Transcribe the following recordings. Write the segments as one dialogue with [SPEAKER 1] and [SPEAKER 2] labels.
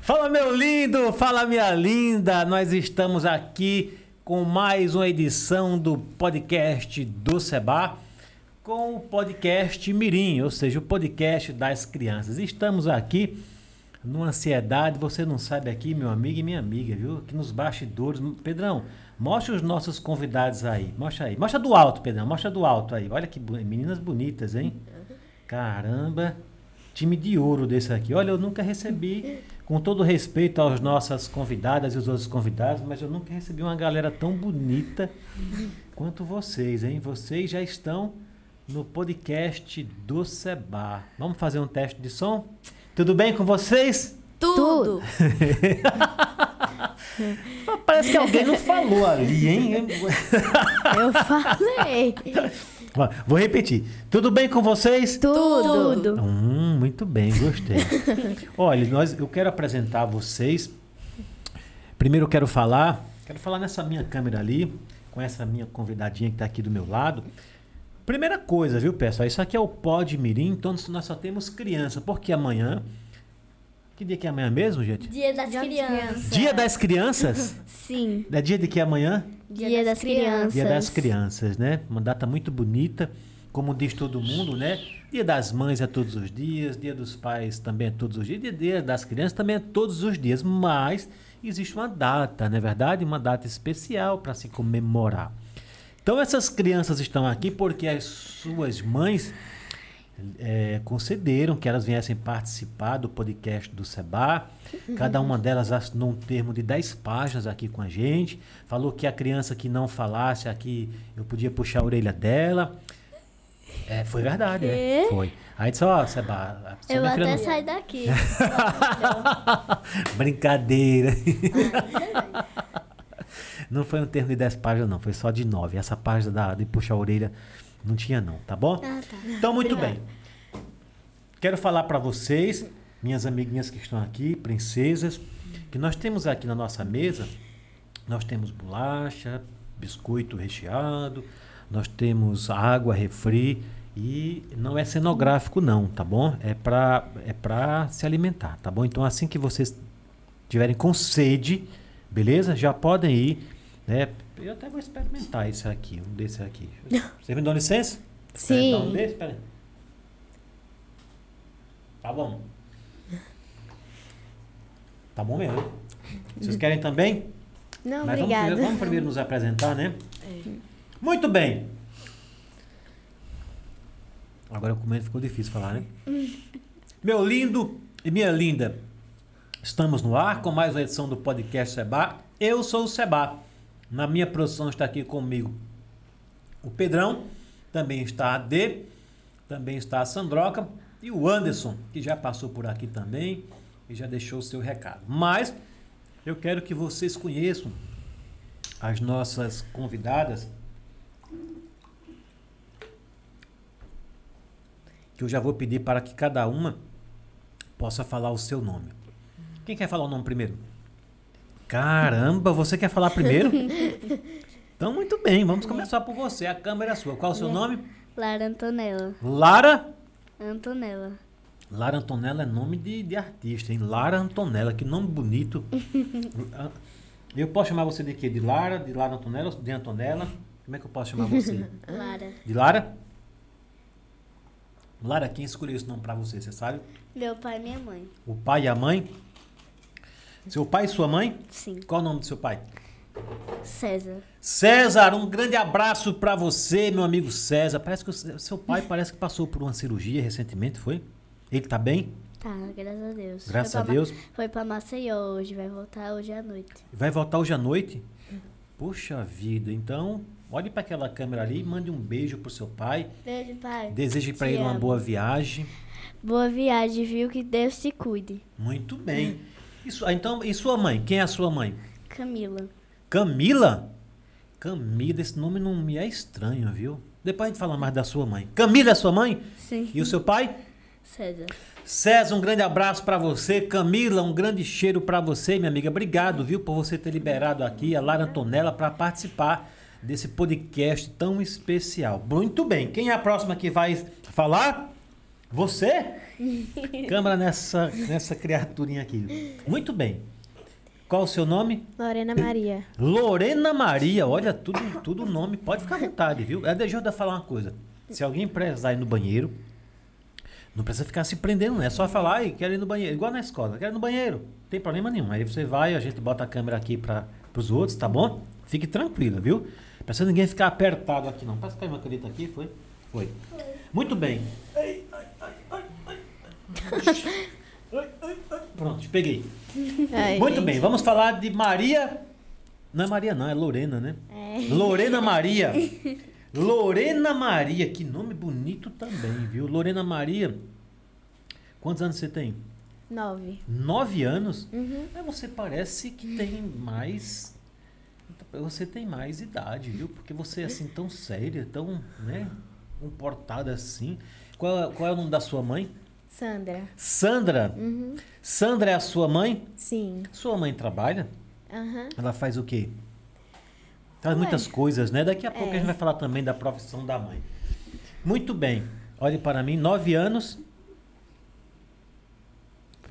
[SPEAKER 1] fala, meu lindo! Fala, minha linda! Nós estamos aqui com mais uma edição do podcast do Seba, com o podcast Mirim, ou seja, o podcast das crianças. Estamos aqui numa ansiedade, você não sabe aqui, meu amigo e minha amiga, viu? Aqui nos bastidores. Pedrão, mostra os nossos convidados aí. Mostra aí. Mostra do alto, Pedrão. Mostra do alto aí. Olha que bo- meninas bonitas, hein? Caramba. Time de ouro desse aqui. Olha, eu nunca recebi, com todo respeito aos nossas convidadas e os outros convidados, mas eu nunca recebi uma galera tão bonita quanto vocês, hein? Vocês já estão no podcast do Seba. Vamos fazer um teste de som? Tudo bem com vocês?
[SPEAKER 2] Tudo.
[SPEAKER 1] Mas Parece que alguém não falou ali, hein?
[SPEAKER 2] Eu falei.
[SPEAKER 1] Ó, Vou repetir. Tudo bem com vocês?
[SPEAKER 2] Tudo.
[SPEAKER 1] Hum, muito bem, gostei. Olha, nós, eu quero apresentar a vocês. Primeiro eu quero falar, quero falar nessa minha câmera ali, com essa minha convidadinha que está aqui do meu lado. Primeira coisa, viu, pessoal? Isso aqui é o Pod Mirim, então nós só temos criança, porque amanhã. Que dia que é amanhã mesmo, gente?
[SPEAKER 3] Dia das crianças.
[SPEAKER 1] Dia das crianças?
[SPEAKER 2] Sim.
[SPEAKER 1] É dia de que amanhã?
[SPEAKER 2] Dia, das, crianças.
[SPEAKER 1] Dia das Crianças, né? Uma data muito bonita, como diz todo mundo, né? Dia das Mães é todos os dias, Dia dos Pais também é todos os dias, Dia- Dia das Crianças também é todos os dias, mas existe uma data, não é verdade? Uma data especial para se comemorar. Então essas crianças estão aqui porque as suas mães é, concederam que elas viessem participar do podcast do Seba. Cada uma delas assinou um termo de 10 páginas aqui com a gente. Falou que a criança que não falasse aqui, eu podia puxar a orelha dela. É, foi verdade, né? Foi. Aí disse, ó, Seba, sua
[SPEAKER 3] Eu
[SPEAKER 1] minha filha
[SPEAKER 3] até então.
[SPEAKER 1] não-
[SPEAKER 3] saí daqui.
[SPEAKER 1] Brincadeira. não foi um termo de 10 páginas, não. Foi só de 9. Essa página da, de puxar a orelha não tinha, não. Tá bom?
[SPEAKER 3] Ah,
[SPEAKER 1] Então, muito bem. Quero falar para vocês, minhas amiguinhas que estão aqui, princesas, que nós temos aqui na nossa mesa, nós temos bolacha, biscoito recheado, nós temos água, refri e não é cenográfico não, tá bom? É para é para se alimentar, tá bom? Então assim que vocês tiverem com sede, beleza? Já podem ir, né? Eu até vou experimentar esse aqui, um desse aqui. Vocês me dão licença? Experimentar Um
[SPEAKER 2] Sim.
[SPEAKER 1] desse, peraí. Tá bom. Tá bom mesmo. né? Vocês querem também?
[SPEAKER 2] Não,
[SPEAKER 1] Mas vamos
[SPEAKER 2] obrigada. É.
[SPEAKER 1] primeiro, vamos primeiro nos apresentar, né? Muito bem. Agora o comendo ficou difícil falar, né?
[SPEAKER 2] Hum.
[SPEAKER 1] Meu lindo e minha linda, estamos no ar com mais uma edição do podcast Seba. Eu sou o Seba. Na minha produção está aqui comigo o Pedrão, também está a D, também está a Sandroca e o Anderson, que já passou por aqui também e já deixou o seu recado. Mas eu quero que vocês conheçam as nossas convidadas. Que eu já vou pedir para que cada uma possa falar o seu nome. Quem quer falar o nome primeiro? Caramba, você quer falar primeiro? Então, muito bem, vamos começar por você. A câmera é sua. Qual o seu nome?
[SPEAKER 3] Lara Antonella.
[SPEAKER 1] Lara.
[SPEAKER 3] Antonella.
[SPEAKER 1] Lara Antonella é nome de, de artista, hein? Lara Antonella, que nome bonito. Ah, eu posso chamar você de quê? De Lara, de Lara Antonella, de Antonella? Como é que eu posso chamar você?
[SPEAKER 3] Lara.
[SPEAKER 1] De Lara? Lara, quem escolheu esse nome pra você, você sabe?
[SPEAKER 3] Meu pai e minha mãe.
[SPEAKER 1] O pai e a mãe? Seu pai e sua mãe?
[SPEAKER 3] Sim.
[SPEAKER 1] Qual o nome do seu pai?
[SPEAKER 3] César.
[SPEAKER 1] César, um grande abraço pra você, meu amigo César. Parece que o seu seu pai parece que passou por uma cirurgia recentemente, foi? Ele tá bem?
[SPEAKER 3] Tá, graças a Deus.
[SPEAKER 1] Graças
[SPEAKER 3] Foi
[SPEAKER 1] a
[SPEAKER 3] pra Ma-
[SPEAKER 1] Deus.
[SPEAKER 3] Foi pra Maceió hoje, vai voltar hoje à noite.
[SPEAKER 1] Vai voltar hoje à noite? Poxa vida, então olhe para aquela câmera ali, mande um beijo pro seu pai,
[SPEAKER 3] Beijo, pai.
[SPEAKER 1] deseje para
[SPEAKER 3] Te
[SPEAKER 1] ele uma
[SPEAKER 3] amo.
[SPEAKER 1] boa viagem.
[SPEAKER 3] Boa viagem, viu? Que Deus te cuide.
[SPEAKER 1] Muito bem. Isso, ah, então, e sua mãe? Quem é a sua mãe?
[SPEAKER 3] Camila.
[SPEAKER 1] Camila? Camila, esse nome não me é estranho, viu? Depois a gente fala mais da sua mãe. Camila é sua mãe?
[SPEAKER 3] Sim.
[SPEAKER 1] E o seu pai?
[SPEAKER 3] César.
[SPEAKER 1] César, um grande abraço pra você. Camila, um grande cheiro pra você, minha amiga. Obrigado, viu, por você ter liberado aqui a Lara Antonella pra participar desse podcast tão especial. Muito bem. Quem é a próxima que vai falar? Você? Câmara nessa, nessa criaturinha aqui. Muito bem. Qual o seu nome?
[SPEAKER 2] Lorena Maria.
[SPEAKER 1] Lorena Maria. Olha, tudo tudo o nome. Pode ficar à vontade, viu? É, deixa eu falar uma coisa. Se alguém precisar ir no banheiro, não precisa ficar se prendendo, né? É só falar, ai, quero ir no banheiro. Igual na escola, quero ir no banheiro. Não tem problema nenhum. Aí você vai, a gente bota a câmera aqui para os outros, tá bom? Fique tranquila, viu? Precisa ninguém ficar apertado aqui, não. Parece que caiu uma caneta aqui, foi? Foi. Muito bem. Ai, ai, ai, ai, ai, ai. Ai, ai, ai. Pronto, peguei.
[SPEAKER 2] Ai,
[SPEAKER 1] Muito
[SPEAKER 2] gente.
[SPEAKER 1] bem, vamos falar de Maria. Não é Maria, não, é Lorena, né? Lorena Maria. Lorena Maria, que nome bonito também, viu? Lorena Maria. Quantos anos você tem?
[SPEAKER 2] Nove.
[SPEAKER 1] Nove anos? Aí você parece que tem mais. Você tem mais idade, viu? Porque você é assim tão séria, tão, né? Comportada assim. Qual, é- qual é o nome da sua mãe?
[SPEAKER 2] Sandra.
[SPEAKER 1] Sandra. Sandra é a sua mãe?
[SPEAKER 2] Sim.
[SPEAKER 1] Sua mãe trabalha?
[SPEAKER 2] Aham.
[SPEAKER 1] Ela faz o quê? Faz
[SPEAKER 2] Ué.
[SPEAKER 1] muitas coisas, né? Daqui a pouco a
[SPEAKER 2] É.
[SPEAKER 1] gente vai falar também da profissão da mãe. Muito bem. Olhe para mim, nove anos.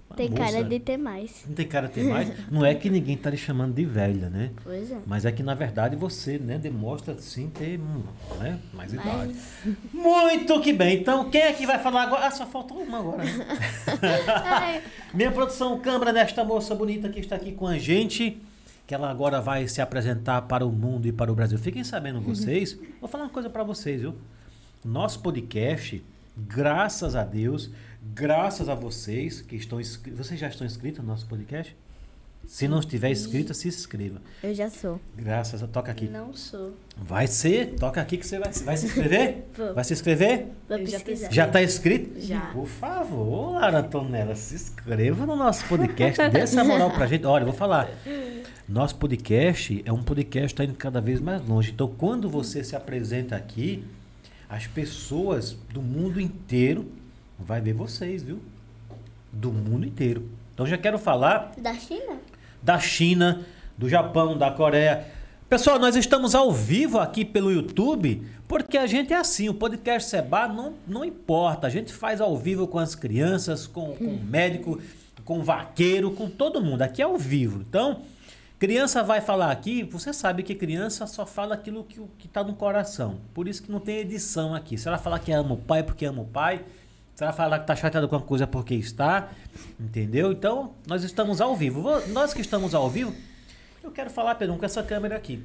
[SPEAKER 1] Uma
[SPEAKER 3] Tem cara
[SPEAKER 1] moça.
[SPEAKER 3] de ter mais.
[SPEAKER 1] Não tem cara de ter mais. Não é que ninguém tá lhe chamando de velha, né?
[SPEAKER 3] Pois é.
[SPEAKER 1] Mas é que, na verdade, você né, demonstra, sim, ter hum, né, mais idade. Muito que bem. Então, quem é que vai falar agora? Ah, só faltou uma agora. né? Minha produção, câmara desta moça bonita que está aqui com a gente, que ela agora vai se apresentar para o mundo e para o Brasil. Fiquem sabendo
[SPEAKER 3] Uhum.
[SPEAKER 1] vocês, vou falar uma coisa para vocês, viu? Nosso podcast, graças a Deus, graças a vocês que estão inscritos. Vocês já estão inscritos no nosso podcast? Se não estiver inscrito, se inscreva.
[SPEAKER 2] Eu já sou.
[SPEAKER 1] Graças a Toca aqui.
[SPEAKER 3] Não sou.
[SPEAKER 1] Vai ser, toca aqui que você vai, vai se inscrever?
[SPEAKER 3] Vou.
[SPEAKER 1] Vai se inscrever?
[SPEAKER 3] Vou
[SPEAKER 4] Eu já
[SPEAKER 3] pesquisar.
[SPEAKER 1] Já está inscrito?
[SPEAKER 4] Já.
[SPEAKER 1] Por favor, Lara Antonella, se inscreva no nosso podcast, dê essa moral pra gente. Olha, eu vou falar. Nosso podcast é um podcast que tá indo cada vez mais longe. Então, quando você se apresenta aqui, as pessoas do mundo inteiro vai ver vocês, viu? Do mundo inteiro. Então, já quero falar
[SPEAKER 3] Da China?
[SPEAKER 1] da China, do Japão, da Coreia. Pessoal, nós estamos ao vivo aqui pelo YouTube, porque a gente é assim, o podcast Seba não, não importa, a gente faz ao vivo com as crianças, com, com o médico, com o vaqueiro, com todo mundo, aqui é ao vivo. Então, criança vai falar aqui, você sabe que criança só fala aquilo que está no coração, por isso que não tem edição aqui. Se ela falar que ama o pai porque ama o pai, se ela falar que tá chateada com alguma coisa porque está, entendeu? Então, nós estamos ao vivo. Vo- Nós que estamos ao vivo, eu quero falar, Pedro, com essa câmera aqui.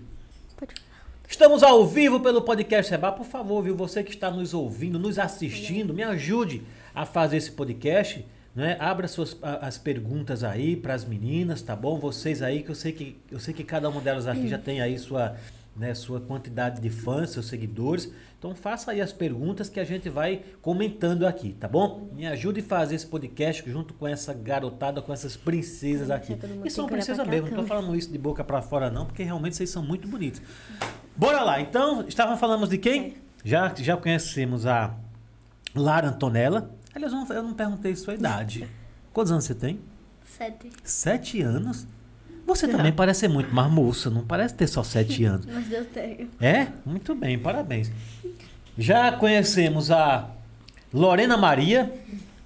[SPEAKER 1] Estamos ao vivo pelo podcast Seba. Por favor, viu? Você que está nos ouvindo, nos assistindo, me ajude a fazer esse podcast. Né? Abra suas a- as perguntas aí para as meninas, tá bom? Vocês aí, que eu sei que, eu sei que cada uma delas aqui já tem aí sua, né, sua quantidade de fãs, seus seguidores. Então faça aí as perguntas que a gente vai comentando aqui, tá bom? Me ajude a fazer esse podcast junto com essa garotada, com essas princesas aqui.
[SPEAKER 2] tá todo mundo
[SPEAKER 1] E são
[SPEAKER 2] tem que olhar pra
[SPEAKER 1] princesas
[SPEAKER 2] cá,
[SPEAKER 1] mesmo, não tô
[SPEAKER 2] câmera.
[SPEAKER 1] falando isso de boca para fora não, porque realmente vocês são muito bonitos. Bora lá, então, estava falamos de quem? Já, já conhecemos a Lara Antonella. Aliás, eu não, eu não perguntei sua idade. Quantos anos você tem?
[SPEAKER 3] Sete.
[SPEAKER 1] Sete anos? Você também parece ser muito mais moça, não parece ter só sete anos.
[SPEAKER 3] Mas eu tenho.
[SPEAKER 1] É? Muito bem, parabéns. Já conhecemos a Lorena Maria,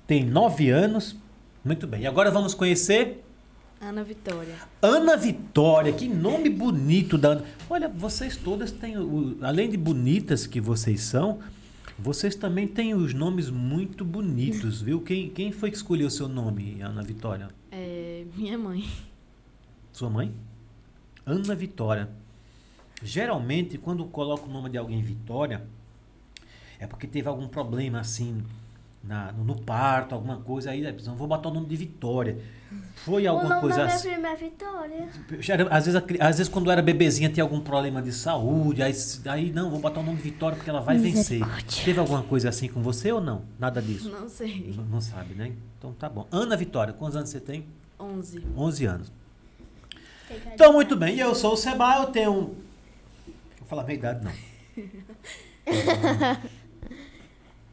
[SPEAKER 1] tem nove anos. Muito bem, e agora vamos conhecer
[SPEAKER 4] Ana Vitória.
[SPEAKER 1] Ana Vitória, que nome bonito da Ana. Olha, vocês todas têm, o- além de bonitas que vocês são, vocês também têm os nomes muito bonitos, viu? Quem, quem foi que escolheu o seu nome, Ana Vitória?
[SPEAKER 4] É minha mãe.
[SPEAKER 1] Sua mãe? Ana Vitória. Geralmente, quando coloca o nome de alguém Vitória, é porque teve algum problema assim na- no, no parto, alguma coisa aí, né? não vou botar o nome de Vitória. Foi
[SPEAKER 3] o
[SPEAKER 1] alguma
[SPEAKER 3] nome
[SPEAKER 1] coisa
[SPEAKER 3] da minha
[SPEAKER 1] assim.
[SPEAKER 3] prima é Vitória.
[SPEAKER 1] Já era- às, vezes, a cri- às vezes, quando eu era bebezinha, tinha algum problema de saúde. Aí, se- aí não, vou botar o nome de Vitória porque ela vai vencer. Teve alguma coisa assim com você ou não? Nada disso?
[SPEAKER 4] Não sei.
[SPEAKER 1] Não, não sabe, né? Então tá bom. Ana Vitória, quantos anos você tem?
[SPEAKER 4] 11.
[SPEAKER 1] 11 anos.
[SPEAKER 3] Tem cara
[SPEAKER 1] Então, muito bem. E eu sou o Seba, eu tenho. um, Vou falar minha idade, não.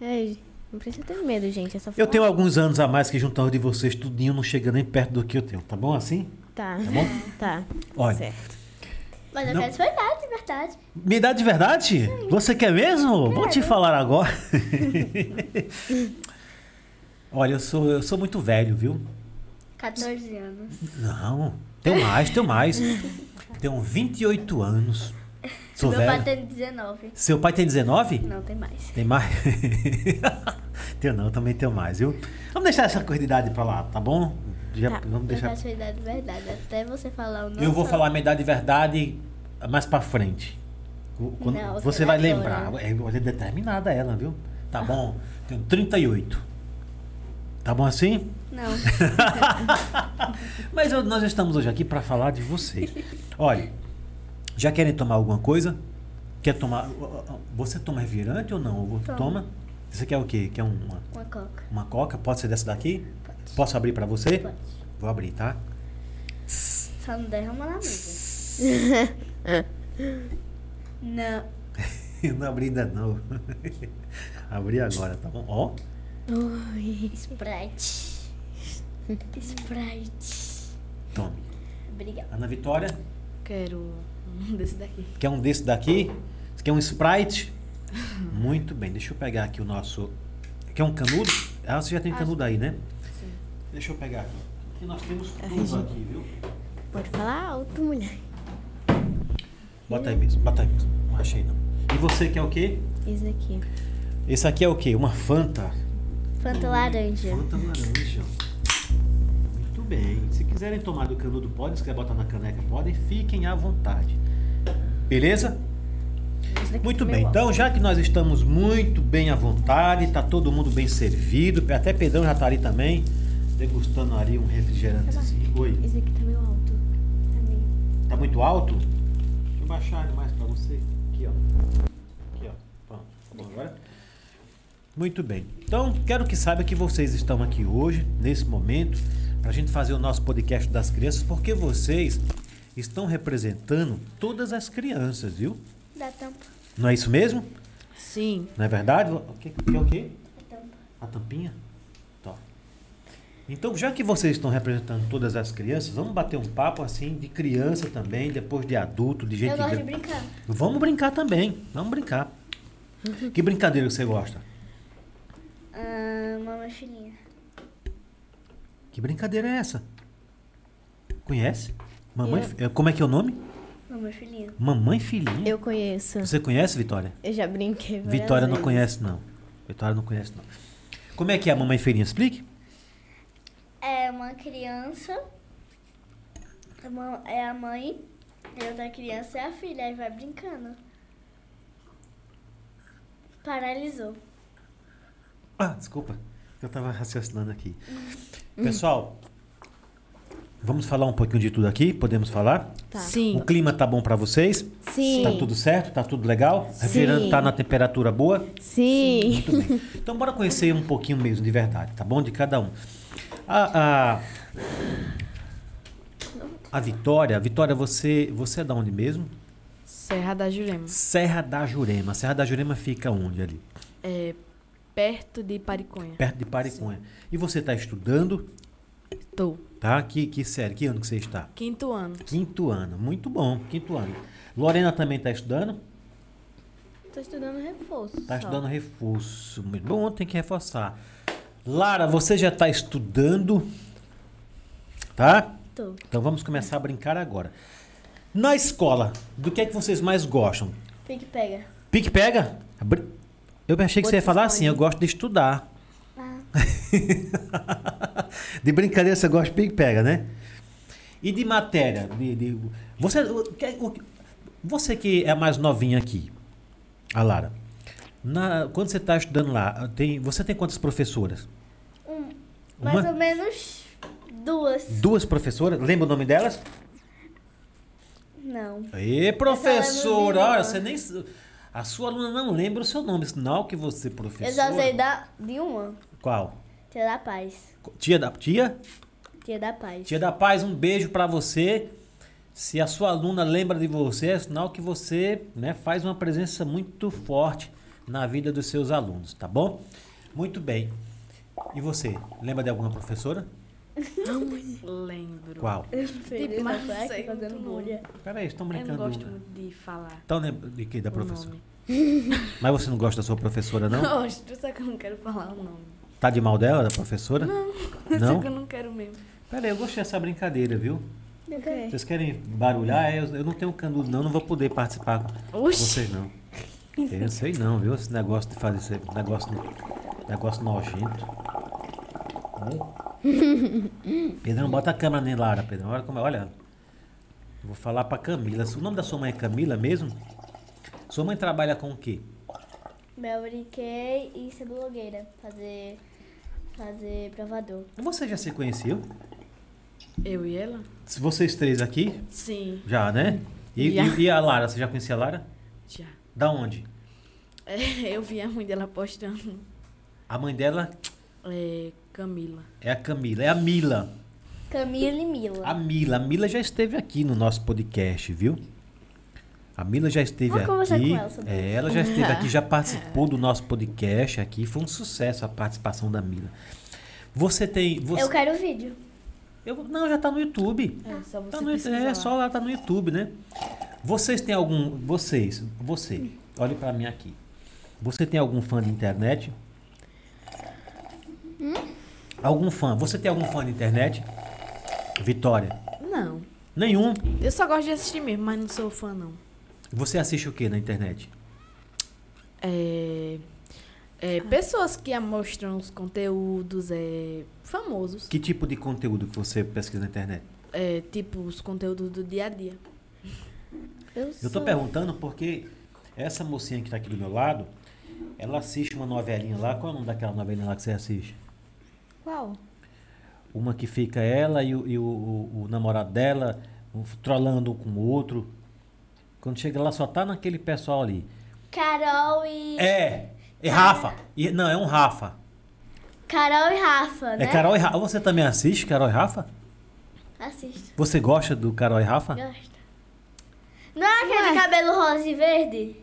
[SPEAKER 2] Ai, não precisa ter medo, gente. É só
[SPEAKER 1] Eu
[SPEAKER 2] falar.
[SPEAKER 1] tenho alguns anos a mais que juntando de vocês, tudinho não chega nem perto do que eu tenho. Tá bom assim?
[SPEAKER 2] Tá.
[SPEAKER 1] Tá bom?
[SPEAKER 2] Tá.
[SPEAKER 1] Olha.
[SPEAKER 2] Certo.
[SPEAKER 3] de- Mas eu
[SPEAKER 1] Não.
[SPEAKER 3] quero sua idade, verdade.
[SPEAKER 1] Minha idade de verdade? Você quer mesmo? Vou te falar agora. Olha, eu sou, eu sou muito velho, viu?
[SPEAKER 3] 14 anos.
[SPEAKER 1] Não, tenho mais, tenho mais. Tenho 28 anos. Sou
[SPEAKER 3] Meu
[SPEAKER 1] velho.
[SPEAKER 3] pai tem 19.
[SPEAKER 1] Seu pai tem 19?
[SPEAKER 3] Não, tem mais.
[SPEAKER 1] Tem mais? tenho não, também tenho mais, viu? Vamos deixar essa coisa de idade pra lá, tá bom? Já,
[SPEAKER 2] Tá.
[SPEAKER 1] Vamos
[SPEAKER 3] Deixa... Eu
[SPEAKER 1] deixar.
[SPEAKER 3] faço a idade verdade. Até você falar o nome.
[SPEAKER 1] Eu vou falar a minha idade de verdade mais pra frente. O- Quando
[SPEAKER 3] Não, você
[SPEAKER 1] você vai
[SPEAKER 3] vai
[SPEAKER 1] lembrar.
[SPEAKER 3] agora.
[SPEAKER 1] É, olha, é determinada ela, viu? Tá bom? Tenho 38. Tá bom assim?
[SPEAKER 3] Não.
[SPEAKER 1] Mas eu- nós estamos hoje aqui para falar de você. Olha, já querem tomar alguma coisa? Quer tomar. Você toma refrigerante ou não? Ou
[SPEAKER 3] Tomo.
[SPEAKER 1] Toma? Você quer o quê? Quer uma,
[SPEAKER 3] Uma coca.
[SPEAKER 1] uma coca? Pode ser dessa daqui? Posso abrir para você?
[SPEAKER 3] Pode.
[SPEAKER 1] Vou abrir, tá?
[SPEAKER 3] Só não derrama na mesa. Não.
[SPEAKER 1] Eu não abri ainda não. abri agora, tá bom? Ó,
[SPEAKER 2] Oi.
[SPEAKER 3] Sprite. Sprite.
[SPEAKER 1] tome.
[SPEAKER 3] Obrigada.
[SPEAKER 1] Ana Tá Vitória,
[SPEAKER 4] Quero um desse daqui.
[SPEAKER 1] quer um desse daqui? Você quer um Sprite? Muito bem, deixa eu pegar aqui o nosso. Quer um canudo? Ah, você já tem canudo aí, né?
[SPEAKER 4] Sim.
[SPEAKER 1] Deixa eu pegar aqui. Aqui nós temos tudo aqui, viu?
[SPEAKER 2] Pode falar alto, mulher.
[SPEAKER 1] Bota aí mesmo, bota aí mesmo. Não achei não. E você quer o quê?
[SPEAKER 2] Isso daqui.
[SPEAKER 1] Esse aqui é o quê? Uma Fanta.
[SPEAKER 3] Fanta laranja.
[SPEAKER 1] Fanta laranja. Muito bem. Se quiserem tomar do canudo, podem. Se quiser botar na caneca, podem. Fiquem à vontade. Beleza?
[SPEAKER 4] tá
[SPEAKER 1] Muito bem. Então, já que nós estamos muito bem à vontade, tá todo mundo bem servido, até Pedrão já tá ali também, degustando ali um refrigerantezinho. Oi.
[SPEAKER 2] Isso daqui tá meio alto. Tá meio.
[SPEAKER 1] Tá muito alto? Deixa eu baixar ele mais pra você. Aqui, ó. Aqui, ó. Pronto. tá Bom, agora. Muito bem. Então, quero que saiba que vocês estão aqui hoje, nesse momento, pra gente fazer o nosso podcast das crianças, porque vocês estão representando todas as crianças, viu?
[SPEAKER 3] Dá tampa.
[SPEAKER 1] Não é isso mesmo?
[SPEAKER 4] Sim.
[SPEAKER 1] Não é verdade? O que que é o quê?
[SPEAKER 3] Dá tampa.
[SPEAKER 1] A tampinha? Tá. Então, já que vocês estão representando todas as crianças, vamos bater um papo assim de criança também, depois de adulto, de gente
[SPEAKER 3] Eu gosto de
[SPEAKER 1] grande.
[SPEAKER 3] brincar.
[SPEAKER 1] Vamos brincar também. Vamos brincar. Que brincadeira que você gosta?
[SPEAKER 3] Ah, uma mochilinha.
[SPEAKER 1] Que brincadeira é essa? Conhece? Mamãe, fi- eh, como é que é o nome?
[SPEAKER 3] Uma mochilinha.
[SPEAKER 1] Mamãe filhinha.
[SPEAKER 2] Eu conheço.
[SPEAKER 1] Você conhece, Vitória?
[SPEAKER 2] Eu já brinquei. várias
[SPEAKER 1] Vitória não
[SPEAKER 2] vezes.
[SPEAKER 1] conhece não. Vitória não conhece não. Como é que é a mamãe filhinha? Explique.
[SPEAKER 3] É uma criança. a mão- É a mãe. E outra criança é a filha. Aí vai brincando. Paralisou.
[SPEAKER 1] Ah, desculpa. Eu tava raciocinando aqui.
[SPEAKER 2] Hum.
[SPEAKER 1] Pessoal, vamos falar um pouquinho de tudo aqui? Podemos falar?
[SPEAKER 2] Tá.
[SPEAKER 4] Sim.
[SPEAKER 1] O clima tá bom pra vocês?
[SPEAKER 2] Sim.
[SPEAKER 1] Tá tudo certo? Tá tudo legal? Refrigerante tá na temperatura boa?
[SPEAKER 2] Sim.
[SPEAKER 1] Muito bem. Então bora conhecer um pouquinho mesmo de verdade, tá bom? De cada um. A, a, a Vitória, a Vitória, você, você é da onde mesmo?
[SPEAKER 4] Serra da Jurema.
[SPEAKER 1] Serra da Jurema. Serra da Jurema fica onde ali?
[SPEAKER 4] É perto de Pariconha.
[SPEAKER 1] Perto de Pariconha. E você está estudando,
[SPEAKER 4] Tô.
[SPEAKER 1] tá? Que, que série? Que ano que você está?
[SPEAKER 4] Quinto ano.
[SPEAKER 1] Quinto ano. Muito bom, quinto ano. Lorena também está estudando?
[SPEAKER 2] Tô estudando reforço.
[SPEAKER 1] Está
[SPEAKER 2] só.
[SPEAKER 1] Tá estudando reforço. Muito bom, tem que reforçar. Lara, você já está estudando, tá?
[SPEAKER 3] Tô.
[SPEAKER 1] Então vamos começar a brincar agora. Na escola, do que é que vocês mais gostam?
[SPEAKER 3] Pique pega.
[SPEAKER 1] Pique pega? Br- Eu achei que você ia falar assim, eu gosto de estudar.
[SPEAKER 3] Ah,
[SPEAKER 1] De brincadeira você gosta de pique pega, né? E de matéria? De, de- Você, o que- o que- você que é a mais novinha aqui, a Lara, na- quando você está estudando lá, tem- você tem quantas professoras?
[SPEAKER 3] um,
[SPEAKER 1] Uma?
[SPEAKER 3] mais ou menos duas.
[SPEAKER 1] Duas professoras? Lembra o nome delas?
[SPEAKER 3] Não.
[SPEAKER 1] Ê,
[SPEAKER 3] lembro
[SPEAKER 1] professora,
[SPEAKER 3] dela.
[SPEAKER 1] olha, você nem. A sua aluna não lembra o seu nome, sinal que você, é professora.
[SPEAKER 3] Eu já sei da, de uma.
[SPEAKER 1] Qual?
[SPEAKER 3] Tia da Paz.
[SPEAKER 1] Tia da tia?
[SPEAKER 3] Tia da Paz.
[SPEAKER 1] Tia da Paz, um beijo pra você. Se a sua aluna lembra de você, é sinal que você né, faz uma presença muito forte na vida dos seus alunos, tá bom? Muito bem. E você, lembra de alguma professora?
[SPEAKER 4] Lembro. Tipo,
[SPEAKER 1] Qual?
[SPEAKER 2] tá
[SPEAKER 3] Feliz
[SPEAKER 4] Mas
[SPEAKER 3] da Paz,
[SPEAKER 4] sei
[SPEAKER 3] fazendo
[SPEAKER 4] muito
[SPEAKER 3] bolha.
[SPEAKER 1] Peraí, estão
[SPEAKER 4] Eu não
[SPEAKER 1] brincando.
[SPEAKER 4] gosto muito de falar
[SPEAKER 1] Então lembra de que da
[SPEAKER 4] o
[SPEAKER 1] professora?
[SPEAKER 4] nome.
[SPEAKER 1] Mas você não gosta da sua professora, não?
[SPEAKER 4] Gosto, só que eu não quero falar o nome.
[SPEAKER 1] Tá de mal dela, da professora? Não.
[SPEAKER 4] Só que eu não quero mesmo.
[SPEAKER 1] Pera aí, eu gostei dessa brincadeira, viu?
[SPEAKER 2] Ok.
[SPEAKER 1] Vocês querem barulhar? É, Eu, eu não tenho canudo, não. Não vou poder participar com
[SPEAKER 4] Oxi.
[SPEAKER 1] vocês, não. Eu sei não, viu? Esse negócio de fazer esse negócio, negócio nojento. Olha. Hum? Pedrão, bota a câmera nele, Lara. Pedrão, olha como é. Olha. Vou falar pra Camila. O nome da sua mãe é Camila mesmo? Sua mãe trabalha com o quê?
[SPEAKER 3] Mel brinquei e ser blogueira. Fazer. Fazer provador.
[SPEAKER 1] Você já se conheceu?
[SPEAKER 4] Eu e ela?
[SPEAKER 1] Se Vocês três aqui?
[SPEAKER 4] Sim,
[SPEAKER 1] Já, né? E,
[SPEAKER 4] Já.
[SPEAKER 1] e- e a Lara? Você já conhecia a Lara?
[SPEAKER 4] já.
[SPEAKER 1] Da onde?
[SPEAKER 4] É, eu vi a mãe dela postando.
[SPEAKER 1] A mãe dela
[SPEAKER 4] É, Camila.
[SPEAKER 1] é a Camila, é a Mila.
[SPEAKER 3] Camila e Mila.
[SPEAKER 1] A Mila, a Mila já esteve aqui no nosso podcast, viu? A Mila já esteve
[SPEAKER 3] Vamos conversar
[SPEAKER 1] aqui.
[SPEAKER 3] com ela sobre
[SPEAKER 1] é, ela já esteve aqui, já participou do nosso podcast aqui. Foi um sucesso a participação da Mila. Você tem. Você,
[SPEAKER 3] Eu quero o vídeo.
[SPEAKER 1] eu- não, já tá no YouTube.
[SPEAKER 4] É, só você
[SPEAKER 1] Tá no,
[SPEAKER 4] pesquisar
[SPEAKER 1] é,
[SPEAKER 4] lá.
[SPEAKER 1] só lá tá no YouTube, né? Vocês têm algum. Vocês, você, olhe pra mim aqui. Você tem algum fã de internet?
[SPEAKER 3] Hum?
[SPEAKER 1] Algum fã? Você tem algum fã de internet? Vitória?
[SPEAKER 4] Não.
[SPEAKER 1] Nenhum.
[SPEAKER 4] Eu só gosto de assistir mesmo, mas não sou fã, não.
[SPEAKER 1] Você assiste o que na internet?
[SPEAKER 4] É, é, pessoas que mostram os conteúdos é, famosos.
[SPEAKER 1] Que tipo de conteúdo que você pesquisa na internet?
[SPEAKER 4] É, tipo, os conteúdos do dia a dia.
[SPEAKER 2] Eu,
[SPEAKER 1] Eu tô
[SPEAKER 2] sou...
[SPEAKER 1] perguntando porque essa mocinha que tá aqui do meu lado, ela assiste uma novelinha lá. Qual é o nome daquela novelinha lá que você assiste?
[SPEAKER 2] Qual?
[SPEAKER 1] Uma que fica ela e o, e o- o- o namorado dela um, trollando um com o outro. Quando chega lá, só tá naquele pessoal ali.
[SPEAKER 3] Carol e.
[SPEAKER 1] É! E Rafa! E- não, é um Rafa.
[SPEAKER 3] Carol e Rafa, né?
[SPEAKER 1] É Carol e Rafa. Você também assiste Carol e Rafa?
[SPEAKER 3] Assista.
[SPEAKER 1] Você gosta do Carol e Rafa?
[SPEAKER 3] Gosta. Não é aquele cabelo rosa e verde?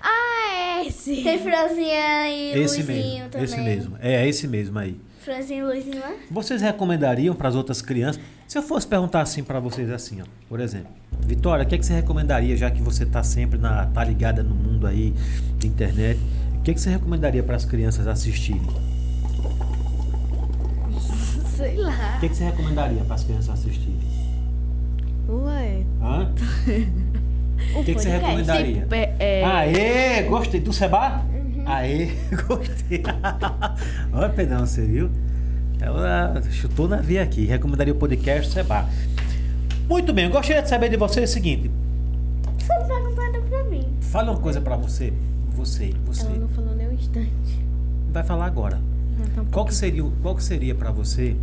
[SPEAKER 2] Ah, é esse!
[SPEAKER 3] Tem Franzinha e
[SPEAKER 1] Esse
[SPEAKER 3] Luizinho
[SPEAKER 1] mesmo.
[SPEAKER 3] também.
[SPEAKER 1] Esse mesmo. É, é esse mesmo aí.
[SPEAKER 3] Franzinha e Luizinho, né?
[SPEAKER 1] Vocês recomendariam para as outras crianças? Se eu fosse perguntar assim para vocês assim, ó, por exemplo, Vitória, o que, é que você recomendaria, já que você tá sempre na tá ligada no mundo aí de internet? O que, é que você recomendaria para as crianças assistirem?
[SPEAKER 4] Sei lá.
[SPEAKER 1] O que, é que você recomendaria para as crianças assistirem?
[SPEAKER 4] Tipo,
[SPEAKER 2] Ué.
[SPEAKER 1] Hã? O que, que você recomendaria?
[SPEAKER 4] Tipo, é, é,
[SPEAKER 1] Ah, Aê, gostei do Seba?
[SPEAKER 2] Uhum.
[SPEAKER 1] Aê, gostei. Olha, Pedrão, você viu? Ela chutou na via aqui. Recomendaria o podcast Seba. Muito bem, eu gostaria de saber de vocês o seguinte.
[SPEAKER 3] Você não perguntando pra mim.
[SPEAKER 1] Fala uma coisa pra você. Você, você.
[SPEAKER 2] Ela não falou nem um instante.
[SPEAKER 1] Vai falar agora. Qual que seria, o- qual que seria para você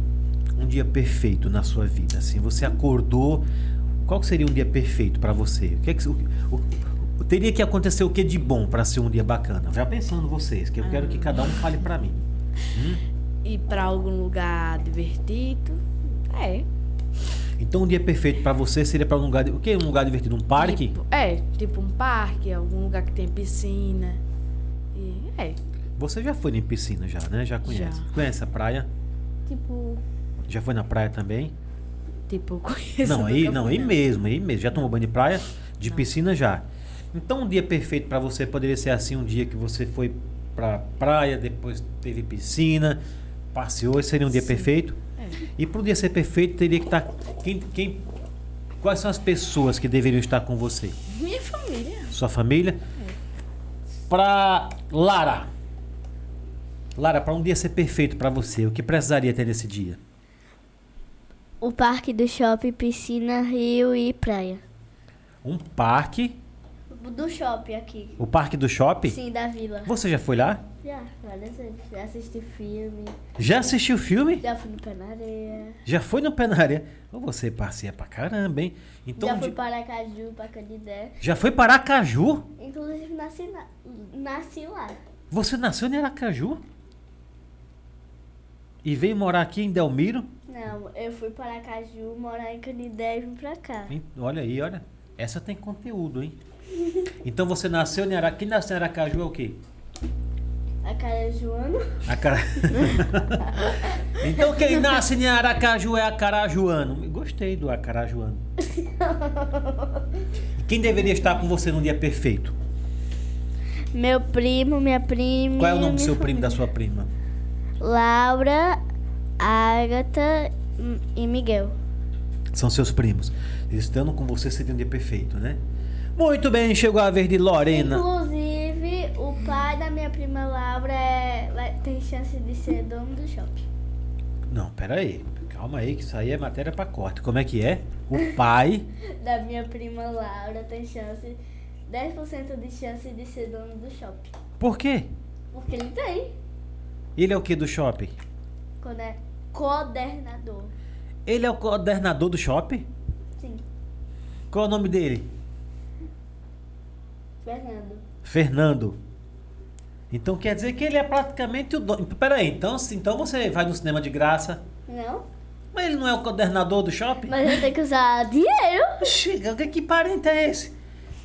[SPEAKER 1] um dia perfeito na sua vida? Assim, você acordou, qual que seria um dia perfeito pra você? O que é que- o- o- teria que acontecer o que de bom pra ser um dia bacana? Já pensando vocês, que eu quero que cada um fale pra mim.
[SPEAKER 4] Ir pra algum lugar divertido. É.
[SPEAKER 1] Então, um dia perfeito pra você seria pra um lugar, de- o que? Um lugar divertido, um parque?
[SPEAKER 4] Tipo, é, tipo um parque, algum lugar que tem piscina. E, é.
[SPEAKER 1] Você já foi em piscina já, né? Já conhece.
[SPEAKER 4] Já.
[SPEAKER 1] Conhece a praia?
[SPEAKER 2] Tipo,
[SPEAKER 1] Já foi na praia também?
[SPEAKER 4] Tipo, conheço.
[SPEAKER 1] Não, aí,
[SPEAKER 4] nunca
[SPEAKER 1] não,
[SPEAKER 4] fui, né?
[SPEAKER 1] aí mesmo, aí mesmo. Já tomou banho de praia? De piscina já. Então um dia perfeito pra você poderia ser assim, um dia que você foi pra praia, depois teve piscina, passeou, esse seria um dia perfeito.
[SPEAKER 4] É.
[SPEAKER 1] E para o dia ser perfeito teria que estar quem, quem quais são as pessoas que deveriam estar com você?
[SPEAKER 4] Minha família.
[SPEAKER 1] Sua família?
[SPEAKER 4] É.
[SPEAKER 1] Pra Lara. Lara, pra um dia ser perfeito pra você, o que precisaria ter nesse dia?
[SPEAKER 3] O parque do shopping, piscina, rio e praia.
[SPEAKER 1] Um parque,
[SPEAKER 3] Do shopping aqui.
[SPEAKER 1] o parque do shopping?
[SPEAKER 3] Sim, da vila.
[SPEAKER 1] Você já foi lá?
[SPEAKER 3] Já, várias vezes. Já assisti filme,
[SPEAKER 1] Já assistiu o filme?
[SPEAKER 3] já fui no pé na areia,
[SPEAKER 1] Já foi no Penária? Ô, Você passeia pra caramba, hein? Então,
[SPEAKER 3] já fui
[SPEAKER 1] de-
[SPEAKER 3] para Caju, para Canidé.
[SPEAKER 1] já foi para Aracaju?
[SPEAKER 3] Inclusive, nasci, na- nasci lá.
[SPEAKER 1] Você nasceu em Aracaju? E veio morar aqui em Delmiro?
[SPEAKER 3] Não, eu fui para Caju, morar em Canidé e vim pra cá.
[SPEAKER 1] Hein? Olha aí, olha. Essa tem conteúdo, hein? Então você nasceu em Aracaju. Quem nasceu em Aracaju é o quê?
[SPEAKER 3] A é Carajuana.
[SPEAKER 1] A cara... então quem nasce em Aracaju é acarajuano. Gostei do acarajuano. E Quem deveria estar com você num dia perfeito?
[SPEAKER 3] Meu primo, minha prima.
[SPEAKER 1] Qual é o
[SPEAKER 3] e
[SPEAKER 1] é nome do
[SPEAKER 3] minha
[SPEAKER 1] seu
[SPEAKER 3] família.
[SPEAKER 1] primo, da sua prima?
[SPEAKER 2] Laura, Agatha e Miguel.
[SPEAKER 1] São seus primos. Eles estando com você, você tem um dia perfeito, né? Muito bem, chegou a vez de Lorena.
[SPEAKER 3] Inclusive, o pai da minha prima Laura é- vai- tem chance de ser dono do shopping.
[SPEAKER 1] Não, pera aí. Calma aí, que isso aí é matéria pra corte. Como é que é? O pai.
[SPEAKER 3] Da minha prima Laura tem chance, 10% de chance de ser dono do shopping.
[SPEAKER 1] Por quê?
[SPEAKER 3] Porque ele tem,
[SPEAKER 1] Ele é o que do shopping?
[SPEAKER 3] quando é coordenador.
[SPEAKER 1] Ele é o coordenador do shopping?
[SPEAKER 3] Sim,
[SPEAKER 1] Qual é o nome dele?
[SPEAKER 3] Fernando.
[SPEAKER 1] Fernando. Então quer dizer que ele é praticamente o dono. Peraí, então, se- então você vai no cinema de graça.
[SPEAKER 3] Não?
[SPEAKER 1] Mas ele não é o coordenador do shopping?
[SPEAKER 3] Mas eu tenho que usar dinheiro.
[SPEAKER 1] Chega, que, que parente é esse?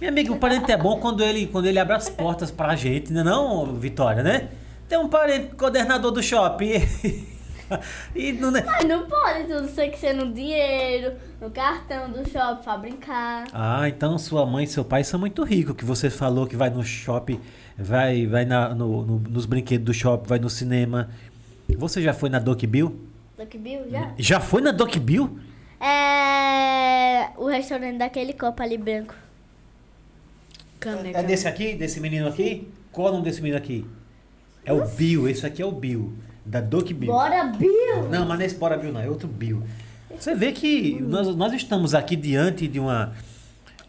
[SPEAKER 1] Meu amigo, o parente é bom quando ele, quando ele abre as portas pra gente, né não, Vitória, né? Tem um parente coordenador do shopping. e não, né?
[SPEAKER 3] Mas não pode tudo ser que ser no dinheiro, no cartão do shopping pra brincar.
[SPEAKER 1] Ah, então sua mãe e seu pai são muito ricos, que você falou que vai no shopping, vai, vai na, no, no- nos brinquedos do shopping, vai no cinema. Você já foi na Doc Bill?
[SPEAKER 3] Lucky Bill já?
[SPEAKER 1] Já foi na Doc Bill?
[SPEAKER 3] É. O restaurante daquele copo ali branco.
[SPEAKER 4] Caneca.
[SPEAKER 1] É desse aqui, desse menino aqui? Qual o nome desse menino aqui? É o Bill, esse aqui é o Bill, da Doc Bill.
[SPEAKER 3] Bora, Bill!
[SPEAKER 1] Não, mas nesse Bora Bill não, é outro Bill. Você vê que nós, nós estamos aqui diante de uma,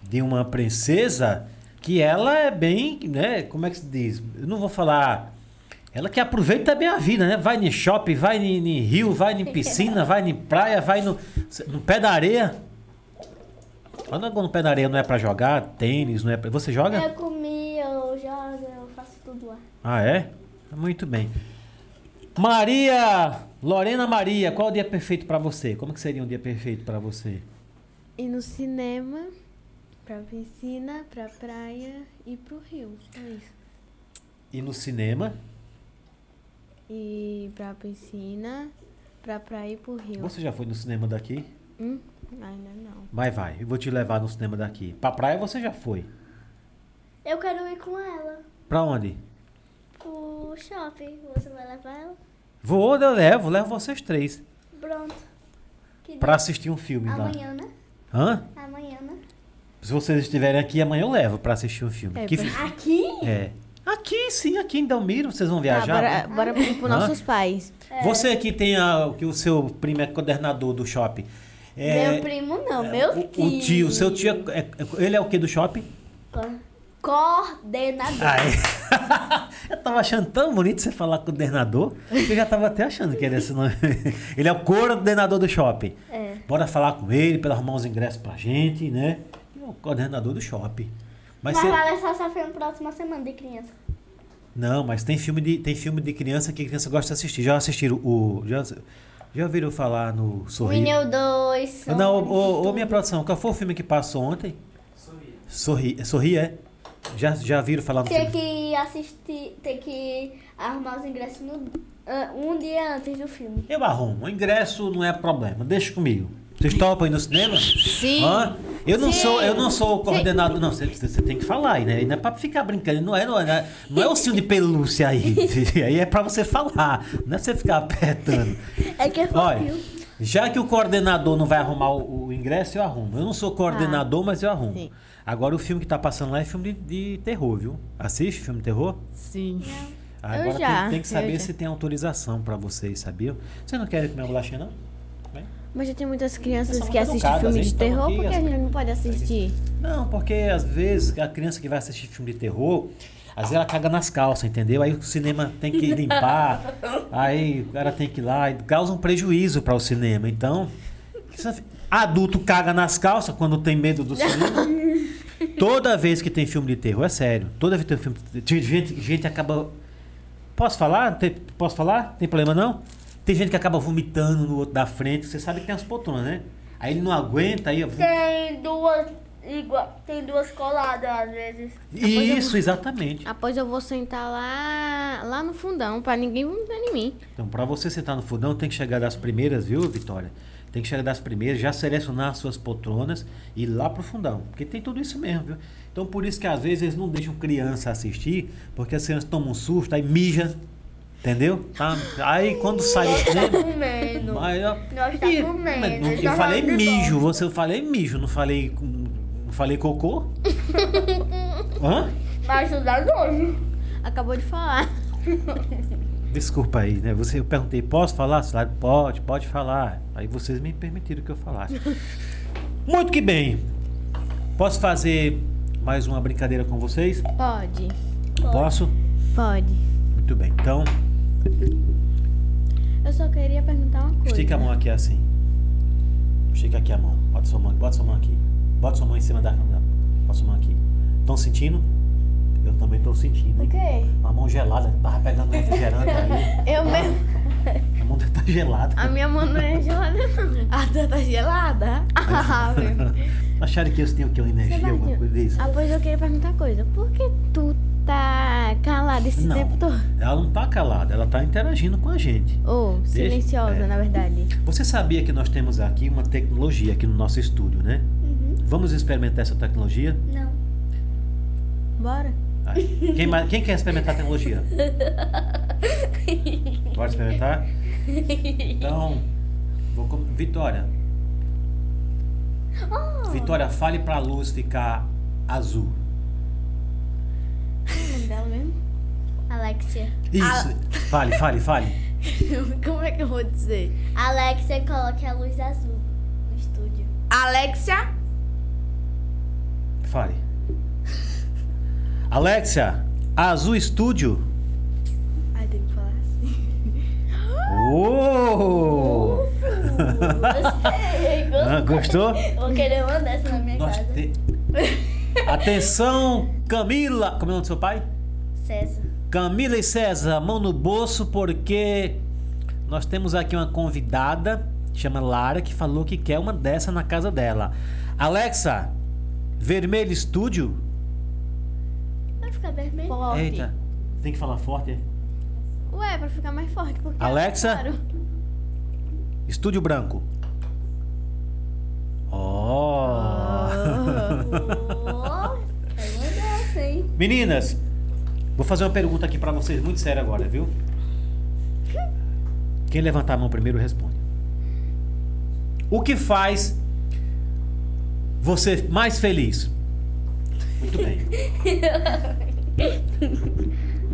[SPEAKER 1] de uma princesa que ela é bem, né? Como é que se diz? Eu não vou falar. Ela que aproveita bem a vida, né? Vai em shopping, vai em, em rio, vai em piscina, vai em praia, vai no, no pé da areia. Quando eu vou no pé da areia não é pra jogar, tênis, não é pra... Você joga?
[SPEAKER 3] Eu comi, eu jogo, eu faço tudo lá.
[SPEAKER 1] Ah, é? Muito bem. Maria, Lorena Maria, qual o dia perfeito pra você? Como que seria um dia perfeito pra você?
[SPEAKER 2] E no cinema, pra piscina, pra praia e pro rio. Só isso.
[SPEAKER 1] Ir no cinema?
[SPEAKER 2] E pra piscina, pra praia e pro rio.
[SPEAKER 1] Você já foi no cinema daqui?
[SPEAKER 2] Hum? Ainda não.
[SPEAKER 1] Vai, vai, eu vou te levar no cinema daqui. Pra praia você já foi.
[SPEAKER 3] Eu quero ir com ela
[SPEAKER 1] Pra onde?
[SPEAKER 3] pro shopping. Você vai levar ela?
[SPEAKER 1] Vou, eu levo, levo vocês três.
[SPEAKER 3] Pronto. Que
[SPEAKER 1] Pra assistir um filme
[SPEAKER 3] dia?
[SPEAKER 1] lá.
[SPEAKER 3] Amanhã, né?
[SPEAKER 1] Hã?
[SPEAKER 3] Amanhã, né?
[SPEAKER 1] Se vocês estiverem aqui, amanhã eu levo pra assistir um filme.
[SPEAKER 4] É,
[SPEAKER 1] que
[SPEAKER 4] pra-
[SPEAKER 1] fi-
[SPEAKER 3] Aqui?
[SPEAKER 1] é. Aqui sim, aqui em Delmiro, vocês vão
[SPEAKER 4] Ah,
[SPEAKER 1] viajar. né?
[SPEAKER 2] bora, bora pro, pro
[SPEAKER 1] Hã?
[SPEAKER 2] nossos pais.
[SPEAKER 1] Você que tem a, que o seu primo é coordenador do shopping. É,
[SPEAKER 3] Meu primo não,
[SPEAKER 1] é,
[SPEAKER 3] meu
[SPEAKER 1] o-
[SPEAKER 3] tio.
[SPEAKER 1] O tio, seu tio, é- é- ele é o que do shopping?
[SPEAKER 3] Co- Coordenador.
[SPEAKER 1] Ah, é. eu tava achando tão bonito você falar coordenador, que eu já tava até achando que era esse nome. Ele é o coordenador do shopping.
[SPEAKER 3] É.
[SPEAKER 1] Bora falar com ele para arrumar uns ingressos pra gente, né? Ele é o coordenador do shopping. Mas
[SPEAKER 3] Mas
[SPEAKER 1] você-
[SPEAKER 3] ela só só foi na próxima semana de criança.
[SPEAKER 1] Não, mas tem filme de, tem filme de criança que criança gosta de assistir. Já assistiram o. Já, já ouviram falar no Sorriso?
[SPEAKER 3] Winnie 2.
[SPEAKER 1] Não, ô, ô, ô, minha produção, qual foi o filme que passou ontem? Sorri. Sorri, é? Já, já viram falar no
[SPEAKER 3] Tem
[SPEAKER 1] filme?
[SPEAKER 3] que assistir, tem que arrumar os ingressos no- ah, um dia antes do filme.
[SPEAKER 1] Eu arrumo, o ingresso não é problema, deixa comigo. Vocês topam ir no cinema?
[SPEAKER 4] Sim.
[SPEAKER 1] Hã? Eu não
[SPEAKER 4] Sim.
[SPEAKER 1] sou, eu não sou o coordenador, não, você- você você tem que falar aí, né? E Não é pra ficar brincando, não é, não é, não é o cio de pelúcia aí. aí é pra você falar, não é pra você ficar apertando.
[SPEAKER 3] É que é
[SPEAKER 1] Olha,
[SPEAKER 3] fofinho.
[SPEAKER 1] já que o coordenador não vai arrumar o, o ingresso, eu arrumo. Eu não sou coordenador, mas eu arrumo.
[SPEAKER 2] Ah, sim.
[SPEAKER 1] Agora o filme que tá passando lá é filme de, de terror, viu? Assiste filme de terror?
[SPEAKER 4] Sim.
[SPEAKER 1] Agora tem-
[SPEAKER 2] já,
[SPEAKER 1] tem, que
[SPEAKER 2] eu
[SPEAKER 1] saber
[SPEAKER 2] já.
[SPEAKER 1] se tem autorização pra vocês, sabia? Você não quer comer uma bolachinha, não?
[SPEAKER 2] Mas já tem muitas
[SPEAKER 1] São
[SPEAKER 2] crianças
[SPEAKER 1] muito
[SPEAKER 2] que assistem
[SPEAKER 1] educadas,
[SPEAKER 2] filme
[SPEAKER 1] hein?
[SPEAKER 2] de
[SPEAKER 1] Estão
[SPEAKER 2] terror
[SPEAKER 1] aqui,
[SPEAKER 2] porque
[SPEAKER 1] as-
[SPEAKER 2] a gente não pode assistir.
[SPEAKER 1] Não, porque às vezes a criança que vai assistir filme de terror, às vezes ela caga nas calças, entendeu? Aí o cinema tem que limpar, aí o cara tem que ir lá e causa um prejuízo pra o cinema. Então, isso- adulto caga nas calças quando tem medo do cinema. Toda vez que tem filme de terror, é sério. Toda vez que tem filme de terror, gente, gente acaba. Posso falar? Tem- posso falar? Tem problema não? Tem gente que acaba vomitando no outro da frente. Você sabe que tem as poltronas, né? Aí ele não aguenta, aí.
[SPEAKER 3] Tem duas igua- tem duas coladas às vezes.
[SPEAKER 1] Isso, exatamente.
[SPEAKER 2] Após eu vou sentar lá, lá no fundão, pra ninguém vomitar em mim.
[SPEAKER 1] Então, para você sentar no fundão, tem que chegar das primeiras, viu, Vitória? Tem que chegar das primeiras, já selecionar as suas poltronas e ir lá pro fundão. Porque tem tudo isso mesmo, viu? Então, por isso que às vezes eles não deixam criança assistir, porque as crianças tomam um susto, aí mija, Entendeu? Tá? Aí quando sai o
[SPEAKER 3] Tá
[SPEAKER 1] trem.
[SPEAKER 3] comendo.
[SPEAKER 1] Aí, ó.
[SPEAKER 3] Nós tá
[SPEAKER 1] Ih,
[SPEAKER 3] comendo,
[SPEAKER 1] mas não-
[SPEAKER 3] nós
[SPEAKER 1] Eu
[SPEAKER 3] tá
[SPEAKER 1] falei
[SPEAKER 3] falando de
[SPEAKER 1] mijo,
[SPEAKER 3] bosta.
[SPEAKER 1] você eu falei mijo, não falei. Não falei cocô? Hã?
[SPEAKER 3] Mas isso dá nojo.
[SPEAKER 2] Acabou de falar.
[SPEAKER 1] Desculpa aí, né? Você, eu perguntei, posso falar? Cidade, pode, pode falar. Aí vocês me permitiram que eu falasse. Muito que bem. Posso fazer mais uma brincadeira com vocês?
[SPEAKER 2] Pode.
[SPEAKER 1] Posso?
[SPEAKER 2] Pode.
[SPEAKER 1] Muito bem. Então,
[SPEAKER 2] Eu só queria perguntar uma coisa.
[SPEAKER 1] estica a mão aqui assim. Estica aqui a mão. Bota sua mão, bota sua mão aqui. Bota sua mão em cima da câmera. Bota sua mão aqui. Estão sentindo? Eu também estou sentindo, hein?
[SPEAKER 2] quê?
[SPEAKER 1] Uma mão gelada, tava pegando um refrigerante ali.
[SPEAKER 2] Eu mesmo.
[SPEAKER 1] A mão deve estar gelada.
[SPEAKER 2] A minha mão não é gelada, não.
[SPEAKER 4] A Dã tá gelada?
[SPEAKER 2] Ah, meu.
[SPEAKER 1] Acharam que eu tenho que energia, alguma
[SPEAKER 2] Sebastião,
[SPEAKER 1] coisa disso?
[SPEAKER 2] Ah, pois eu queria perguntar uma coisa. Por que tu tá calada esse
[SPEAKER 1] Não.
[SPEAKER 2] tempo todo?
[SPEAKER 1] Ela não tá calada, ela tá interagindo com a gente.
[SPEAKER 2] Ou
[SPEAKER 1] Deixa-
[SPEAKER 2] silenciosa,
[SPEAKER 1] é.
[SPEAKER 2] na verdade.
[SPEAKER 1] Você sabia que nós temos aqui uma tecnologia aqui no nosso estúdio, né? Vamos experimentar essa tecnologia?
[SPEAKER 3] Não.
[SPEAKER 2] Bora?
[SPEAKER 1] Ai, Quem, mais- quem quer experimentar a tecnologia? Pode experimentar? Então, vou com- Vitória. Vitória, fale pra luz ficar azul.
[SPEAKER 2] O nome dela mesmo?
[SPEAKER 3] Alexia.
[SPEAKER 1] Isso. Fale, fale, fale.
[SPEAKER 4] Como é que eu vou dizer?
[SPEAKER 3] Alexia, coloque a luz azul no estúdio.
[SPEAKER 4] Alexia,
[SPEAKER 1] Fale. Alexia, Azul Estúdio.
[SPEAKER 4] Ai, tem que falar assim.
[SPEAKER 1] Uou!
[SPEAKER 3] Gostei,
[SPEAKER 1] Ah,
[SPEAKER 3] gostei.
[SPEAKER 1] Gostou?
[SPEAKER 3] Vou querer uma dessa na minha
[SPEAKER 1] Nós
[SPEAKER 3] casa.
[SPEAKER 1] te- Atenção, Camila. Como é o nome do seu pai?
[SPEAKER 3] César.
[SPEAKER 1] Camila e César, mão no bolso, porque nós temos aqui uma convidada, chama Lara, que falou que quer uma dessa na casa dela. Alexa, Vermelho Estúdio.
[SPEAKER 3] Vai ficar vermelho?
[SPEAKER 2] Forte.
[SPEAKER 1] Eita, tem que falar forte. é?
[SPEAKER 2] Ué, pra ficar mais forte. Porque
[SPEAKER 1] Alexa?
[SPEAKER 2] Claro.
[SPEAKER 1] Estúdio Branco. Oh.
[SPEAKER 3] Ó, é uma dessa, hein?
[SPEAKER 1] Meninas, vou fazer uma pergunta aqui pra vocês muito séria agora, viu? Quem levantar a mão primeiro responde. O que faz você mais feliz? Muito bem.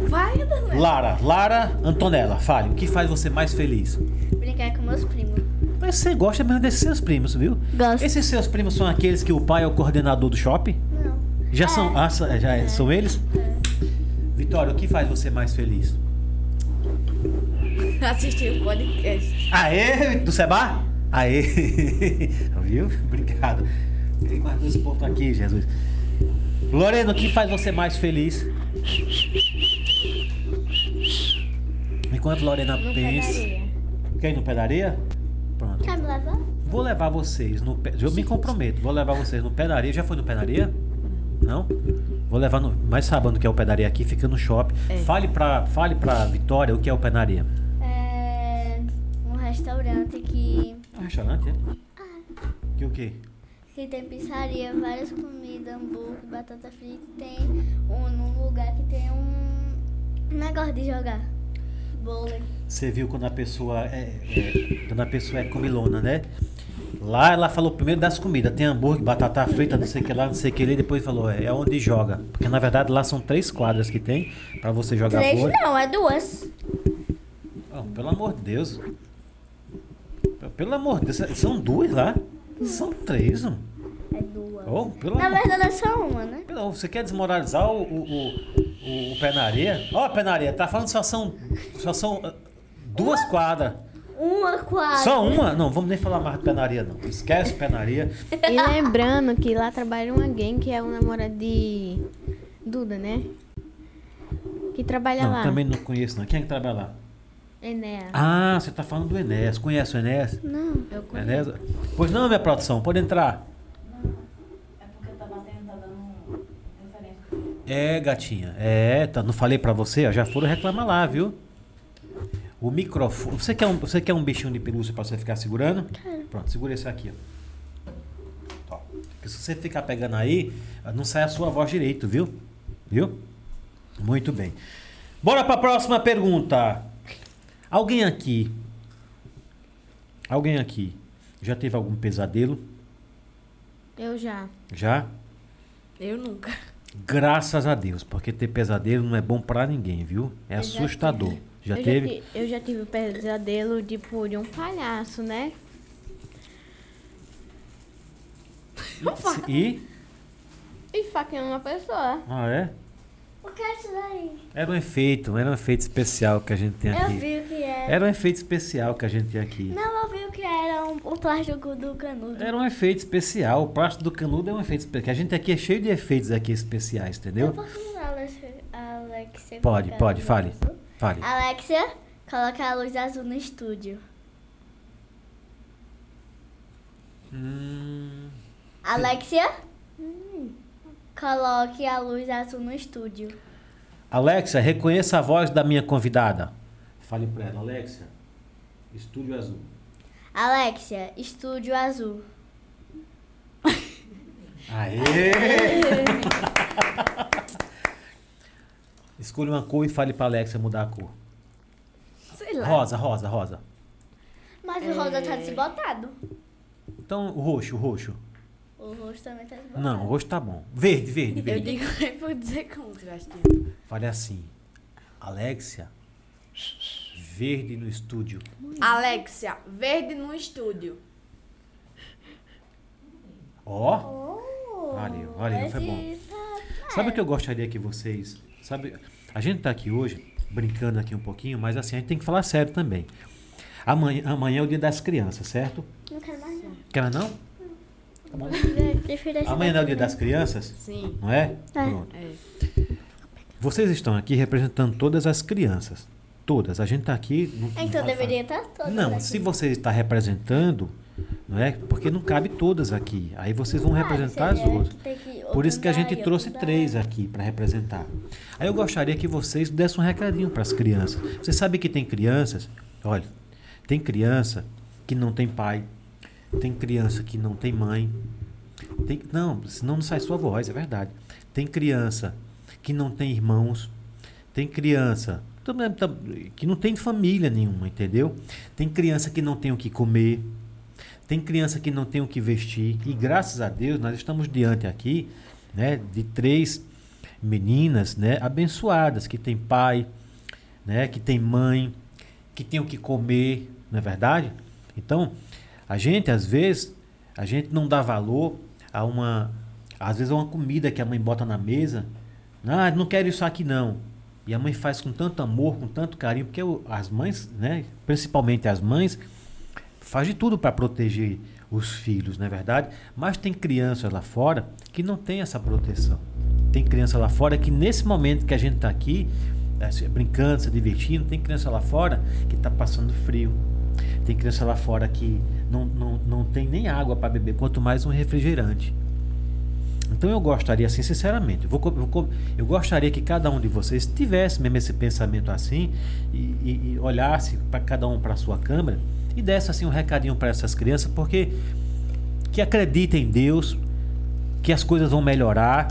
[SPEAKER 4] Vai, Dã.
[SPEAKER 1] Lara, Lara Antonella, fale. O que faz você mais feliz?
[SPEAKER 3] Brincar com meus primos.
[SPEAKER 1] Mas você gosta mesmo desses seus primos, viu?
[SPEAKER 3] Gosto.
[SPEAKER 1] Esses seus primos são aqueles que o pai é o coordenador do shopping?
[SPEAKER 3] Não.
[SPEAKER 1] Já são, ah, sa- já é- são eles? Vitória, o que faz você mais feliz?
[SPEAKER 4] Assistir o podcast.
[SPEAKER 1] Aê, do Seba? Aê! Viu? Obrigado. Tem mais dois pontos aqui, Jesus. Lorena, o que faz você mais feliz? Enquanto Lorena
[SPEAKER 2] Não
[SPEAKER 1] pensa.
[SPEAKER 2] pegaria.
[SPEAKER 1] Quem não pedaria? Pronto.
[SPEAKER 3] Quer me levar?
[SPEAKER 1] Vou levar vocês no pé. Eu me comprometo, vou levar vocês no pedaria. Já foi no pedaria? Não? Vou levar no. Mas sabendo o que é o pedaria aqui, fica no shopping.
[SPEAKER 4] É.
[SPEAKER 1] Fale pra, fale pra Vitória o que é o pedaria.
[SPEAKER 3] É um restaurante que,
[SPEAKER 1] É um restaurante, é? Que o quê?
[SPEAKER 3] que tem pizzaria, várias comidas, hambúrguer, batata frita. Tem um, num lugar que tem um negócio de jogar. Bowling.
[SPEAKER 1] Você viu quando a pessoa é, é- quando a pessoa é comilona, né? Lá ela falou primeiro das comidas, tem hambúrguer, batata frita, não sei o que lá, não sei o que ali, depois falou, é onde joga. Porque na verdade lá são três quadras que tem pra você jogar
[SPEAKER 3] Três
[SPEAKER 1] vôlei.
[SPEAKER 3] não, é duas.
[SPEAKER 1] Ah, pelo amor de Deus. Pelo amor de Deus, são duas lá? São três, não?
[SPEAKER 3] É duas.
[SPEAKER 1] Oh, pelo
[SPEAKER 3] Na
[SPEAKER 1] amor
[SPEAKER 3] verdade é só uma, né?
[SPEAKER 1] pelo- Você quer desmoralizar o, o, o, o, o pé na areia? Ó, pé na areia, tá falando só são, só são ah, duas quadras.
[SPEAKER 3] Uma quase.
[SPEAKER 1] Só uma? Não, vamos nem falar mais de penaria, não. Esquece penaria.
[SPEAKER 2] E lembrando que lá trabalha uma gang que é o namorado de Duda, né? Que trabalha
[SPEAKER 1] Não,
[SPEAKER 2] lá.
[SPEAKER 1] também não conheço, não. Quem é que trabalha lá?
[SPEAKER 2] Enéa.
[SPEAKER 1] Ah, você tá falando do Enéas. Conhece o Enéas?
[SPEAKER 3] Não.
[SPEAKER 2] Eu conheço.
[SPEAKER 1] Enéas? Pois não, minha produção, pode entrar.
[SPEAKER 5] É porque eu tava tentando referência.
[SPEAKER 1] É, gatinha. É, tá, não falei pra você? ó, já foram reclamar lá, viu? O microfone. Você quer um, você quer um bichinho de pelúcia pra você ficar segurando? Pronto, segura esse aqui, ó. Ó, Porque se você ficar pegando aí, não sai a sua voz direito, viu? Viu? Muito bem. Bora pra próxima pergunta. Alguém aqui. Alguém aqui já teve algum pesadelo?
[SPEAKER 2] Eu já.
[SPEAKER 1] Já?
[SPEAKER 4] Eu nunca.
[SPEAKER 1] Graças a Deus, porque ter pesadelo não é bom pra ninguém, viu? É
[SPEAKER 2] Eu já
[SPEAKER 1] assustador. Já
[SPEAKER 2] eu
[SPEAKER 1] teve?
[SPEAKER 2] Já ti- eu já tive o pesadelo tipo, de um palhaço, né?
[SPEAKER 1] E?
[SPEAKER 2] E faqueando uma pessoa.
[SPEAKER 1] Ah, é?
[SPEAKER 3] O que é isso daí?
[SPEAKER 1] Era um efeito, era um efeito especial que a gente tem
[SPEAKER 3] Eu
[SPEAKER 1] É aqui.
[SPEAKER 3] vi o que era.
[SPEAKER 1] Era um efeito especial que a gente tem aqui.
[SPEAKER 3] Não, eu vi o que era um- o plástico do canudo.
[SPEAKER 1] Era um efeito especial. O plástico do canudo é um efeito especial. A gente aqui é cheio de efeitos aqui especiais,
[SPEAKER 3] Eu
[SPEAKER 1] entendeu?
[SPEAKER 3] posso usar a Alex- a Alexia?
[SPEAKER 1] Pode,
[SPEAKER 3] colocar
[SPEAKER 1] pode,
[SPEAKER 3] a luz
[SPEAKER 1] fale.
[SPEAKER 3] azul?
[SPEAKER 1] Fale.
[SPEAKER 3] Ah. Alexia, coloca a luz azul no estúdio.
[SPEAKER 1] Hum,
[SPEAKER 3] Alexia, hum, coloque a luz azul no estúdio.
[SPEAKER 1] Alexa, reconheça a voz da minha convidada. Fale pra ela, Alexa. Estúdio Azul.
[SPEAKER 3] Alexia, estúdio azul.
[SPEAKER 1] Aê! Escolha uma cor e fale pra Alexa mudar a cor.
[SPEAKER 4] Sei lá.
[SPEAKER 1] Rosa, rosa, rosa.
[SPEAKER 3] Mas o rosa tá desbotado.
[SPEAKER 1] Então, o roxo, o roxo.
[SPEAKER 3] O rosto também tá desbotado.
[SPEAKER 1] Não, o roxo tá bom. Verde, verde,
[SPEAKER 4] Eu
[SPEAKER 1] verde.
[SPEAKER 4] digo, eu vou dizer contra, eu acho que.
[SPEAKER 1] Fale assim. Alexia, verde no estúdio.
[SPEAKER 4] Alexia, verde no estúdio.
[SPEAKER 1] Ó.
[SPEAKER 3] Oh,
[SPEAKER 1] Valeu, valeu, foi bom.
[SPEAKER 3] esse tá-
[SPEAKER 1] Sabe o que eu gostaria que vocês. Sabe, a gente tá aqui hoje brincando aqui um pouquinho, mas assim, a gente tem que falar sério também. Amanhã, amanhã é o dia das crianças, certo?
[SPEAKER 3] Não quero mais não.
[SPEAKER 1] Quer mais não?
[SPEAKER 3] Prefiro esse
[SPEAKER 1] Amanhã não é o dia
[SPEAKER 3] daqui
[SPEAKER 1] das crianças?
[SPEAKER 4] Sim.
[SPEAKER 1] Não é? Pronto.
[SPEAKER 4] É.
[SPEAKER 1] Vocês estão aqui representando todas as crianças. Todas. A gente tá aqui. não-
[SPEAKER 3] mesmo. Então
[SPEAKER 1] não vai
[SPEAKER 3] deveria estar todo.
[SPEAKER 1] Não, se você está representando, não é? Porque não cabe todas aqui. Aí vocês vão representar as outras. Por isso que a gente trouxe três é. aqui para representar. Aí eu gostaria que vocês dessem um recadinho para as crianças. Você sabe que tem crianças, olha, tem criança que não tem pai, tem criança que não tem mãe. Tem, não, senão não sai sua voz, é verdade. Tem criança que não tem irmãos, tem criança também- tam- que não tem família nenhuma, entendeu? Tem criança que não tem o que comer. Tem criança que não tem o que vestir. E graças a Deus, nós estamos diante aqui né, de três meninas né, abençoadas, que tem pai, né, que tem mãe, que tem o que comer, não é verdade? Então, a gente, às vezes, a gente não dá valor a uma. Às vezes, a uma comida que a mãe bota na mesa. Ah, não quero isso aqui não. E a mãe faz com tanto amor, com tanto carinho, porque o- as mães, né, principalmente as mães, faz de tudo para proteger os filhos, não é verdade? Mas tem crianças lá fora que não tem essa proteção. Tem criança lá fora que nesse momento que a gente está aqui, eh, se- brincando, se divertindo, tem criança lá fora que está passando frio. Tem criança lá fora que não, não, não tem nem água para beber, quanto mais um refrigerante. Então eu gostaria, assim, sinceramente, eu, vou, co- eu, co- eu gostaria que cada um de vocês tivesse mesmo esse pensamento assim e, e- e olhasse para cada um para sua câmera e desse assim um recadinho para essas crianças, porque que acreditem em Deus, que as coisas vão melhorar,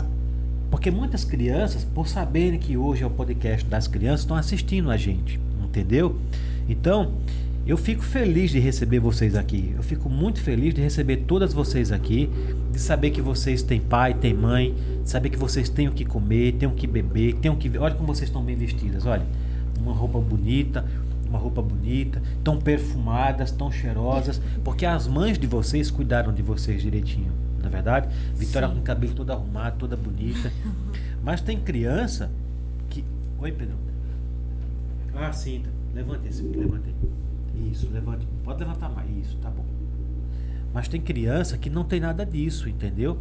[SPEAKER 1] porque muitas crianças, por saberem que hoje é o podcast das crianças, estão assistindo a gente, entendeu? Então, eu fico feliz de receber vocês aqui. Eu fico muito feliz de receber todas vocês aqui, de saber que vocês têm pai, têm mãe, de saber que vocês têm o que comer, têm o que beber, têm o que. Olha como vocês estão bem vestidas, olha. Uma roupa bonita, uma roupa bonita, tão perfumadas, tão cheirosas, porque as mães de vocês cuidaram de vocês direitinho, na verdade. Vitória com o cabelo todo arrumado, toda bonita. Mas tem criança que. Oi, Pedro. Ah, sim, tá. levante esse, levante. Isso, levante. Pode levantar mais. Isso, tá bom. Mas tem criança que não tem nada disso, entendeu?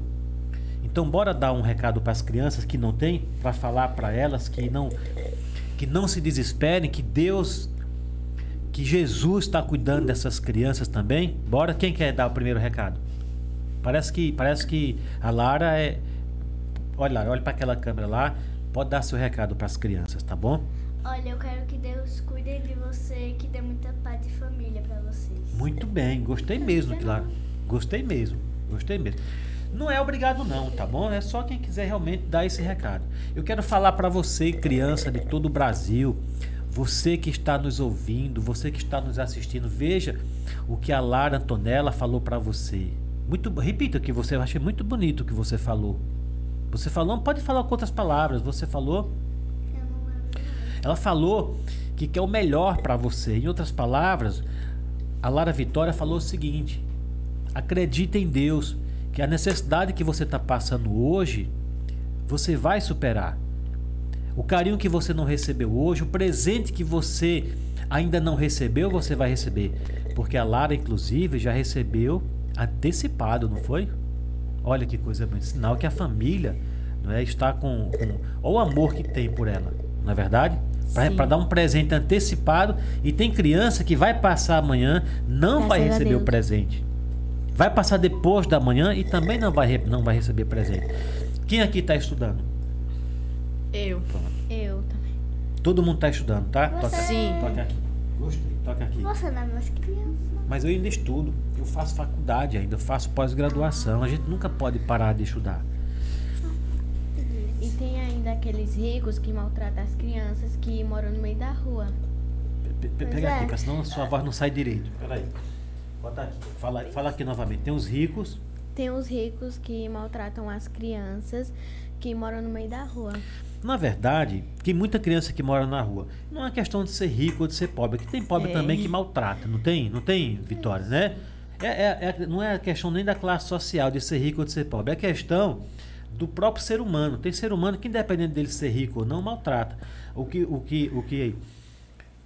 [SPEAKER 1] Então bora dar um recado para as crianças que não tem, para falar para elas que não que não se desesperem, que Deus que Jesus está cuidando dessas crianças também. Bora, quem quer dar o primeiro recado? Parece que parece que a Lara é Olha, Lara, olha para aquela câmera lá. Pode dar seu recado para as crianças, tá bom?
[SPEAKER 3] Olha, eu quero que Deus cuide de você e que dê muita paz e família pra vocês.
[SPEAKER 1] Muito bem, gostei mesmo, claro. Gostei mesmo, gostei mesmo. Não é obrigado não, tá bom? É só quem quiser realmente dar esse recado. Eu quero falar para você, criança de todo o Brasil, Você que está nos ouvindo, você que está nos assistindo, veja o que a Lara Antonella falou para você. Muito, bo- repita o que você eu achei muito bonito o que você falou. Você falou, pode falar com outras palavras. Você falou
[SPEAKER 3] Eu não lembro.
[SPEAKER 1] ela falou que quer o melhor para você. Em outras palavras, a Lara Vitória falou o seguinte: acredita em Deus, que a necessidade que você está passando hoje, você vai superar. O carinho que você não recebeu hoje, o presente que você ainda não recebeu, você vai receber. Porque a Lara, inclusive, já recebeu antecipado, não foi? Olha que coisa bonita. Sinal que a família não é, está com, com. Olha o amor que tem por ela, não é verdade?
[SPEAKER 4] Sim.
[SPEAKER 1] Para dar um presente antecipado. E tem criança que vai passar amanhã, não
[SPEAKER 2] Graças
[SPEAKER 1] vai
[SPEAKER 2] a
[SPEAKER 1] receber o
[SPEAKER 2] Deus.
[SPEAKER 1] presente. Vai passar depois da manhã e também não vai, re- não vai receber presente. Quem aqui está estudando?
[SPEAKER 4] Eu.
[SPEAKER 2] Eu também.
[SPEAKER 1] Todo mundo está estudando, tá? Toca,
[SPEAKER 4] Sim.
[SPEAKER 1] toca aqui. Gostei, toca aqui.
[SPEAKER 3] Você não é mais criança.
[SPEAKER 1] Mas eu ainda estudo, eu faço faculdade ainda, eu faço pós-graduação. A gente nunca pode parar de estudar.
[SPEAKER 2] E tem ainda aqueles ricos que maltratam as crianças que moram no meio da rua.
[SPEAKER 1] Pe- pe-
[SPEAKER 3] Pois
[SPEAKER 1] Pega
[SPEAKER 3] é.
[SPEAKER 1] aqui, porque senão a sua voz não sai direito. Peraí. Bota aqui. Fala, fala aqui novamente. Tem os ricos.
[SPEAKER 2] Tem os ricos que maltratam as crianças que moram no meio da rua.
[SPEAKER 1] Na verdade, tem muita criança que mora na rua. Não é questão de ser rico ou de ser pobre. Que tem pobre
[SPEAKER 4] É.
[SPEAKER 1] também que maltrata, não tem? Não tem, Vitória, né? É, é- é- não é a questão nem da classe social, de ser rico ou de ser pobre. É a questão do próprio ser humano. Tem ser humano que, independente dele ser rico ou não, maltrata. O que, o que, o que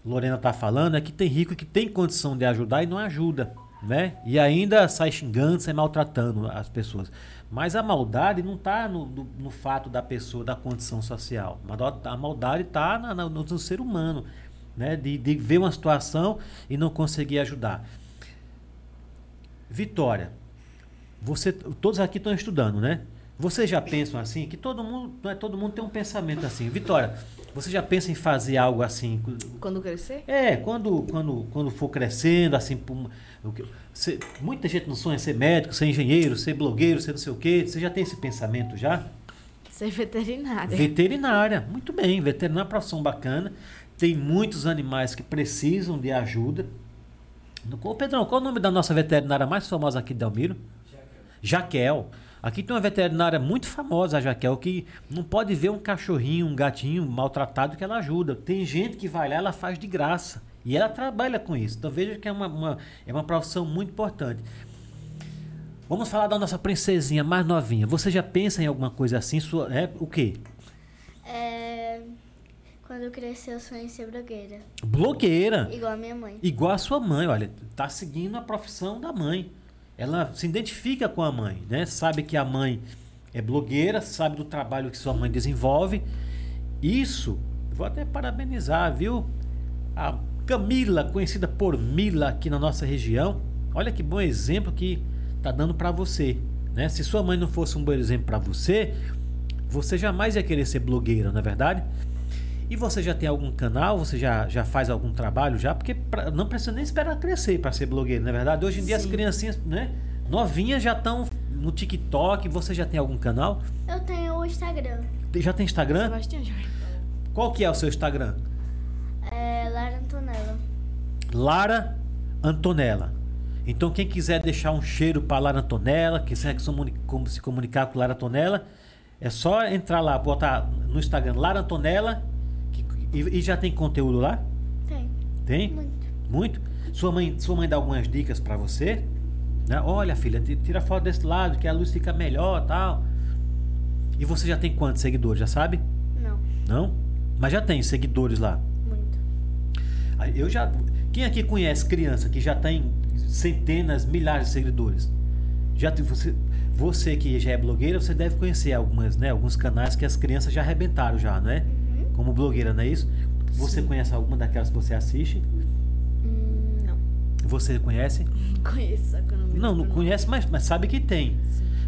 [SPEAKER 1] Lorena tá falando é que tem rico que tem condição de ajudar e não ajuda, né? E ainda sai xingando, sai maltratando as pessoas. Mas a maldade não tá no, no- no fato da pessoa, da condição social. A malda- A maldade tá na- na- no, no ser humano, né? De, de ver uma situação e não conseguir ajudar. Vitória, você, todos aqui estão estudando, né? Vocês já pensam assim? Que todo mundo, não é todo mundo tem um pensamento assim. Vitória, você já pensa em fazer algo assim?
[SPEAKER 4] Quando crescer?
[SPEAKER 1] É, quando, quando, quando for crescendo, assim, por uma- o que- cê- muita gente não sonha ser médico, ser engenheiro, ser blogueiro, ser não sei o quê. Você já tem esse pensamento já?
[SPEAKER 4] Ser veterinária.
[SPEAKER 1] Veterinária, muito bem, veterinária é uma profissão bacana. Tem muitos animais que precisam de ajuda. No- Ô Pedrão, qual é o nome da nossa veterinária mais famosa aqui de Delmiro? Jaquel. Aqui tem uma veterinária muito famosa, a Jaquel, que não pode ver um cachorrinho, um gatinho maltratado que ela ajuda. Tem gente que vai lá, ela faz de graça. E ela trabalha com isso. Então veja que é uma, uma- é uma profissão muito importante. Vamos falar da nossa princesinha mais novinha. Você já pensa em alguma coisa assim? Sua, é, o quê?
[SPEAKER 3] É, quando eu crescer, eu sonho em ser blogueira.
[SPEAKER 1] Blogueira.
[SPEAKER 3] Igual a minha mãe.
[SPEAKER 1] Igual a sua mãe, olha, tá seguindo a profissão da mãe. Ela se identifica com a mãe, né? Sabe que a mãe é blogueira, sabe do trabalho que sua mãe desenvolve. Isso, vou até parabenizar, viu? A Camila, conhecida por Mila aqui na nossa região. Olha que bom exemplo que tá dando para você, né? Se sua mãe não fosse um bom exemplo para você, você jamais ia querer ser blogueira, não é verdade? E você já tem algum canal? Você já, já faz algum trabalho já? Porque pra- não precisa nem esperar crescer para ser blogueiro, na é verdade. Hoje em dia as
[SPEAKER 4] Sim.
[SPEAKER 1] criancinhas, né, novinhas já estão no TikTok. Você já tem algum canal?
[SPEAKER 3] Eu tenho o Instagram.
[SPEAKER 1] Te- Já tem Instagram?
[SPEAKER 4] Sebastião Jorge.
[SPEAKER 1] Qual que é o seu Instagram?
[SPEAKER 3] É Lara Antonella.
[SPEAKER 1] Lara Antonella. Então quem quiser deixar um cheiro para Lara Antonella, quiser que se comuni- como se comunicar com Lara Antonella, é só entrar lá, botar no Instagram Lara Antonella que- e, e já tem conteúdo lá?
[SPEAKER 3] Tem.
[SPEAKER 1] Tem?
[SPEAKER 3] Muito.
[SPEAKER 1] Muito? Sua mãe, sua mãe dá algumas dicas pra você? Né? Olha, filha, ti- tira foto desse lado que a luz fica melhor tal. E você já tem quantos seguidores? Já sabe?
[SPEAKER 3] Não.
[SPEAKER 1] Não? Mas já tem seguidores lá.
[SPEAKER 3] Muito.
[SPEAKER 1] Ah, Eu já. Quem aqui conhece criança que já tem centenas, milhares de seguidores? Já te- você, você que já é blogueira, você deve conhecer algumas, né? Alguns canais que as crianças já arrebentaram já, né?
[SPEAKER 2] Uhum.
[SPEAKER 1] Como blogueira, não é isso? Você conhece alguma daquelas que você assiste?
[SPEAKER 2] Hum, não.
[SPEAKER 1] Você conhece?
[SPEAKER 4] Não conheço, só que eu não me
[SPEAKER 1] Não, não
[SPEAKER 4] lembro o nome.
[SPEAKER 1] conhece, mas, mas sabe que tem.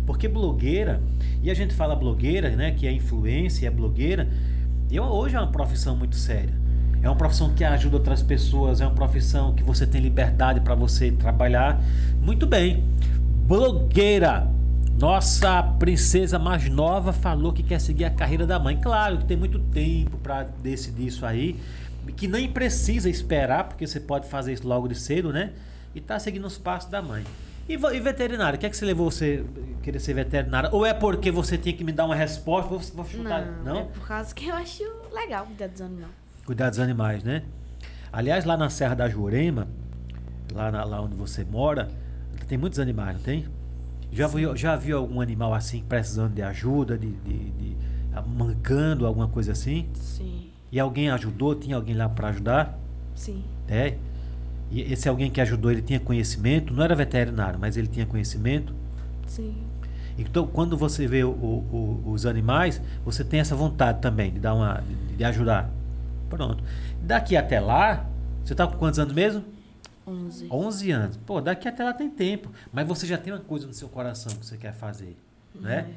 [SPEAKER 1] Porque blogueira, e a gente fala blogueira, né? Que é influência, é blogueira. E hoje é uma profissão muito séria. É uma profissão que ajuda outras pessoas, é uma profissão que você tem liberdade para você trabalhar. Muito bem. Blogueira. Nossa princesa mais nova falou que quer seguir a carreira da mãe. Claro que tem muito tempo para decidir isso aí. que nem precisa esperar, porque você pode fazer isso logo de cedo, né? E tá seguindo os passos da mãe. E, vo- e veterinário, o que é que você levou você querer ser veterinário? Ou é porque você tinha que me dar uma resposta? Vou, vou chutar.
[SPEAKER 4] Não,
[SPEAKER 1] Não?
[SPEAKER 4] é por causa que eu acho legal cuidar dos animais.
[SPEAKER 1] Cuidar dos animais, né? Aliás, lá na Serra da Jurema, lá, na- lá onde você mora, tem muitos animais, não tem? Já viu, já viu algum animal assim precisando de ajuda, de, de- de- ah, mancando, alguma coisa assim?
[SPEAKER 4] Sim,
[SPEAKER 1] E alguém ajudou? Tinha alguém lá para ajudar?
[SPEAKER 4] sim.
[SPEAKER 1] É. E esse alguém que ajudou, ele tinha conhecimento? Não era veterinário, mas ele tinha conhecimento?
[SPEAKER 4] Sim.
[SPEAKER 1] Então, quando você vê o- o- o- os animais, você tem essa vontade também de dar uma, de, de ajudar. Pronto. Daqui até lá, você tá com quantos anos mesmo?
[SPEAKER 4] 11.
[SPEAKER 1] 11 anos. Pô, daqui até lá tem tempo. Mas você já tem uma coisa no seu coração que você quer fazer, né?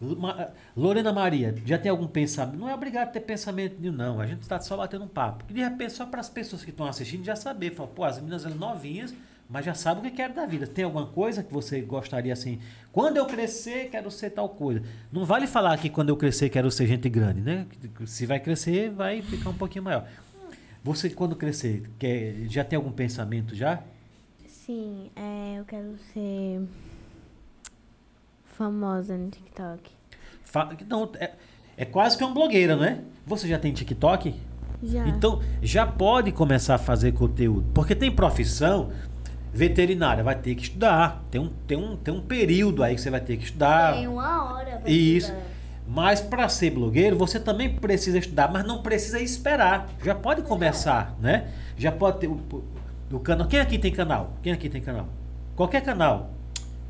[SPEAKER 1] Lu- Ma- Lorena Maria, já tem algum pensamento? Não é obrigado a ter pensamento nenhum, não. A gente está só batendo um papo. E de repente, só para as pessoas que estão assistindo já saber. Falar, pô, as meninas elas novinhas, mas já sabem o que querem da vida. Tem alguma coisa que você gostaria assim? Quando eu crescer, quero ser tal coisa. Não vale falar que quando eu crescer, quero ser gente grande, né? Que- que Se vai crescer, vai ficar um pouquinho maior. Você, quando crescer, quer, já tem algum pensamento já?
[SPEAKER 2] Sim, é, eu quero ser famosa no TikTok.
[SPEAKER 1] Fa- não, é, é quase que uma blogueira, não é? Você já tem TikTok?
[SPEAKER 2] Já.
[SPEAKER 1] Então, já pode começar a fazer conteúdo. Porque tem profissão veterinária, vai ter que estudar. Tem um, tem um, tem um período aí que você vai ter que estudar.
[SPEAKER 3] Tem um uma hora pra
[SPEAKER 1] Ah. Isso.
[SPEAKER 3] estudar.
[SPEAKER 1] Mas para ser blogueiro, você também precisa estudar, mas não precisa esperar. Já pode começar, né? Já pode ter o, o, o canal. Quem aqui tem canal? Quem aqui tem canal? Qualquer canal.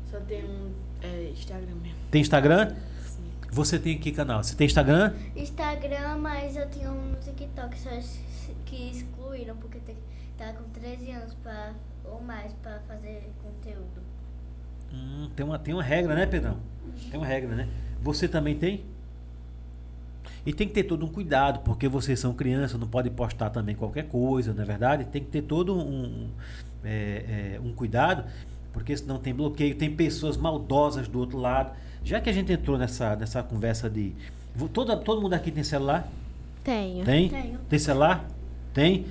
[SPEAKER 4] Só tem um é, Instagram mesmo. assim.
[SPEAKER 1] Tem Instagram?
[SPEAKER 4] Sim.
[SPEAKER 1] Você tem que canal? Você tem Instagram?
[SPEAKER 3] Instagram, mas eu tinha um no TikTok, só es- que excluíram, porque tem que tá com 13 anos pra, ou mais pra fazer conteúdo.
[SPEAKER 1] Hum, tem, uma, tem uma regra, né, Pedrão? Tem uma regra, né? Você também tem? E tem que ter todo um cuidado, porque vocês são crianças, não pode postar também qualquer coisa, não é verdade? Tem que ter todo um, um, é, é, um cuidado, porque senão tem bloqueio, tem pessoas maldosas do outro lado. Já que a gente entrou nessa, nessa conversa de. vo- Toda, todo mundo aqui tem celular?
[SPEAKER 2] Tenho.
[SPEAKER 1] Tem? né?
[SPEAKER 3] Tenho.
[SPEAKER 1] Tem celular? Tem.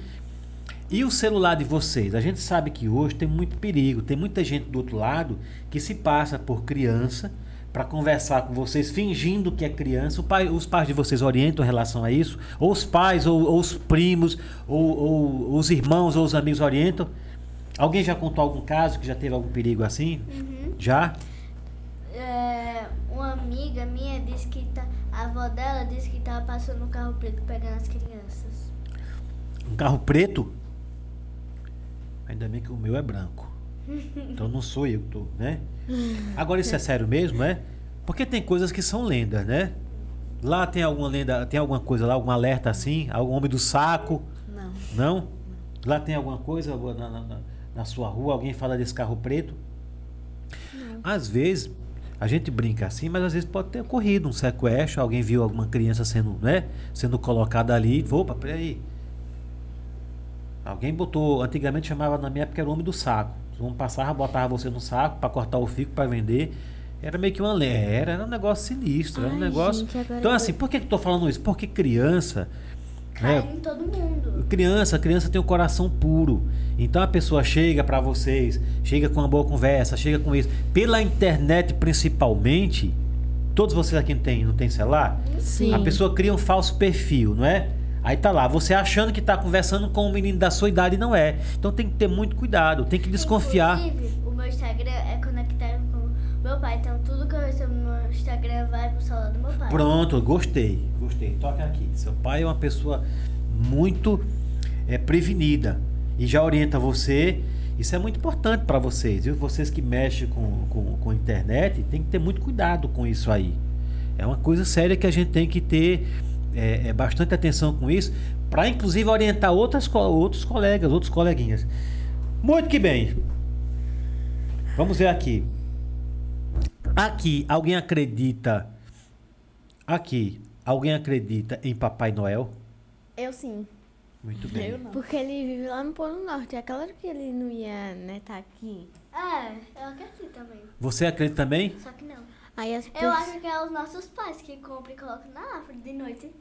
[SPEAKER 1] E o celular de vocês? A gente sabe que hoje tem muito perigo, tem muita gente do outro lado que se passa por criança para conversar com vocês, fingindo que é criança. O pai- os pais de vocês orientam em relação a isso? Ou os pais, ou, ou os primos, ou, ou os irmãos, ou os amigos orientam? Alguém já contou algum caso que já teve algum perigo assim? Já?
[SPEAKER 3] É, uma amiga minha disse que tá, a avó dela disse que tava passando um carro preto pegando as crianças.
[SPEAKER 1] Um carro preto? Ainda bem que o meu é branco. Então não sou eu que tô, né? Agora isso é sério mesmo, é? Porque tem coisas que são lendas, né? Lá tem alguma lenda, tem alguma coisa lá, algum alerta assim? Algum homem do saco?
[SPEAKER 4] Não.
[SPEAKER 1] Não? Lá tem alguma coisa na, na- na- na sua rua? Alguém fala desse carro preto? Às vezes, a gente brinca assim, mas às vezes pode ter ocorrido um sequestro, alguém viu alguma criança sendo, né, sendo colocada ali. Opa, peraí. Alguém botou, antigamente chamava na minha época era o homem do saco. O homem passava, botava você no saco para cortar o fico, para vender. Era meio que uma lenda, era, era um negócio sinistro, era um
[SPEAKER 2] Ai,
[SPEAKER 1] negócio.
[SPEAKER 2] gente, agora
[SPEAKER 1] então,
[SPEAKER 2] eu-
[SPEAKER 1] assim, por que que eu tô falando isso? Porque criança.
[SPEAKER 3] Cai
[SPEAKER 1] né,
[SPEAKER 3] em todo mundo.
[SPEAKER 1] Criança, criança tem o coração puro. Então a pessoa chega pra vocês, chega com uma boa conversa, chega com isso. Pela internet principalmente, todos vocês aqui não tem, não tem celular?
[SPEAKER 4] Sim.
[SPEAKER 1] A pessoa cria um falso perfil, não é? Aí tá lá, você achando que tá conversando com um menino da sua idade e não é. Então tem que ter muito cuidado, tem que desconfiar.
[SPEAKER 3] Inclusive, o meu Instagram é conectado com o meu pai, então tudo que eu recebo no Instagram vai pro celular do meu pai.
[SPEAKER 1] Pronto, gostei, gostei. Toca aqui. Seu pai é uma pessoa muito é, prevenida e já orienta você. Isso é muito importante para vocês, viu? Vocês que mexem com, com, com a internet tem que ter muito cuidado com isso aí. É uma coisa séria que a gente tem que ter é, é, bastante atenção com isso, para inclusive orientar outras, co- outros colegas, outros coleguinhas. Muito que bem. Vamos ver aqui. Aqui, alguém acredita Aqui, alguém acredita em Papai Noel?
[SPEAKER 2] Eu sim.
[SPEAKER 1] Muito bem.
[SPEAKER 4] Eu não.
[SPEAKER 2] Porque ele vive lá no Polo Norte. É claro que ele não ia, né, tá aqui.
[SPEAKER 3] É, eu acredito também.
[SPEAKER 1] Você acredita também?
[SPEAKER 3] Só que não.
[SPEAKER 2] Aí as
[SPEAKER 3] Eu
[SPEAKER 2] pessoas-
[SPEAKER 3] acho que é os nossos pais que compram e colocam na árvore de noite.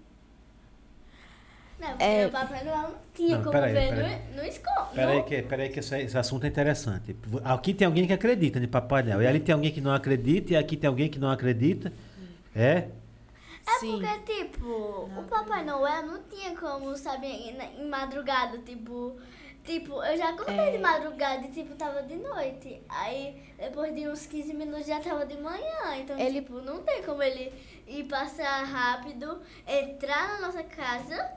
[SPEAKER 3] Não, porque
[SPEAKER 2] É.
[SPEAKER 3] o Papai Noel não tinha
[SPEAKER 1] Não,
[SPEAKER 3] como
[SPEAKER 1] peraí,
[SPEAKER 3] ver
[SPEAKER 1] peraí.
[SPEAKER 3] no, no escola.
[SPEAKER 1] Peraí que, peraí que esse, esse assunto é interessante. Aqui tem alguém que acredita em Papai Noel. E ali tem alguém que não acredita, e aqui tem alguém que não acredita. É?
[SPEAKER 3] É
[SPEAKER 4] Sim.
[SPEAKER 3] porque, tipo, o Papai Noel não tinha como, sabe, em, em madrugada, tipo. Tipo, eu já acordei
[SPEAKER 2] É.
[SPEAKER 3] de madrugada e, tipo, tava de noite. Aí, depois de uns 15 minutos, já tava de manhã. Então,
[SPEAKER 2] Ele-
[SPEAKER 3] tipo, não tem como ele ir passar rápido, entrar na nossa casa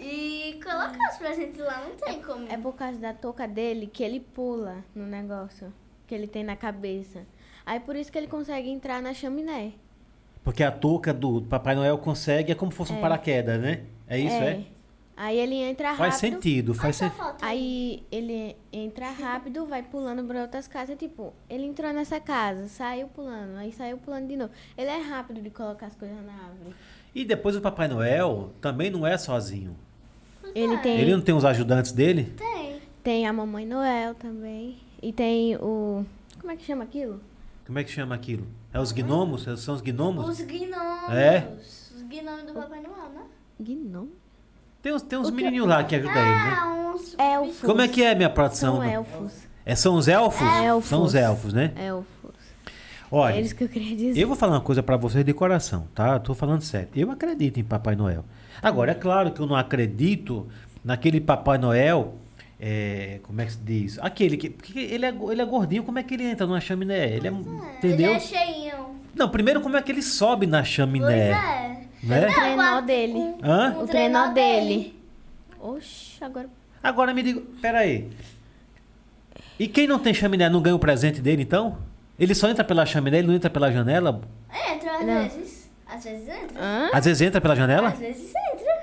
[SPEAKER 3] e colocar os presentes lá. Não tem como.
[SPEAKER 2] É por causa da touca dele que ele pula no negócio que ele tem na cabeça. Aí por isso que ele consegue entrar na chaminé.
[SPEAKER 1] Porque a touca do Papai Noel consegue, é como se fosse um paraquedas, né? É isso, é?
[SPEAKER 2] Aí ele entra
[SPEAKER 1] Faz
[SPEAKER 2] rápido.
[SPEAKER 1] sentido, faz
[SPEAKER 3] Essa
[SPEAKER 1] sentido.
[SPEAKER 3] foto
[SPEAKER 2] Aí ele entra rápido, vai pulando pra outras casas. Tipo, ele entrou nessa casa, saiu pulando, aí saiu pulando de novo. Ele é rápido de colocar as coisas na árvore.
[SPEAKER 1] E depois o Papai Noel também não é sozinho.
[SPEAKER 3] Ah,
[SPEAKER 2] Ele tem,
[SPEAKER 1] Ele não tem os ajudantes dele?
[SPEAKER 3] tá? tem.
[SPEAKER 2] tem a Mamãe Noel também. E tem o. Como é que chama aquilo?
[SPEAKER 1] Como é que chama aquilo? É os gnomos? São os gnomos?
[SPEAKER 3] Os gnomos.
[SPEAKER 1] É?
[SPEAKER 3] Os gnomos do Papai Noel, né?
[SPEAKER 2] Gnomo?
[SPEAKER 1] Tem uns, tem uns menininhos lá que ajudam ele, né?
[SPEAKER 3] Ah, uns
[SPEAKER 2] Elfos.
[SPEAKER 1] Como é que é a minha produção?
[SPEAKER 2] São elfos.
[SPEAKER 1] É, são os elfos?
[SPEAKER 2] Elfos.
[SPEAKER 1] São os elfos, né?
[SPEAKER 2] Elfos.
[SPEAKER 1] Olha,
[SPEAKER 2] É isso que eu queria dizer.
[SPEAKER 1] eu vou falar uma coisa pra vocês de coração, tá? Eu tô falando sério. Eu acredito em Papai Noel. Agora, é claro que eu não acredito naquele Papai Noel. é, como é que se diz? Aquele que. Porque ele é, go- ele é gordinho, como é que ele entra numa chaminé? Ele é. Entendeu?
[SPEAKER 3] Ele é cheinho.
[SPEAKER 1] Não, primeiro, como é que ele sobe na chaminé?
[SPEAKER 3] Pois é.
[SPEAKER 1] Né?
[SPEAKER 3] Não,
[SPEAKER 2] O trenó
[SPEAKER 3] quatro-
[SPEAKER 2] dele.
[SPEAKER 3] um-
[SPEAKER 1] Hã?
[SPEAKER 3] um
[SPEAKER 2] O trenó dele. Oxe, agora.
[SPEAKER 1] Agora me diga, peraí. E quem não tem chaminé não ganha o presente dele, então? Ele só entra pela chaminé, ele não entra pela janela?
[SPEAKER 3] É, Entra às
[SPEAKER 2] Não.
[SPEAKER 3] vezes. Às vezes entra.
[SPEAKER 2] Hã?
[SPEAKER 1] Às vezes entra pela janela?
[SPEAKER 3] Às vezes entra.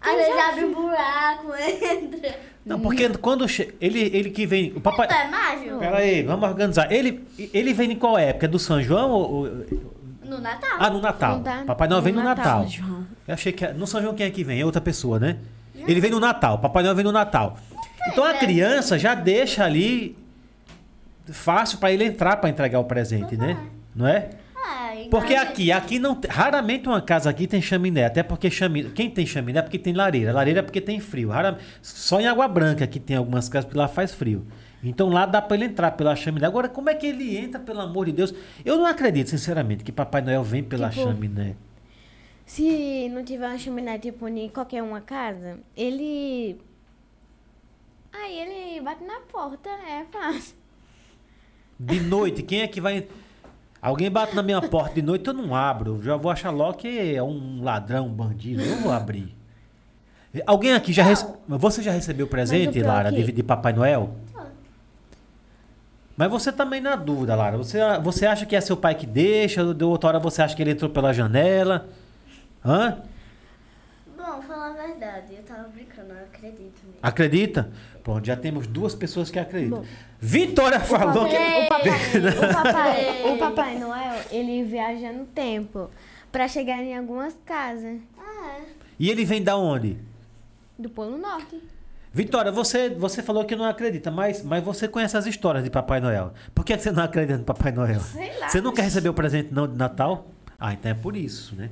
[SPEAKER 3] Às vezes abre um buraco, entra.
[SPEAKER 2] Hum.
[SPEAKER 1] Não, porque quando che- ele ele que vem, o
[SPEAKER 3] Não
[SPEAKER 1] papai
[SPEAKER 3] é mágico?
[SPEAKER 1] Peraí, vamos organizar. Ele ele vem em qual época? É Do São João ou, ou-
[SPEAKER 3] No Natal.
[SPEAKER 1] Ah, no Natal.
[SPEAKER 2] Não dá-
[SPEAKER 1] Papai Noel vem
[SPEAKER 2] no
[SPEAKER 1] no Natal.
[SPEAKER 2] Natal.
[SPEAKER 4] João.
[SPEAKER 1] Eu achei que no São João quem é que vem? É outra pessoa, né? Ele vem no Natal, Papai Noel vem no Natal. Então a
[SPEAKER 2] É.
[SPEAKER 3] né?
[SPEAKER 1] criança já deixa ali fácil pra ele entrar pra entregar o presente, né? Não é?
[SPEAKER 3] Ah, e
[SPEAKER 1] Porque
[SPEAKER 3] quando-
[SPEAKER 1] aqui, aqui não, tem- raramente uma casa aqui tem chaminé, até porque chaminé, quem tem chaminé é porque tem lareira, lareira é porque tem frio. Rara, só em Água Branca que tem algumas casas porque lá faz frio. Então lá dá pra ele entrar pela chaminé. Agora como é que ele entra, pelo amor de Deus? Eu não acredito, sinceramente, que Papai Noel vem pela
[SPEAKER 2] Tipo,
[SPEAKER 1] chaminé.
[SPEAKER 2] Se não tiver uma chaminé tipo em qualquer uma casa, ele. Aí ele bate na porta, é fácil.
[SPEAKER 1] De noite, quem é que vai Alguém bate na minha porta de noite, eu não abro. Eu já vou achar logo que é um ladrão, um bandido, eu vou abrir. Alguém aqui já rece... você já recebeu presente,
[SPEAKER 2] pior é
[SPEAKER 1] Lara,
[SPEAKER 2] que-
[SPEAKER 1] de, de Papai Noel?
[SPEAKER 3] Não.
[SPEAKER 1] Mas você também na dúvida, Lara. Você, você acha que é seu pai que deixa? De outra hora você acha que ele entrou pela janela? Hã?
[SPEAKER 3] Bom, falar a verdade, eu tava brincando, eu acredito nisso.
[SPEAKER 1] Acredita? Pronto, já temos duas pessoas que acreditam. Vitória falou que.
[SPEAKER 2] O papai, o, papai, o Papai Noel, ele viaja no tempo pra chegar em algumas casas
[SPEAKER 3] Ah, é.
[SPEAKER 1] E ele vem da onde?
[SPEAKER 2] do Polo Norte.
[SPEAKER 1] Vitória, você, você falou que não acredita, mas, mas você conhece as histórias de Papai Noel. Por que que você não acredita no Papai Noel?
[SPEAKER 4] Sei lá.
[SPEAKER 1] Você não quer receber o presente não de Natal? Ah, então é por isso, né?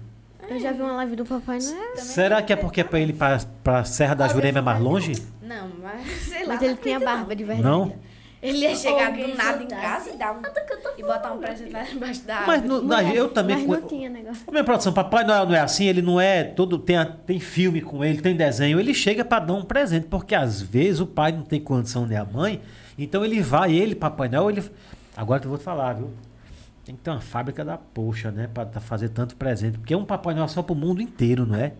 [SPEAKER 2] Eu já vi uma live do Papai Noel,
[SPEAKER 1] Será que é porque é pra ele ir pra, pra Serra da Jurema é mais longe?
[SPEAKER 4] Não, mas sei lá.
[SPEAKER 2] mas ele
[SPEAKER 4] não
[SPEAKER 2] tem a
[SPEAKER 4] acredito, não.
[SPEAKER 2] barba de verdade.
[SPEAKER 1] Não?
[SPEAKER 4] Ele ia chegar
[SPEAKER 3] Alguém
[SPEAKER 4] do nada em
[SPEAKER 3] soltar
[SPEAKER 4] casa
[SPEAKER 3] assim.
[SPEAKER 4] e, dar um, e botar um presente lá embaixo da
[SPEAKER 1] Mas
[SPEAKER 4] árvore.
[SPEAKER 1] no- na- eu também.
[SPEAKER 2] Mas
[SPEAKER 1] co-
[SPEAKER 2] não tinha negócio.
[SPEAKER 1] Ô, Minha produção, Papai Noel não é assim, ele não é todo. Tem, a- tem filme com ele, tem desenho. Ele chega pra dar um presente, porque às vezes o pai não tem condição nem a mãe, então ele vai, ele, Papai Noel, ele. Agora que eu vou te falar, viu? Tem que ter uma fábrica da poxa, né? Pra tá- fazer tanto presente. Porque é um Papai Noel só pro mundo inteiro, não é?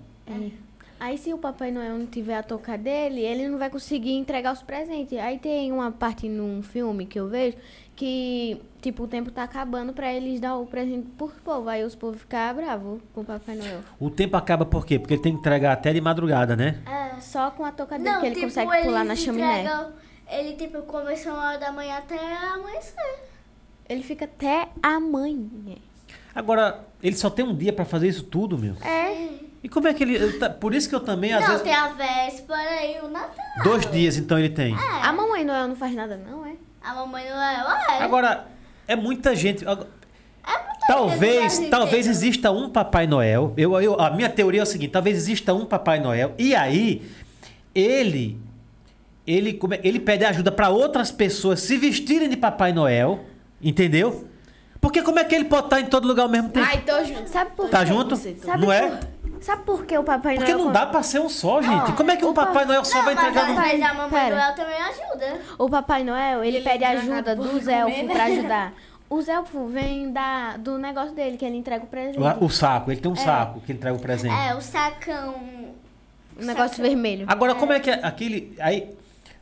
[SPEAKER 2] Aí se o Papai Noel não tiver a touca dele, ele não vai conseguir entregar os presentes. Aí tem uma parte num filme que eu vejo que, tipo, o tempo tá acabando pra eles dar o presente pro povo. Aí os povos ficam bravos com o Papai Noel.
[SPEAKER 1] O tempo acaba por quê? Porque ele tem que entregar até de madrugada, né?
[SPEAKER 3] É.
[SPEAKER 2] Só com a touca dele
[SPEAKER 3] Não,
[SPEAKER 2] que ele
[SPEAKER 3] tipo,
[SPEAKER 2] consegue pular na
[SPEAKER 3] eles
[SPEAKER 2] chaminé.
[SPEAKER 3] entregam- Ele, tipo, começa uma hora da manhã até amanhecer.
[SPEAKER 2] Ele fica até amanhã.
[SPEAKER 1] Agora, ele só tem um dia pra fazer isso tudo, meu.
[SPEAKER 2] É.
[SPEAKER 1] E como é que ele. eu tá- Por isso que eu também, às
[SPEAKER 3] não,
[SPEAKER 1] vezes.
[SPEAKER 3] tem a véspera e o Natal.
[SPEAKER 1] Dois dias, então, ele
[SPEAKER 3] É,
[SPEAKER 1] tem.
[SPEAKER 2] A mamãe Noel não faz nada não, é?
[SPEAKER 3] A mamãe Noel, é.
[SPEAKER 1] Agora, é muita gente. né, Ag-
[SPEAKER 3] é muita
[SPEAKER 1] Talvez,
[SPEAKER 3] brasileiro.
[SPEAKER 1] talvez exista um Papai Noel. Eu, eu, a minha teoria é o seguinte: talvez exista um Papai Noel. E aí, ele, ele, como é- ele pede ajuda para outras pessoas se vestirem de Papai Noel, entendeu? Porque como é que ele pode estar em todo lugar ao mesmo tempo?
[SPEAKER 4] Ai, tô junto.
[SPEAKER 2] Sabe por
[SPEAKER 1] tá
[SPEAKER 2] quê?
[SPEAKER 1] junto?
[SPEAKER 2] Sabe
[SPEAKER 1] Não é?
[SPEAKER 2] por- Sabe por que o Papai
[SPEAKER 1] Porque
[SPEAKER 2] Noel.
[SPEAKER 1] não dá pra ser um só, gente.
[SPEAKER 2] Ó,
[SPEAKER 1] Como é que um
[SPEAKER 2] o pa-
[SPEAKER 1] Papai Noel só vai
[SPEAKER 3] mas,
[SPEAKER 1] entregar um
[SPEAKER 3] a,
[SPEAKER 1] no.
[SPEAKER 3] mas a mamãe
[SPEAKER 2] Pera.
[SPEAKER 3] Noel também ajuda.
[SPEAKER 2] O Papai Noel, ele,
[SPEAKER 4] Ele
[SPEAKER 2] pede
[SPEAKER 4] entrega
[SPEAKER 2] ajuda
[SPEAKER 4] por
[SPEAKER 2] dos
[SPEAKER 4] comer,
[SPEAKER 2] elfos
[SPEAKER 4] né?
[SPEAKER 2] pra ajudar. Os elfos vêm da, do negócio dele, que ele entrega o presente.
[SPEAKER 1] O saco, ele tem um saco que ele entrega o presente.
[SPEAKER 3] É, o sacão.
[SPEAKER 2] O Um negócio vermelho.
[SPEAKER 1] Agora, como é que é aquele. Aí,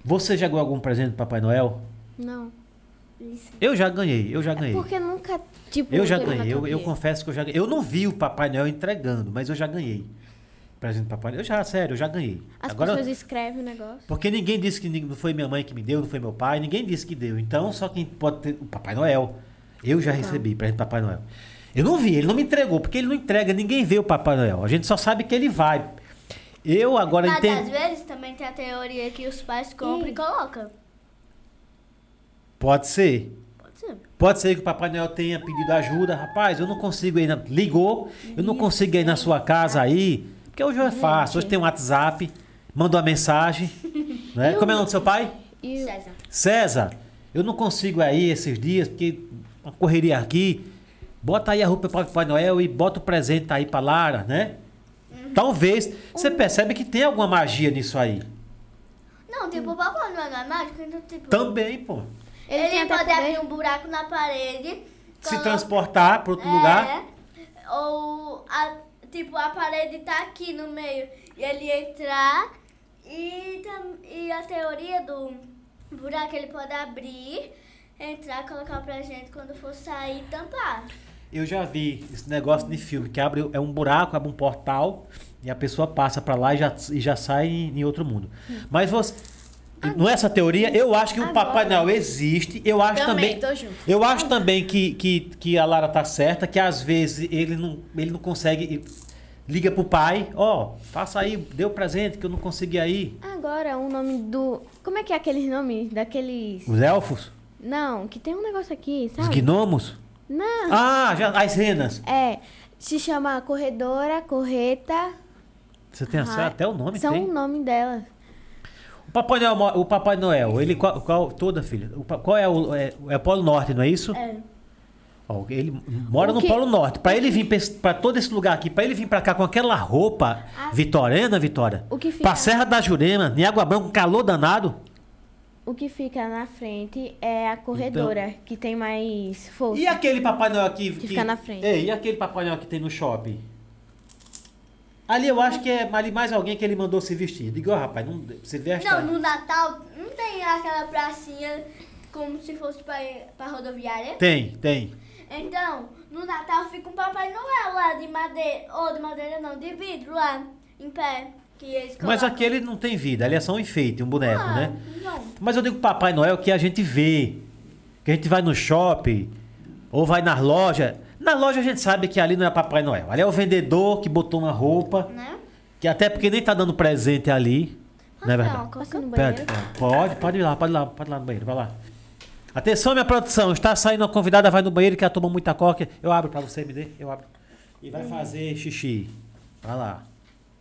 [SPEAKER 1] você já ganhou algum presente do Papai Noel?
[SPEAKER 2] Não.
[SPEAKER 1] Eu já ganhei, eu já ganhei.
[SPEAKER 2] É Porque nunca, tipo...
[SPEAKER 1] Eu já
[SPEAKER 2] teve uma
[SPEAKER 1] ganhei, eu, eu
[SPEAKER 2] campanha.
[SPEAKER 1] confesso que eu já ganhei. Eu não vi o Papai Noel entregando, mas eu já ganhei. Presente do Papai Noel. Eu já, sério, eu já ganhei.
[SPEAKER 2] As
[SPEAKER 1] Agora,
[SPEAKER 2] pessoas escrevem o negócio.
[SPEAKER 1] porque ninguém disse que nin- não foi minha mãe que me deu, não foi meu pai, ninguém disse que deu. Então, só quem pode ter. O Papai Noel. Eu
[SPEAKER 2] Então.
[SPEAKER 1] já recebi presente do Papai Noel. Eu não vi, ele não me entregou, porque ele não entrega, ninguém vê o Papai Noel. A gente só sabe que ele vai. Eu agora
[SPEAKER 3] Mas
[SPEAKER 1] entendo.
[SPEAKER 3] às vezes também tem a teoria que os pais compram e colocam.
[SPEAKER 1] Pode ser.
[SPEAKER 3] Pode ser.
[SPEAKER 1] Pode ser que o Papai Noel tenha pedido ajuda, rapaz, eu não consigo ir na... Ligou, eu não consigo ir na sua casa aí. Porque hoje é fácil, hoje tem um WhatsApp, manda uma mensagem. Né? Como é o nome do seu pai?
[SPEAKER 2] E
[SPEAKER 3] César.
[SPEAKER 1] César, eu não consigo aí esses dias, porque uma correria aqui. Bota aí a roupa para o Papai Noel e bota o presente aí para Lara, né? Talvez. Você percebe que tem alguma magia nisso aí.
[SPEAKER 3] Não, tipo, o Papai Noel não é mágico, então, tipo.
[SPEAKER 1] Também, pô.
[SPEAKER 2] ele,
[SPEAKER 3] Ele,
[SPEAKER 2] tem até
[SPEAKER 3] pode abrir
[SPEAKER 2] poder...
[SPEAKER 3] um buraco na parede.
[SPEAKER 1] Se
[SPEAKER 3] colo-
[SPEAKER 1] transportar para outro
[SPEAKER 3] Tá. É,
[SPEAKER 1] lugar.
[SPEAKER 3] Ou, a- tipo, a parede tá aqui no meio e ele entrar. E, tam- e a teoria do buraco ele pode abrir, entrar, colocar pra gente quando for sair e tampar.
[SPEAKER 1] Eu já vi esse negócio de filme que abre é um buraco, abre um portal e a pessoa passa pra lá e já, e já sai em, em outro mundo. Mas você não é essa teoria? Eu acho que o Papai Noel existe. Eu acho também.
[SPEAKER 4] Também, tô junto.
[SPEAKER 1] eu acho também que, que, que a Lara tá certa, que às vezes ele não, ele não consegue. ele Liga pro pai, ó, faça aí, dê o presente que eu não consegui aí.
[SPEAKER 2] Agora, o nome do... Como é que é aqueles nomes daqueles...
[SPEAKER 1] Os elfos?
[SPEAKER 2] Não, que tem um negócio aqui,
[SPEAKER 1] Os
[SPEAKER 2] sabe?
[SPEAKER 1] gnomos?
[SPEAKER 2] Não.
[SPEAKER 1] Ah, já, as renas.
[SPEAKER 2] É, se chama corredora, correta...
[SPEAKER 1] Você tem acesso
[SPEAKER 2] ra-
[SPEAKER 1] até o nome,
[SPEAKER 2] São
[SPEAKER 1] tem?
[SPEAKER 2] o nome delas.
[SPEAKER 1] O Papai Noel, mo- o Papai Noel, ele qual, qual- toda filha? o pa- qual é o é, é Polo Norte, não é isso?
[SPEAKER 3] É.
[SPEAKER 1] Ó, ele mora
[SPEAKER 2] O
[SPEAKER 1] no
[SPEAKER 2] que-
[SPEAKER 1] Polo Norte. Pra ele vir para todo esse lugar aqui, pra ele vir pra cá com aquela roupa vitoriana, Vitória.
[SPEAKER 2] Ah. O que fica-
[SPEAKER 1] Pra Serra da Jurema, em Água Branca, um calor danado.
[SPEAKER 2] O que fica na frente é a corredora,
[SPEAKER 1] Então-
[SPEAKER 2] que tem mais força.
[SPEAKER 1] E aquele Papai Noel aqui
[SPEAKER 2] Que fica na frente.
[SPEAKER 1] É, e aquele Papai Noel que tem no shopping? Ali eu acho que é ali mais alguém que ele mandou se vestir. Diga, ó, rapaz, não se veste.
[SPEAKER 3] Não,
[SPEAKER 1] aí.
[SPEAKER 3] no Natal não tem aquela pracinha como se fosse pra, pra rodoviária.
[SPEAKER 1] Tem, tem.
[SPEAKER 3] Então, no Natal fica um Papai Noel lá de madeira, ou de madeira não, de vidro lá, em pé, que eles
[SPEAKER 1] Mas
[SPEAKER 3] colocam.
[SPEAKER 1] aquele não tem vida, ali é só um enfeite, um boneco,
[SPEAKER 3] Ah,
[SPEAKER 1] né?
[SPEAKER 3] Não.
[SPEAKER 1] Mas eu digo Papai Noel que a gente vê. Que a gente vai no shopping ou vai nas lojas. Na loja a gente sabe que ali não é Papai Noel. Ali é o vendedor que botou uma roupa,
[SPEAKER 3] Né?
[SPEAKER 1] que até porque nem tá dando presente ali. Não é verdade?
[SPEAKER 2] Posso ir no
[SPEAKER 1] Pera,
[SPEAKER 2] banheiro?
[SPEAKER 1] pera, pode, pode ir lá, pode ir lá, pode ir lá no banheiro, vai lá. Atenção, minha produção, está saindo uma convidada, vai no banheiro que ela toma muita coca. Eu abro pra você, me dê, eu abro. E vai fazer xixi. Vai lá.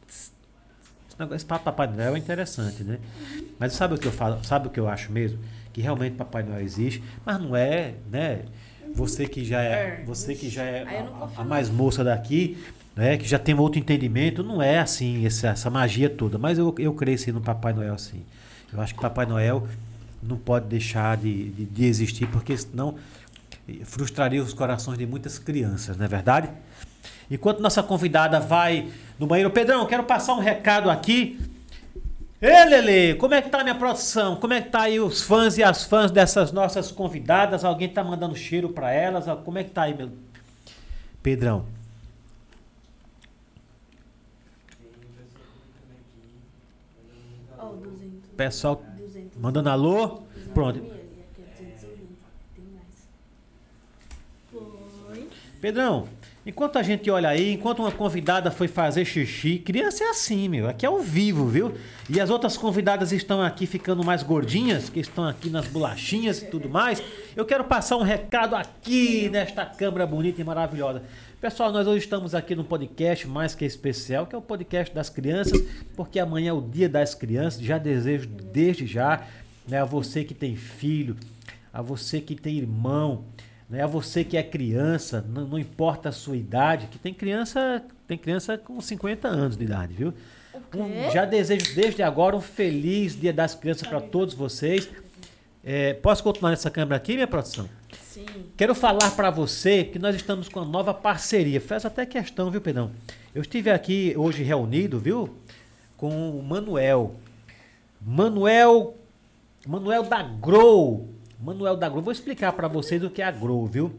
[SPEAKER 1] Esse negócio- Esse papo Papai Noel é interessante, né? Mas sabe o que eu falo? Sabe o que eu acho mesmo? Que realmente Papai Noel existe, mas não é, né? Você que já é,
[SPEAKER 4] É.
[SPEAKER 1] você que já é
[SPEAKER 4] Aí eu não
[SPEAKER 1] a- a,
[SPEAKER 4] confio,
[SPEAKER 1] a mais moça daqui, né? Que já tem um outro entendimento, não é assim essa, essa magia toda. Mas eu, eu cresci no Papai Noel assim. Eu acho que Papai Noel não pode deixar de, de, de existir, porque senão eh, frustraria os corações de muitas crianças, não é verdade? Enquanto nossa convidada vai no banheiro, Pedrão, quero passar um recado aqui. Ê, Lele, como é que tá a minha produção? Como é que tá aí os fãs e as fãs dessas nossas convidadas? Alguém tá mandando cheiro pra elas? Ah, Como é que tá aí, meu Pedrão?
[SPEAKER 4] Ó, 200.
[SPEAKER 1] Pessoal
[SPEAKER 4] 200.
[SPEAKER 1] mandando alô? Pronto. Pedrão, Enquanto a gente olha aí, enquanto uma convidada foi fazer xixi, criança é assim, meu. Aqui é ao vivo, viu? E as outras convidadas estão aqui ficando mais gordinhas, que estão aqui nas bolachinhas e tudo mais. Eu quero passar um recado aqui nesta câmara bonita e maravilhosa. Pessoal, nós hoje estamos aqui num podcast mais que especial, que é o podcast das crianças, porque amanhã é o Dia das Crianças. Já desejo desde já, né, a você que tem filho, a você que tem irmão, né? A você que é criança, não, não importa a sua idade, que tem criança, tem criança com 50 anos de idade, viu? Um- já desejo desde agora um feliz Dia das Crianças para todos vocês. É, posso continuar nessa câmera aqui, minha produção?
[SPEAKER 4] Sim.
[SPEAKER 1] Quero falar para você que nós estamos com uma nova parceria. Faz até questão, viu, Pedrão? Eu estive aqui hoje reunido, viu, com o Manuel. Manuel Manuel da Grow. Manuel da Grow. Vou explicar para vocês o que é a Grow, viu?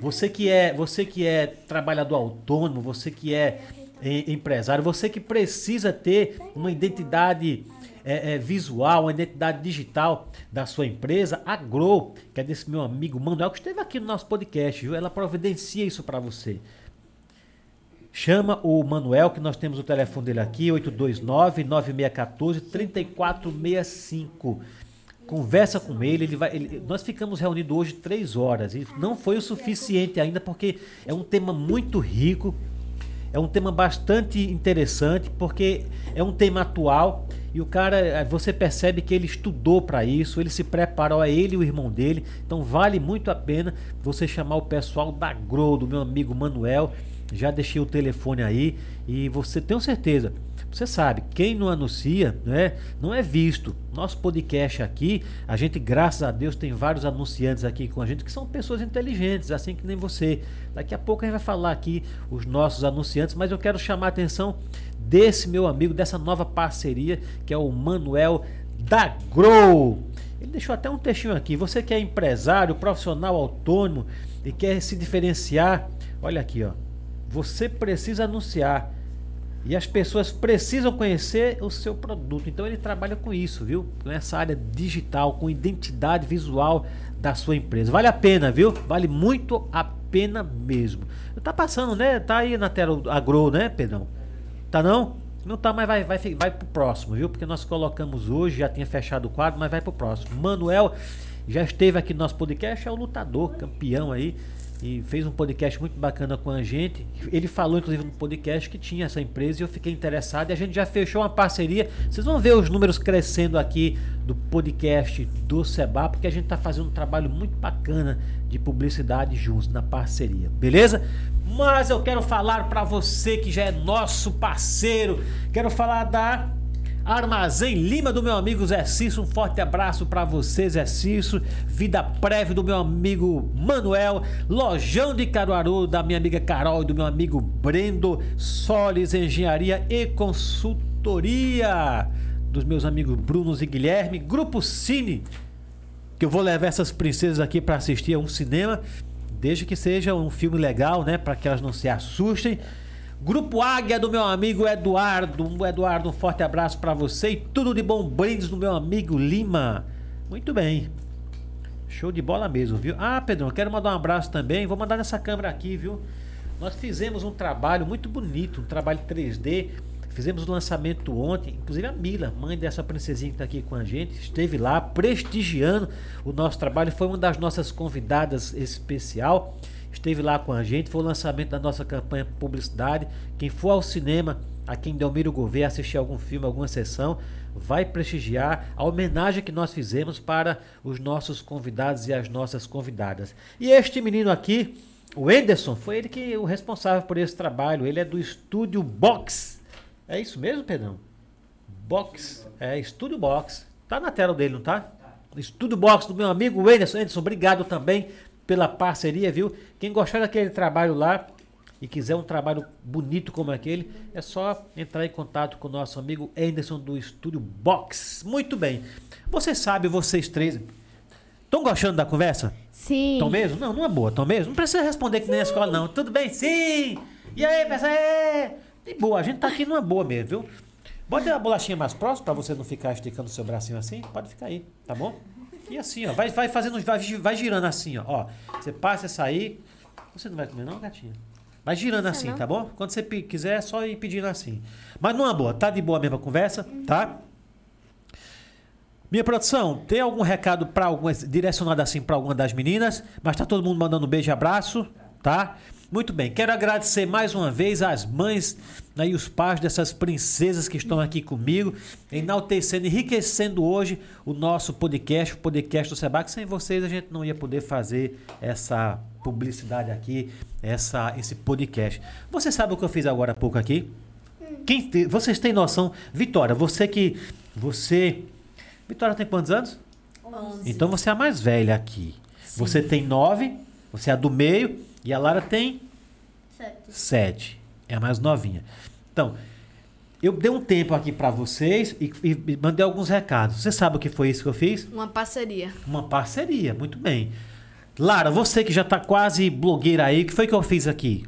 [SPEAKER 1] Você que é, você que é trabalhador autônomo, você que é em- empresário, você que precisa ter uma identidade é, é, visual, uma identidade digital da sua empresa, a Grow, que é desse meu amigo Manuel, que esteve aqui no nosso podcast, viu? Ela providencia isso para você. Chama o Manuel, que nós temos o telefone dele aqui, 829-9614-3465. Conversa com ele, ele vai. ele- nós ficamos reunidos hoje três horas. E não foi o suficiente ainda, porque é um tema muito rico, é um tema bastante interessante, porque é um tema atual. E o cara, eh, você percebe que ele estudou para isso, ele se preparou, é ele e o irmão dele. Então vale muito a pena você chamar o pessoal da Grow, do meu amigo Manuel. Já deixei o telefone aí e você tenho certeza. Você sabe, quem não anuncia, né, não é visto. Nosso podcast aqui, a gente, graças a Deus, tem vários anunciantes aqui com a gente que são pessoas inteligentes, assim que nem você. Daqui a pouco a gente vai falar aqui os nossos anunciantes, mas eu quero chamar a atenção desse meu amigo, dessa nova parceria, que é o Manuel da Grow. Ele deixou até um textinho aqui. Você que é empresário, profissional autônomo e quer se diferenciar, olha aqui, ó. Você precisa anunciar. E as pessoas precisam conhecer o seu produto. Então ele trabalha com isso, viu? Com essa área digital, com identidade visual da sua empresa. Vale a pena, viu? Vale muito a pena mesmo. Tá passando, né? Tá aí na tela a Grow, né, Pedrão? Tá não? Não tá, mas vai, vai, fi- vai pro próximo, viu? Porque nós colocamos hoje, já tinha fechado o quadro, mas vai pro próximo. Manuel já esteve aqui no nosso podcast, é o lutador, campeão aí, e fez um podcast muito bacana com a gente. Ele falou, inclusive, no podcast que tinha essa empresa e eu fiquei interessado e a gente já fechou uma parceria. Vocês vão ver os números crescendo aqui do podcast do Seba, porque a gente tá fazendo um trabalho muito bacana de publicidade juntos na parceria, beleza? Mas eu quero falar para você que já é nosso parceiro. Quero falar da Armazém Lima do meu amigo Zé Cício. Um forte abraço para você, Zé Cício. Vida prévia do meu amigo Manuel. Lojão de Caruaru da minha amiga Carol e do meu amigo Brendo. Solis Engenharia e Consultoria dos meus amigos Brunos e Guilherme. Grupo Cine que eu vou levar essas princesas aqui para assistir a um cinema, desde que seja um filme legal, né, para que elas não se assustem. Grupo Águia do meu amigo Eduardo, Um, Eduardo, um forte abraço para você e tudo de bom brindes do meu amigo Lima. Muito bem. Show de bola mesmo, viu? Ah, Pedrão, eu quero mandar um abraço também. Vou mandar nessa câmera aqui, viu? Nós fizemos um trabalho muito bonito, um trabalho 3D. Fizemos o lançamento ontem, inclusive a Mila, mãe dessa princesinha que está aqui com a gente, esteve lá prestigiando o nosso trabalho. Foi uma das nossas convidadas especial. Esteve lá com a gente. Foi o lançamento da nossa campanha publicidade. Quem for ao cinema, aqui em Delmiro Gouveia, assistir algum filme, alguma sessão, vai prestigiar a homenagem que nós fizemos para os nossos convidados e as nossas convidadas. E este menino aqui, o Enderson, foi ele que é o responsável por esse trabalho. Ele é do estúdio Box. É isso mesmo, Pedrão? Box, é Estúdio Box. Tá na tela dele, não tá? Estúdio Box do meu amigo Anderson. Anderson, obrigado também pela parceria, viu? Quem gostar daquele trabalho lá e quiser um trabalho bonito como aquele, é só entrar em contato com o nosso amigo Anderson do Estúdio Box. Muito bem. Você sabe, vocês três, estão gostando da conversa?
[SPEAKER 2] Sim.
[SPEAKER 1] Estão mesmo? Não, não é boa, estão mesmo? Não precisa responder que nem a escola, não. Tudo bem? Sim! E aí, pessoal? É! De boa, a gente tá aqui numa boa mesmo, viu? Bota a bolachinha mais próxima pra você não ficar esticando o seu bracinho assim. Pode ficar aí, tá bom? E assim, ó. Vai, vai fazendo, vai, vai girando assim, ó. ó. Você passa essa aí. Você não vai comer não, gatinha? Vai girando
[SPEAKER 2] Isso
[SPEAKER 1] assim,
[SPEAKER 2] não.
[SPEAKER 1] tá bom? Quando você pe- quiser, é só ir pedindo assim. Mas numa boa, tá de boa mesmo a conversa, tá? Minha produção, tem algum recado para algumas direcionado assim para alguma das meninas, mas tá todo mundo mandando um beijo e abraço, tá? Muito bem, quero agradecer mais uma vez às mães né, e os pais dessas princesas que estão aqui comigo, enaltecendo, enriquecendo hoje o nosso podcast, o podcast do Seba, que sem vocês a gente não ia poder fazer essa publicidade aqui, essa, esse podcast. Você sabe o que eu fiz agora há pouco aqui? Quem te- vocês têm noção? Vitória, você que. Você. Vitória tem quantos anos?
[SPEAKER 4] Onze.
[SPEAKER 1] Então você é a mais velha aqui. Você tem nove, você é a do meio, e a Lara tem
[SPEAKER 3] Certo.
[SPEAKER 1] sete. É a mais novinha. Então, eu dei um tempo aqui pra vocês e, e- e mandei alguns recados. Você sabe o que foi isso que eu fiz?
[SPEAKER 4] Uma parceria.
[SPEAKER 1] Uma parceria, muito bem. Lara, você que já tá quase blogueira aí, o que foi que eu fiz aqui?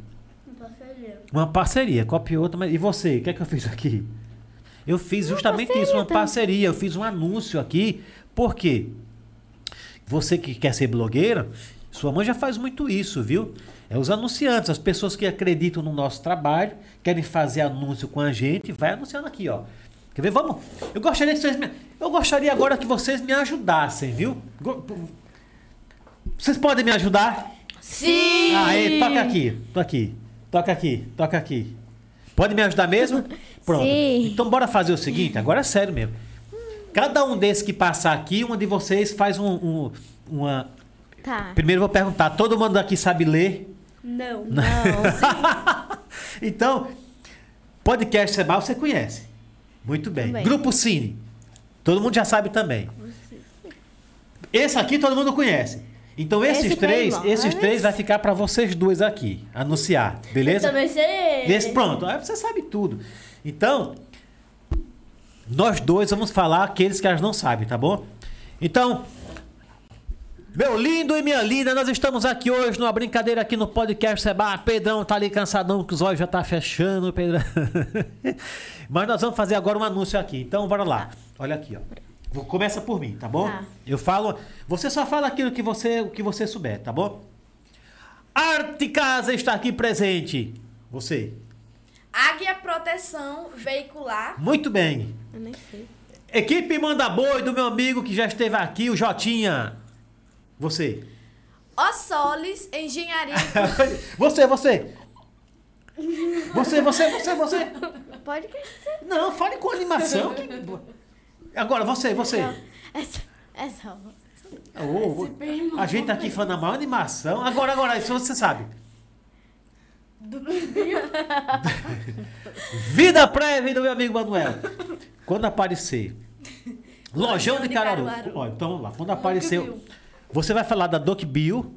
[SPEAKER 3] Não posso ler.
[SPEAKER 1] Uma parceria, copiou também. E você, o que é que eu fiz aqui? Eu fiz justamente
[SPEAKER 2] parceria
[SPEAKER 1] isso, uma
[SPEAKER 2] também.
[SPEAKER 1] parceria. Eu fiz um anúncio aqui, porque você que quer ser blogueira, sua mãe já faz muito isso, viu? É os anunciantes, as pessoas que acreditam no nosso trabalho, querem fazer anúncio com a gente, vai anunciando aqui, ó. Quer ver? Vamos. Eu gostaria que vocês me... Eu gostaria agora que vocês me ajudassem, viu? Go- Vocês podem me ajudar?
[SPEAKER 4] Sim!
[SPEAKER 1] Aê, toca aqui, toca aqui, toca aqui, toca aqui. Pode me ajudar mesmo? Pronto.
[SPEAKER 2] Sim.
[SPEAKER 1] Então bora fazer o seguinte, agora é sério mesmo. Cada um desses que passar aqui, um de vocês faz um, um- uma.
[SPEAKER 2] Tá.
[SPEAKER 1] Primeiro eu vou perguntar, todo mundo aqui sabe ler?
[SPEAKER 3] Não.
[SPEAKER 1] então, podcast Sebal você conhece. Muito bem.
[SPEAKER 2] Também.
[SPEAKER 1] Grupo Cine. Todo mundo já sabe também. Esse aqui todo mundo conhece. Então esses
[SPEAKER 2] Esse tá
[SPEAKER 1] três,
[SPEAKER 2] igual.
[SPEAKER 1] esses
[SPEAKER 2] Ah,
[SPEAKER 1] três vai ficar para vocês duas aqui anunciar, beleza?
[SPEAKER 3] Também sei.
[SPEAKER 1] Esse, pronto, aí você sabe tudo. Então, nós dois vamos falar aqueles que elas não sabem, tá bom? Então, meu lindo e minha linda, nós estamos aqui hoje numa brincadeira aqui no podcast Seba. Pedrão tá ali cansadão, que os olhos já tá fechando, Pedrão. Mas nós vamos fazer agora um anúncio aqui. Então, bora lá. Olha aqui, ó. Vou- Começa por mim, tá bom?
[SPEAKER 2] Tá.
[SPEAKER 1] Eu falo, você só fala aquilo que você, o que você souber, tá bom? Arte Casa está aqui presente. Você.
[SPEAKER 4] Águia Proteção Veicular.
[SPEAKER 1] Muito bem.
[SPEAKER 2] Eu nem sei.
[SPEAKER 1] Equipe Manda Boi do meu amigo que já esteve aqui, o Jotinha. Você.
[SPEAKER 4] Ossoles Engenharia.
[SPEAKER 1] você, você. Você, você, você, você.
[SPEAKER 2] Pode que você.
[SPEAKER 1] Não, fale com animação. que- Agora, você, você.
[SPEAKER 2] É só. É só.
[SPEAKER 1] Ô, ô, a gente tá aqui falando a maior animação. Agora, agora, isso você sabe. Vida prévia do meu amigo Manuel. Quando aparecer. Lojão de Caruaru. Ó, então vamos lá. Quando apareceu. Você vai falar da Doc Bill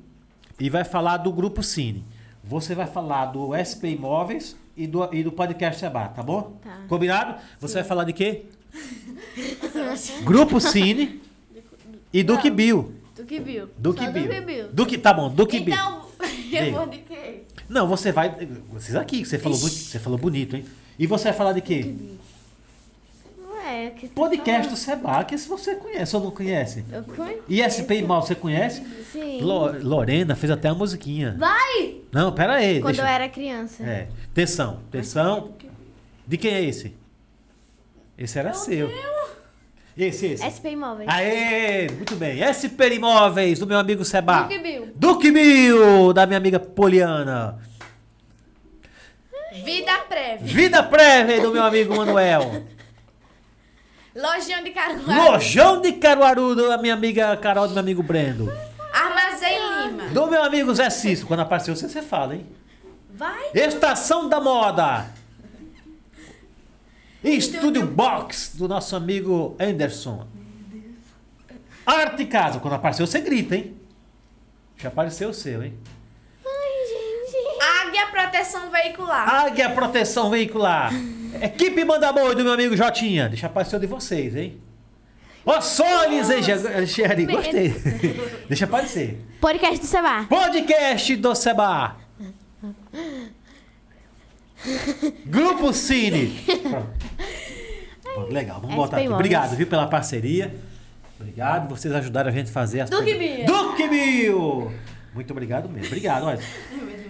[SPEAKER 1] e vai falar do Grupo Cine. Você vai falar do SP Imóveis e do, e do podcast Seba, tá bom?
[SPEAKER 2] Tá.
[SPEAKER 1] Combinado? Você vai falar de quê? Grupo Cine e Doc Bill.
[SPEAKER 4] tu que viu?
[SPEAKER 1] Duke
[SPEAKER 4] Só
[SPEAKER 1] Bill.
[SPEAKER 4] Duke Bill.
[SPEAKER 1] Duke- tá bom, Duke Bill.
[SPEAKER 4] Então,
[SPEAKER 1] Diga.
[SPEAKER 4] eu vou de quê?
[SPEAKER 1] Não, você vai. Vocês aqui, que você falou, boni- você falou bonito, hein? E você vai falar de quê?
[SPEAKER 2] Não é. Que
[SPEAKER 1] Podcast do
[SPEAKER 4] Ah.
[SPEAKER 1] Seba, que se você conhece ou não conhece.
[SPEAKER 2] Eu conheço.
[SPEAKER 1] ISP Mal, você conhece?
[SPEAKER 2] Sim.
[SPEAKER 1] Lo- Lorena fez até a musiquinha. Vai! Não, pera aí.
[SPEAKER 2] Quando eu
[SPEAKER 1] deixa-
[SPEAKER 2] era criança.
[SPEAKER 1] É. Atenção, atenção. De quem é esse? Esse
[SPEAKER 4] É
[SPEAKER 1] era seu. Esse, esse.
[SPEAKER 2] SP Imóveis.
[SPEAKER 1] Ah, é? Aê! Muito bem. SP Imóveis, do meu amigo Seba.
[SPEAKER 4] Tu que viu?
[SPEAKER 1] Duque Mil, da minha amiga Poliana.
[SPEAKER 4] Vida Prévia.
[SPEAKER 1] Vida prévia do meu amigo Manuel.
[SPEAKER 4] Lojão de Caruaru.
[SPEAKER 1] Lojão de Caruaru da minha amiga Carol, do meu amigo Brendo.
[SPEAKER 4] Armazém Lima.
[SPEAKER 1] Do meu amigo Zé Cício. Quando apareceu você, você fala, hein?
[SPEAKER 4] Vai.
[SPEAKER 1] Estação da Moda. Estúdio Box, do nosso amigo Anderson. Arte Casa. Quando apareceu, você grita, hein? Já apareceu o seu, hein?
[SPEAKER 4] Águia Proteção Veicular.
[SPEAKER 1] Águia Proteção Veicular. Equipe Manda Boi do meu amigo Jotinha. Deixa aparecer o de vocês, hein? Ó, Solis, hein, Jerry? Gostei. Deixa aparecer.
[SPEAKER 2] Podcast do Sabá.
[SPEAKER 1] Podcast do Seba. Grupo Cine. Pronto, legal,
[SPEAKER 4] É
[SPEAKER 1] vamos
[SPEAKER 2] SP
[SPEAKER 1] botar aqui.
[SPEAKER 2] Imóveis.
[SPEAKER 1] Obrigado, viu, pela parceria. Obrigado, vocês ajudaram a gente a fazer as
[SPEAKER 4] Duque
[SPEAKER 1] coisas.
[SPEAKER 4] Bill.
[SPEAKER 1] Duque Bill! Muito obrigado mesmo. Obrigado, olha.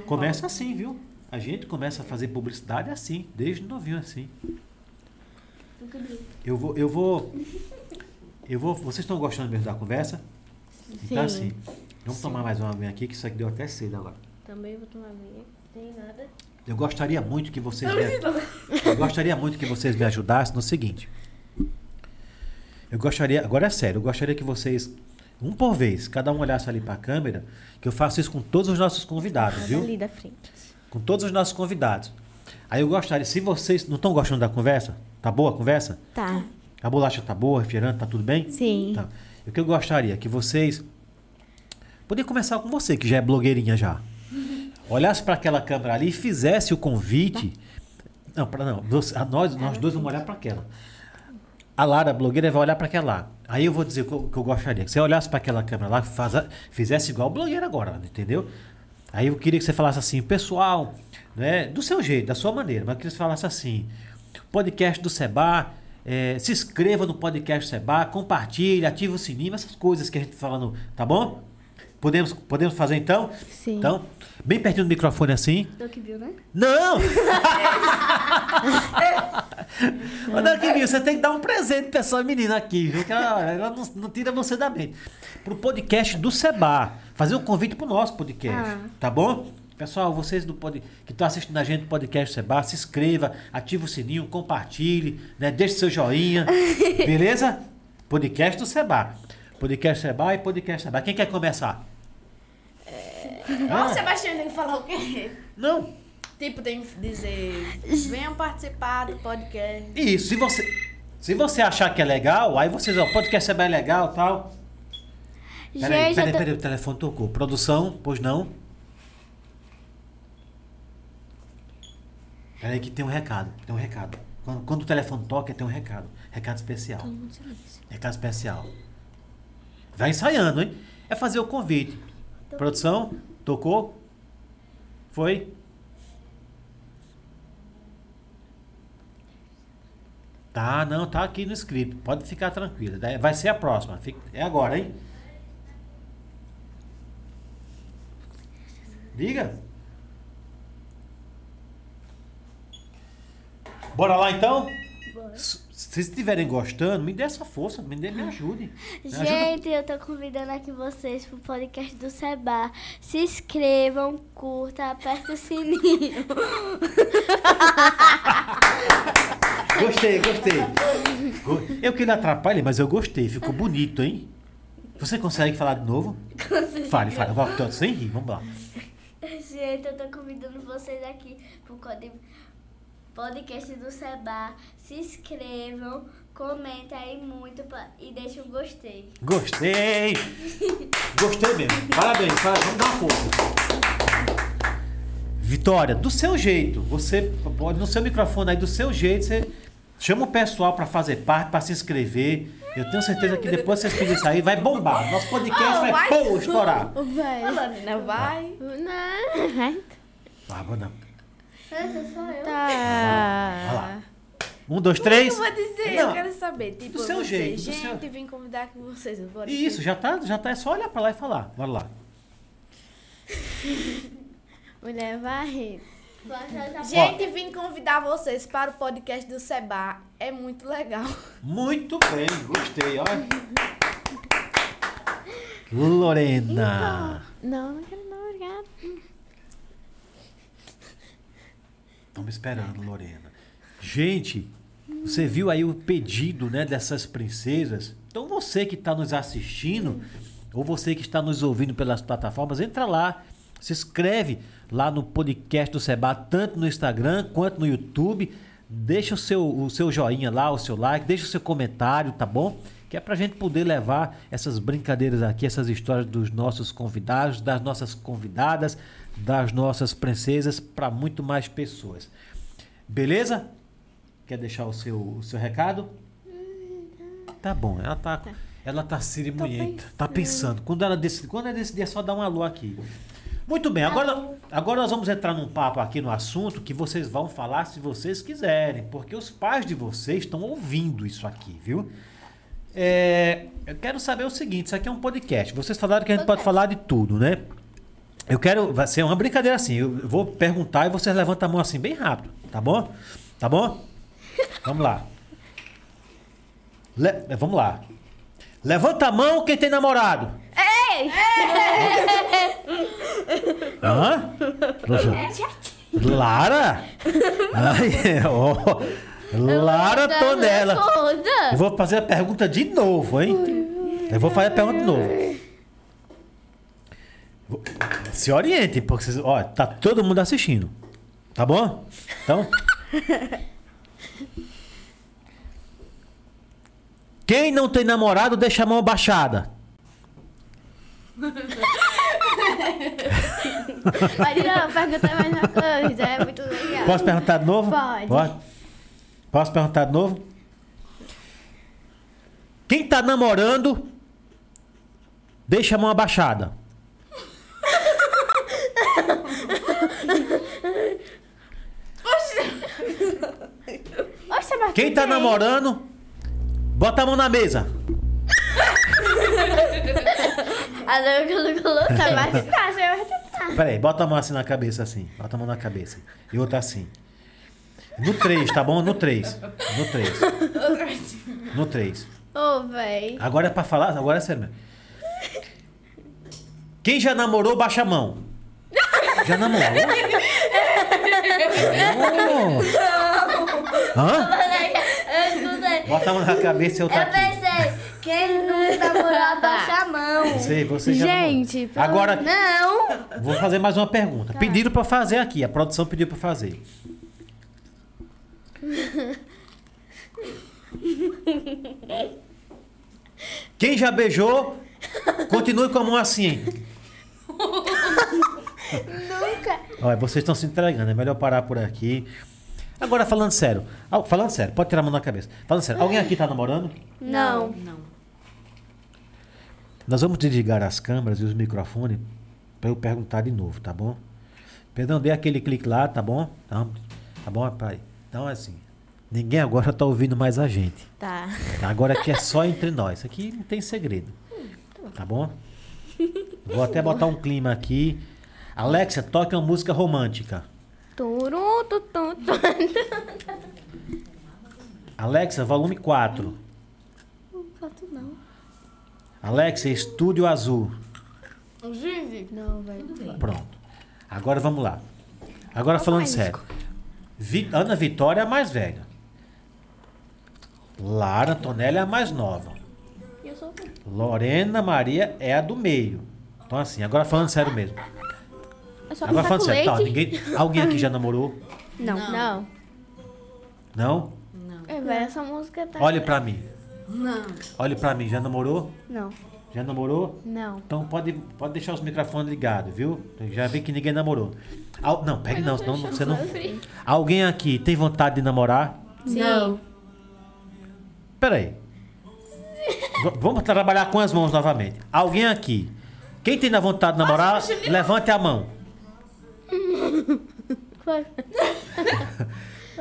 [SPEAKER 1] Começa assim, viu? A gente começa a fazer publicidade assim, desde novinho assim. Eu vou, eu vou, eu vou. Vocês estão gostando mesmo da conversa? Então assim,
[SPEAKER 2] Sim.
[SPEAKER 1] vamos tomar mais uma aguinha aqui que isso aqui deu até cedo agora.
[SPEAKER 2] Também vou tomar minha. Tem nada.
[SPEAKER 1] Eu gostaria muito que vocês me, eu gostaria muito que vocês me ajudassem no seguinte. Eu gostaria, agora é sério, eu gostaria que vocês um por vez, cada um olhasse ali para a câmera, que eu faço isso com todos os nossos convidados,
[SPEAKER 2] Nada
[SPEAKER 1] viu?
[SPEAKER 2] ali da frente.
[SPEAKER 1] com todos os nossos convidados. Aí eu gostaria, se vocês não estão gostando da conversa, tá boa a conversa?
[SPEAKER 2] Tá.
[SPEAKER 1] A bolacha tá boa, refrigerante, tá tudo bem?
[SPEAKER 2] Sim.
[SPEAKER 1] Tá. O que eu gostaria é que vocês. Poder começar com você, que já é blogueirinha já. Olhasse para aquela câmera ali e fizesse o convite. Não, para não. você- a nós, nós dois vamos olhar para aquela. A Lara, a blogueira, vai olhar para aquela lá. Aí eu vou dizer o que eu, o que eu gostaria. Que você olhasse para aquela câmera lá, faza- fizesse igual a blogueira agora, entendeu? Aí eu queria que você falasse assim, pessoal, né, do seu jeito, da sua maneira, mas eu queria que você falasse assim: podcast do Seba, eh, se inscreva no podcast Seba, compartilhe, ative o sininho, essas coisas que a gente tá falando, tá bom? Podemos, podemos fazer então?
[SPEAKER 2] Sim.
[SPEAKER 1] Então, bem pertinho do microfone assim.
[SPEAKER 3] Do que viu, né?
[SPEAKER 1] Não! Ô, Danquinho, você tem que dar um presente pra essa menina aqui, viu? Que ela, ela não, não tira você da mente. Pro podcast do Seba. Fazer um convite pro nosso podcast, tá bom? Pessoal, vocês do pod... que estão assistindo a gente do podcast Seba, se inscreva, ativa o sininho, compartilhe, né? deixe seu joinha, beleza? Podcast do Seba. Podcast Seba e podcast Seba. Quem quer começar?
[SPEAKER 4] Ah, o
[SPEAKER 1] Ah,
[SPEAKER 4] Sebastião tem que falar o quê?
[SPEAKER 1] não,
[SPEAKER 4] Tipo, tem que dizer, venham participar do podcast.
[SPEAKER 1] Isso, se você, se você achar que é legal, aí vocês, ó, podcast saber é legal e tal. Peraí,
[SPEAKER 3] Gente,
[SPEAKER 1] peraí,
[SPEAKER 3] eu tô-
[SPEAKER 1] peraí, o telefone tocou. Produção, pois não? Peraí que tem um recado, tem um recado. Quando, quando o telefone toca, tem um recado. Recado especial. Recado especial. Vai ensaiando, hein? É fazer o convite. Produção, tocou? Foi? Tá, não, tá aqui no script. Pode ficar tranquila. Daí Vai ser a próxima. Fica- É agora, hein? Diga. Bora lá então? S- Se vocês estiverem gostando, me dê essa força, me, dê, me ajude. Me ajuda-
[SPEAKER 3] Gente, eu tô convidando aqui vocês pro podcast do Seba. Se inscrevam, curta, aperta o sininho.
[SPEAKER 1] Gostei, gostei. Go- Eu que ele atrapalha, mas eu gostei. Ficou bonito, hein? Você consegue falar de novo? Consigo. Fale, fale. Vai, então, Sem rir, vamos lá.
[SPEAKER 3] Gente, eu tô convidando vocês aqui pro code- podcast do Seba. Se inscrevam, comenta aí muito pra- e deixa um gostei.
[SPEAKER 1] Gostei! Gostei mesmo. Parabéns, parabéns. Vamos dar uma força. Vitória, do seu jeito, você pode, no seu microfone aí, do seu jeito, você chama o pessoal pra fazer parte, pra se inscrever. Eu tenho certeza que depois que vocês pedirem isso aí, vai bombar. Nosso podcast
[SPEAKER 4] Oh,
[SPEAKER 1] vai,
[SPEAKER 4] vai
[SPEAKER 1] pô, estourar.
[SPEAKER 2] Vai.
[SPEAKER 4] Fala, menina, vai.
[SPEAKER 2] Não.
[SPEAKER 1] Ah, vou não.
[SPEAKER 3] Essa sou
[SPEAKER 1] Vai
[SPEAKER 3] eu.
[SPEAKER 2] Tá.
[SPEAKER 1] lá. Um, dois, três.
[SPEAKER 4] Ah. Eu vou dizer,
[SPEAKER 1] Não.
[SPEAKER 4] eu quero saber. Tipo,
[SPEAKER 1] Do seu
[SPEAKER 4] vocês,
[SPEAKER 1] jeito, do
[SPEAKER 4] gente,
[SPEAKER 1] seu-
[SPEAKER 4] vim convidar com vocês. eu vou
[SPEAKER 1] E Isso, já tá, já tá, é só olhar pra lá e falar. Bora lá.
[SPEAKER 2] Mulher varre.
[SPEAKER 4] Gente, vim convidar vocês para o podcast do Seba. É muito legal.
[SPEAKER 1] Muito bem, gostei, ó.
[SPEAKER 4] Então,
[SPEAKER 1] Lorena.
[SPEAKER 2] Não, não quero não, obrigada.
[SPEAKER 1] Estamos esperando, Lorena. Gente, você viu aí o pedido né, dessas princesas? Então você que está nos assistindo, ou você que está nos ouvindo pelas plataformas, entra lá, se inscreve lá no podcast do Seba, tanto no Instagram quanto no YouTube. Deixa o seu, o seu joinha lá, o seu like, deixa o seu comentário, tá bom? Que é pra gente poder levar essas brincadeiras aqui, essas histórias dos nossos convidados, das nossas convidadas, das nossas princesas para muito mais pessoas. Beleza? Quer deixar o seu, o seu recado? Tá bom, ela tá, ela tá cerimonienta, tá pensando. Quando ela decidir, quando ela decidir é só dar um alô aqui. Muito bem, agora, agora nós vamos entrar num papo aqui no assunto que vocês vão falar se vocês quiserem, porque os pais de vocês estão ouvindo isso aqui, viu? É, eu quero saber o seguinte, isso aqui é um podcast. Vocês falaram que a gente pode falar de tudo, né? Eu quero. Vai ser uma brincadeira assim. Eu vou perguntar e vocês levantam a mão assim bem rápido, tá bom? Tá bom? Vamos lá. Le- vamos lá. Levanta a mão quem tem namorado. Ei! Hã? Lara? Ai, ó. Lara Tonela. Eu
[SPEAKER 2] Toda.
[SPEAKER 1] vou fazer a pergunta de novo, hein? Eu vou fazer a pergunta de novo. Vou- Se orientem, porque vocês, ó, tá todo mundo assistindo. Tá bom? Então. Quem não tem namorado, deixa a mão baixada.
[SPEAKER 2] Pode não, pergunta mais uma coisa. É muito legal.
[SPEAKER 1] Posso perguntar de novo?
[SPEAKER 2] Pode.
[SPEAKER 1] Posso perguntar de novo? Quem tá namorando, deixa a mão abaixada.
[SPEAKER 2] Oxe, mas
[SPEAKER 1] Quem tá namorando, bota a mão na mesa.
[SPEAKER 2] A Laura colocou louça, mas tá, você vai tentar.
[SPEAKER 1] Peraí, bota a mão assim na cabeça, assim. Bota a mão na cabeça. E outra assim. No 3, tá bom? No 3. No 3. No 3.
[SPEAKER 2] Ô, véi.
[SPEAKER 1] Agora é pra falar, agora é sério mesmo. Quem já namorou, baixa a mão. Já namorou? Não. Hã?
[SPEAKER 3] Eu estudei.
[SPEAKER 1] Bota a mão na cabeça e outra
[SPEAKER 3] Eu
[SPEAKER 1] aqui.
[SPEAKER 3] pensei, quem não namorou, baixa a mão.
[SPEAKER 1] Você, você já namorou.
[SPEAKER 2] Gente, pelo
[SPEAKER 1] agora
[SPEAKER 3] Não.
[SPEAKER 1] Vou fazer mais uma pergunta. Pediram pra fazer aqui, a produção pediu pra fazer. Quem já beijou, continue com a mão assim.
[SPEAKER 2] Nunca.
[SPEAKER 1] Olha, vocês estão se entregando, é melhor parar por aqui. Agora, falando sério. Al- Falando sério, pode tirar a mão da cabeça. Falando sério, alguém aqui tá namorando?
[SPEAKER 2] Não.
[SPEAKER 5] Não.
[SPEAKER 1] Nós vamos desligar as câmeras e os microfones para eu perguntar de novo, tá bom? Perdão, dei aquele clique lá, tá bom? Tá, tá bom, pai? Então, assim, ninguém agora tá ouvindo mais a gente.
[SPEAKER 2] Tá.
[SPEAKER 1] Agora aqui é só entre nós. Aqui não tem segredo. Tá bom? Vou até botar um clima aqui. Alexia, toque uma música romântica.
[SPEAKER 2] Turu, tu, tu, tu.
[SPEAKER 1] Alexa, volume 4. Não, 4 não. Alexa, estúdio azul.
[SPEAKER 2] Não, véi.
[SPEAKER 1] Pronto. Agora vamos lá. Agora falando sério. Vi- Ana Vitória é a mais velha. Lara Antonella é a mais nova.
[SPEAKER 3] Eu sou
[SPEAKER 1] Lorena Maria é a do meio. Então assim, agora falando sério mesmo.
[SPEAKER 2] É só
[SPEAKER 1] Agora falando
[SPEAKER 2] passar com
[SPEAKER 1] sério.
[SPEAKER 2] leite?
[SPEAKER 1] Tá, ninguém, alguém aqui já namorou?
[SPEAKER 2] Não. Não.
[SPEAKER 1] Não?
[SPEAKER 2] É, velho, essa música tá...
[SPEAKER 1] Olhe pra mim. Olhe pra mim, já namorou?
[SPEAKER 2] Não.
[SPEAKER 1] Já namorou?
[SPEAKER 2] Não.
[SPEAKER 1] Então pode, pode deixar os microfones ligados, viu? Já vi que ninguém namorou. Al- não, pegue não, senão você não. Alguém aqui tem vontade de namorar?
[SPEAKER 5] Não.
[SPEAKER 1] Peraí. V- vamos trabalhar com as mãos novamente. Alguém aqui. Quem tem na vontade de namorar, levante a mão.
[SPEAKER 2] Foi.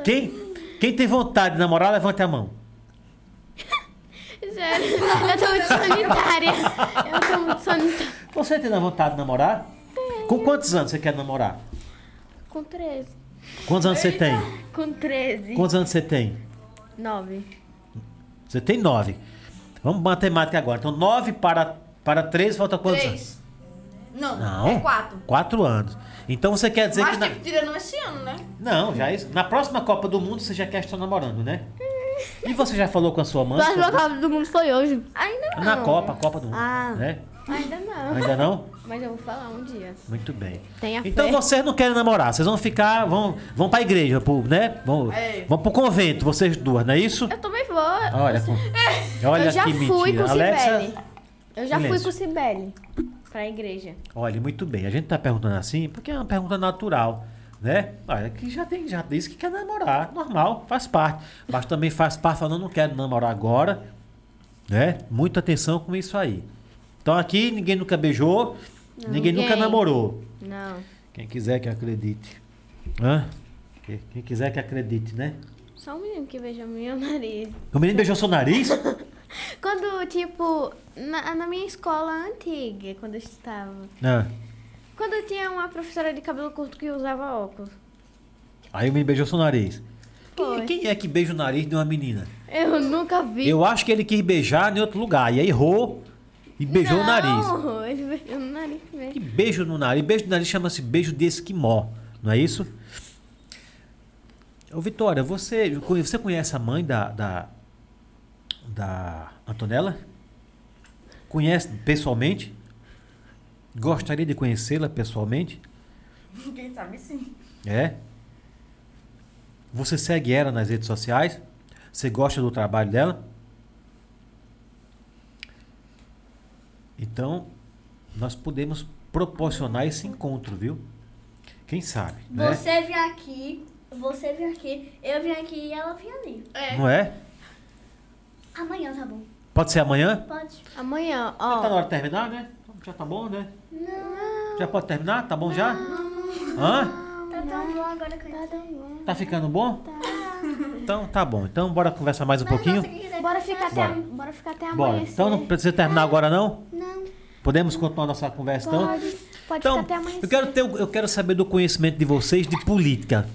[SPEAKER 1] Quem, quem tem vontade de namorar, levante a mão.
[SPEAKER 2] Sério, eu tô muito solitária. Eu tô muito solitária.
[SPEAKER 1] Você tem na vontade de namorar? Com quantos anos você quer namorar?
[SPEAKER 2] Com 13.
[SPEAKER 1] Quantos anos você tem?
[SPEAKER 2] Com 13.
[SPEAKER 1] Quantos anos você tem?
[SPEAKER 2] 9.
[SPEAKER 1] Você tem nove. Vamos matemática agora. Então, nove para, para três, falta quantos anos?
[SPEAKER 5] Três. Não.
[SPEAKER 1] Não.
[SPEAKER 5] É quatro.
[SPEAKER 1] Quatro anos. Então você quer dizer
[SPEAKER 5] Mas
[SPEAKER 1] que. na-
[SPEAKER 5] tipo, tirando esse ano, né?
[SPEAKER 1] Não, já é isso. Na próxima Copa do Mundo você já quer estar namorando, né? E você já falou com a sua mãe?
[SPEAKER 2] Mas
[SPEAKER 1] sobre-
[SPEAKER 2] meu Copa do Mundo foi hoje. Ainda não.
[SPEAKER 1] Na Copa, Copa do Mundo.
[SPEAKER 2] Ah.
[SPEAKER 1] Né?
[SPEAKER 2] Ainda não.
[SPEAKER 1] Ainda não?
[SPEAKER 2] Mas eu vou falar um dia.
[SPEAKER 1] Muito bem.
[SPEAKER 2] Tenha fé.
[SPEAKER 1] Então vocês não querem namorar, vocês vão ficar, vão, vão pra igreja, pro, né? Vão,
[SPEAKER 5] É.
[SPEAKER 1] vão pro convento, vocês duas, não é isso?
[SPEAKER 2] Eu também vou. Eu
[SPEAKER 1] Olha, olha
[SPEAKER 2] já
[SPEAKER 1] que
[SPEAKER 2] fui
[SPEAKER 1] mentira.
[SPEAKER 2] com
[SPEAKER 1] Alexa,
[SPEAKER 2] Cibele. Eu já fui
[SPEAKER 1] silêncio.
[SPEAKER 2] com Cibele. Pra igreja.
[SPEAKER 1] Olha, muito bem. A gente tá perguntando assim porque é uma pergunta natural, né? Olha, que já tem, já disse que quer namorar, normal, faz parte. Mas também faz parte falando não quero namorar agora, né? Muita atenção com isso aí. Então aqui ninguém nunca beijou, ninguém, nunca
[SPEAKER 2] ninguém.
[SPEAKER 1] namorou.
[SPEAKER 2] Não.
[SPEAKER 1] Quem quiser que acredite. Hã? Quem- Quem quiser que acredite, né?
[SPEAKER 2] Só um menino que beijou meu nariz.
[SPEAKER 1] O menino beijou seu nariz?
[SPEAKER 2] Quando, tipo, na, na minha escola antiga, quando eu estava,
[SPEAKER 1] Ah,
[SPEAKER 2] Quando eu tinha uma professora de cabelo curto que usava óculos.
[SPEAKER 1] Aí me beijou seu nariz. Quem,
[SPEAKER 2] Foi.
[SPEAKER 1] quem é que beija o nariz de uma menina?
[SPEAKER 2] Eu nunca vi.
[SPEAKER 1] Eu acho que ele quis beijar em outro lugar. E aí errou e beijou
[SPEAKER 2] não,
[SPEAKER 1] o nariz.
[SPEAKER 2] Ele beijou no nariz
[SPEAKER 1] Que
[SPEAKER 2] mesmo.
[SPEAKER 1] beijo no nariz? Beijo no nariz chama-se beijo de esquimó, não é isso? Ô, Vitória, você, você conhece a mãe da, da, da Antonella? Conhece pessoalmente? Gostaria de conhecê-la pessoalmente?
[SPEAKER 5] Quem sabe sim.
[SPEAKER 1] É? Você segue ela nas redes sociais? Você gosta do trabalho dela? Então, nós podemos proporcionar esse encontro, viu? Quem sabe, né?
[SPEAKER 3] Você vem aqui, você vem aqui, eu vim aqui e ela vem ali.
[SPEAKER 5] É.
[SPEAKER 1] Não é?
[SPEAKER 3] Amanhã tá bom.
[SPEAKER 1] Pode ser amanhã?
[SPEAKER 3] Pode?
[SPEAKER 2] Amanhã,
[SPEAKER 1] Já tá na
[SPEAKER 2] ó.
[SPEAKER 1] hora de terminar, né? Já tá bom, né? Não. Já pode terminar? Tá bom já? Hã?
[SPEAKER 3] Tá tão bom agora que
[SPEAKER 2] Tá tão bom.
[SPEAKER 1] Tá ficando bom? Então, tá bom. Então, bora conversar mais um pouquinho?
[SPEAKER 3] né?
[SPEAKER 2] Bora ficar, até,
[SPEAKER 1] Bora.
[SPEAKER 2] bora ficar até
[SPEAKER 1] Bora.
[SPEAKER 2] amanhã.
[SPEAKER 1] Então, não precisa terminar agora, não?
[SPEAKER 3] Não.
[SPEAKER 1] Podemos continuar nossa conversa, então?
[SPEAKER 2] Pode, pode
[SPEAKER 1] Então,
[SPEAKER 2] ficar até amanhã.
[SPEAKER 1] eu quero, ter, eu quero saber do conhecimento de vocês de política.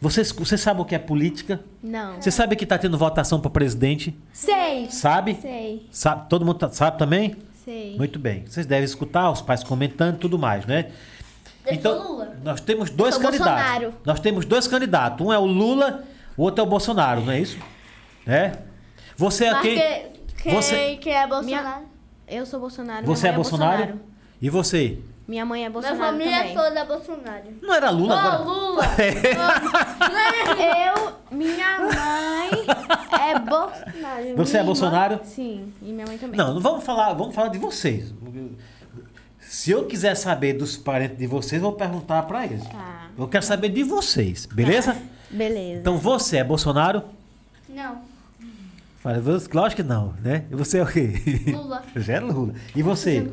[SPEAKER 1] Vocês, vocês sabem o que é política?
[SPEAKER 2] Não.
[SPEAKER 1] Você sabe que está tendo votação para presidente?
[SPEAKER 2] Sei.
[SPEAKER 1] Sabe?
[SPEAKER 2] Sei,
[SPEAKER 1] Sabe? Todo mundo tá- sabe também?
[SPEAKER 2] sei.
[SPEAKER 1] Muito bem. Vocês devem escutar os pais comentando e tudo mais, né? Então,
[SPEAKER 3] sou Lula.
[SPEAKER 1] nós temos dois
[SPEAKER 2] sou
[SPEAKER 1] candidatos.
[SPEAKER 2] Bolsonaro.
[SPEAKER 1] Nós temos dois candidatos. Um é o Lula, o outro é o Bolsonaro, não é isso? É? Você é quem?
[SPEAKER 3] quem,
[SPEAKER 1] Você-
[SPEAKER 3] quem é Bolsonaro?
[SPEAKER 2] Minha... Eu sou Bolsonaro.
[SPEAKER 1] Você é
[SPEAKER 2] minha mãe
[SPEAKER 1] Bolsonaro? E você?
[SPEAKER 2] Minha mãe é
[SPEAKER 3] Minha
[SPEAKER 2] Bolsonaro
[SPEAKER 3] família
[SPEAKER 2] também.
[SPEAKER 3] toda é Bolsonaro.
[SPEAKER 1] Não era Lula agora? É,
[SPEAKER 3] Ô, Lula!
[SPEAKER 2] Eu, minha mãe é Bolsonaro.
[SPEAKER 1] Você é
[SPEAKER 2] Minha
[SPEAKER 1] Bolsonaro?
[SPEAKER 2] irmã- Sim, e minha mãe também.
[SPEAKER 1] Não, não vamos falar, vamos falar de vocês. Se eu quiser saber dos parentes de vocês, vou perguntar pra eles.
[SPEAKER 2] Tá.
[SPEAKER 1] Eu quero saber de vocês, beleza?
[SPEAKER 2] Beleza.
[SPEAKER 1] Então você é Bolsonaro?
[SPEAKER 3] Não,
[SPEAKER 1] Fala, você- lógico que não, né? E você é o quê?
[SPEAKER 3] Lula.
[SPEAKER 1] Já é Lula. E você?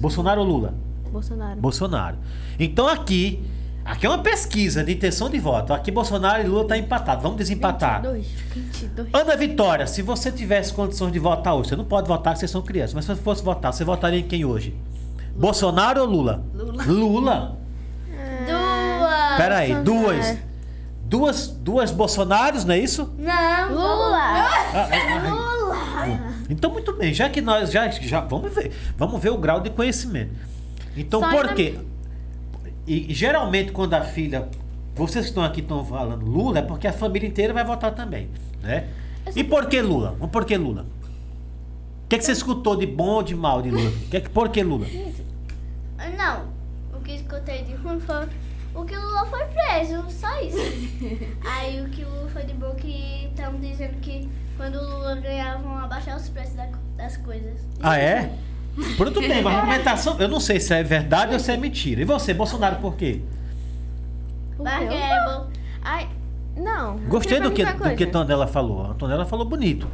[SPEAKER 1] Bolsonaro ou Lula?
[SPEAKER 2] Bolsonaro.
[SPEAKER 1] Bolsonaro. Então aqui, aqui é uma pesquisa de intenção de voto. Aqui Bolsonaro e Lula tá empatado. Vamos desempatar.
[SPEAKER 2] 22, 22.
[SPEAKER 1] Ana Vitória, se você tivesse condições de votar hoje, você não pode votar, porque vocês são crianças, mas se você fosse votar, você votaria em quem hoje? Bolsonaro ou Lula? Lula. Lula?
[SPEAKER 3] Duas.
[SPEAKER 1] Peraí,
[SPEAKER 2] Bolsonaro.
[SPEAKER 1] duas. Duas, duas Bolsonaros, não é isso?
[SPEAKER 3] Não.
[SPEAKER 1] Ah,
[SPEAKER 2] Lula!
[SPEAKER 1] Então, muito bem, já que nós já, já vamos ver, vamos ver o grau de conhecimento. Então,
[SPEAKER 2] Só
[SPEAKER 1] por
[SPEAKER 2] na-
[SPEAKER 1] quê? E, e geralmente quando a filha, vocês que estão aqui estão falando Lula, é porque a família inteira vai votar também, né? E por que Lula? Um Por que Lula? O que, é que você escutou de bom ou de mal de Lula? Que é que- por que Lula?
[SPEAKER 3] Não. O que escutei de ruim foi o que Lula foi preso, só isso. Aí o que Lula foi de bom que estão dizendo que quando o Lula ganhar vão abaixar os preços da- das coisas.
[SPEAKER 1] Ah, é? Pronto, tem, mas a argumentação, eu não sei se é verdade ou se é mentira. E você, Bolsonaro, por quê?
[SPEAKER 2] Por
[SPEAKER 3] Mas
[SPEAKER 2] quê?
[SPEAKER 3] quem é bom.
[SPEAKER 2] Ai, não.
[SPEAKER 1] Gostei
[SPEAKER 2] não
[SPEAKER 1] do
[SPEAKER 2] é
[SPEAKER 1] que,
[SPEAKER 2] muita
[SPEAKER 1] do
[SPEAKER 2] coisa.
[SPEAKER 1] que Antonella falou. A Antonella falou bonito.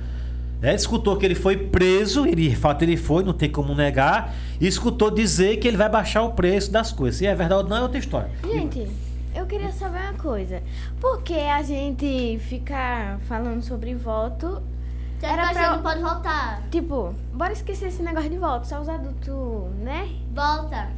[SPEAKER 1] É, escutou que ele foi preso, ele, de fato ele foi, não tem como negar. E escutou dizer que ele vai baixar o preço das coisas. Se é verdade ou não, é outra história.
[SPEAKER 2] Gente, eu queria saber uma coisa. Por que a gente fica falando sobre voto?
[SPEAKER 3] Já
[SPEAKER 2] Era
[SPEAKER 3] que você
[SPEAKER 2] pra-
[SPEAKER 3] não pode voltar.
[SPEAKER 2] Tipo, bora esquecer esse negócio de voto, só os adultos, né?
[SPEAKER 3] Volta.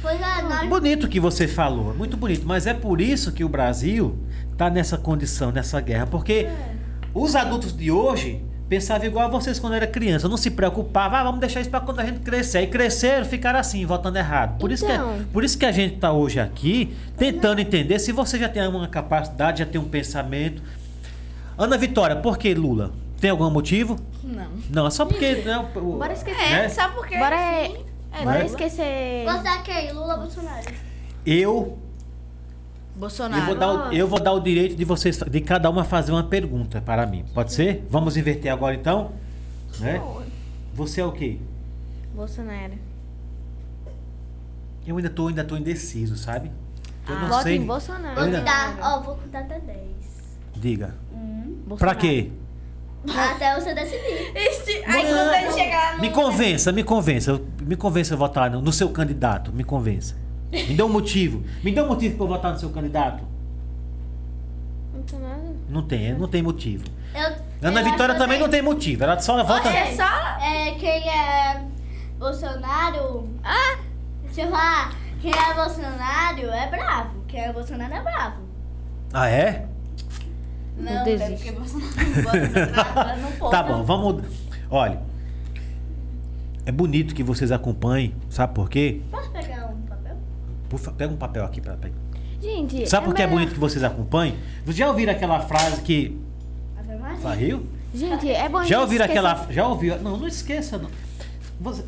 [SPEAKER 3] Pois é, nós
[SPEAKER 1] Bonito que você falou, muito bonito. Mas é por isso que o Brasil tá nessa condição, nessa guerra. Porque
[SPEAKER 2] É.
[SPEAKER 1] os adultos de hoje pensavam igual a vocês quando era criança. Não se preocupavam, ah, vamos deixar isso para quando a gente crescer. E cresceram, ficaram assim, votando errado. Por, isso, que, é,
[SPEAKER 2] Então.
[SPEAKER 1] por isso que a gente tá hoje aqui tentando entender se você já tem uma capacidade, já tem um pensamento. Ana Vitória, por que Lula? Tem algum motivo?
[SPEAKER 5] Não.
[SPEAKER 1] Não, é só porque. Né, o-
[SPEAKER 2] Bora esquecer.
[SPEAKER 5] É,
[SPEAKER 1] né?
[SPEAKER 5] sabe por quê?
[SPEAKER 2] Bora,
[SPEAKER 5] É,
[SPEAKER 2] bora
[SPEAKER 1] né?
[SPEAKER 2] esquecer.
[SPEAKER 3] Você é quem? Lula Bolsonaro.
[SPEAKER 1] Eu Eu
[SPEAKER 5] Bolsonaro.
[SPEAKER 1] vou, dar o, eu vou dar o direito de vocês, de cada uma fazer uma pergunta para mim. Pode ser? Vamos inverter agora então? Né? Você é o quê?
[SPEAKER 2] Bolsonaro.
[SPEAKER 1] Eu ainda tô, ainda tô indeciso, sabe? Eu não
[SPEAKER 2] Vota
[SPEAKER 1] sei.
[SPEAKER 2] em Bolsonaro.
[SPEAKER 3] Vou
[SPEAKER 1] Olha.
[SPEAKER 3] contar, ó, vou contar até 10.
[SPEAKER 1] Diga.
[SPEAKER 2] Hum?
[SPEAKER 1] Pra
[SPEAKER 2] Bolsonaro.
[SPEAKER 1] quê?
[SPEAKER 3] Até você decidir.
[SPEAKER 5] Este- Aí quando ele chegar lá no...
[SPEAKER 1] Me convença, me convença. eu- Me convença a votar no, no seu candidato. Me convença. Me dê um motivo. Me dê um motivo para eu votar no seu candidato.
[SPEAKER 2] Bolsonaro?
[SPEAKER 1] Não tem, não tem motivo.
[SPEAKER 3] Eu,
[SPEAKER 1] Ana
[SPEAKER 3] eu
[SPEAKER 1] Vitória
[SPEAKER 3] acho
[SPEAKER 1] também não tem motivo. Ela só vota.
[SPEAKER 5] É só...
[SPEAKER 3] É, quem é Bolsonaro? Ah! Se eu falar quem é Bolsonaro é bravo. Quem é Bolsonaro é bravo.
[SPEAKER 1] Ah, é?
[SPEAKER 2] Não
[SPEAKER 5] Não, até
[SPEAKER 2] desiste.
[SPEAKER 5] porque Bolsonaro bota na trava, não poupa.
[SPEAKER 1] Tá bom, vamos. Olha. É bonito que vocês acompanhem, sabe por quê?
[SPEAKER 3] Posso pegar um papel?
[SPEAKER 1] Por fa- Pega um papel aqui pra. pra-
[SPEAKER 2] Gente,
[SPEAKER 1] Sabe por que é
[SPEAKER 2] melhor-
[SPEAKER 1] bonito que vocês acompanhem? Vocês já ouviram aquela frase que.
[SPEAKER 3] Ave Maria.
[SPEAKER 1] Varriu?
[SPEAKER 2] Gente, é bom a
[SPEAKER 1] Já
[SPEAKER 2] gente
[SPEAKER 1] ouviram
[SPEAKER 2] esquecer-
[SPEAKER 1] aquela. Já ouviu. Não, não esqueça. Não. Você...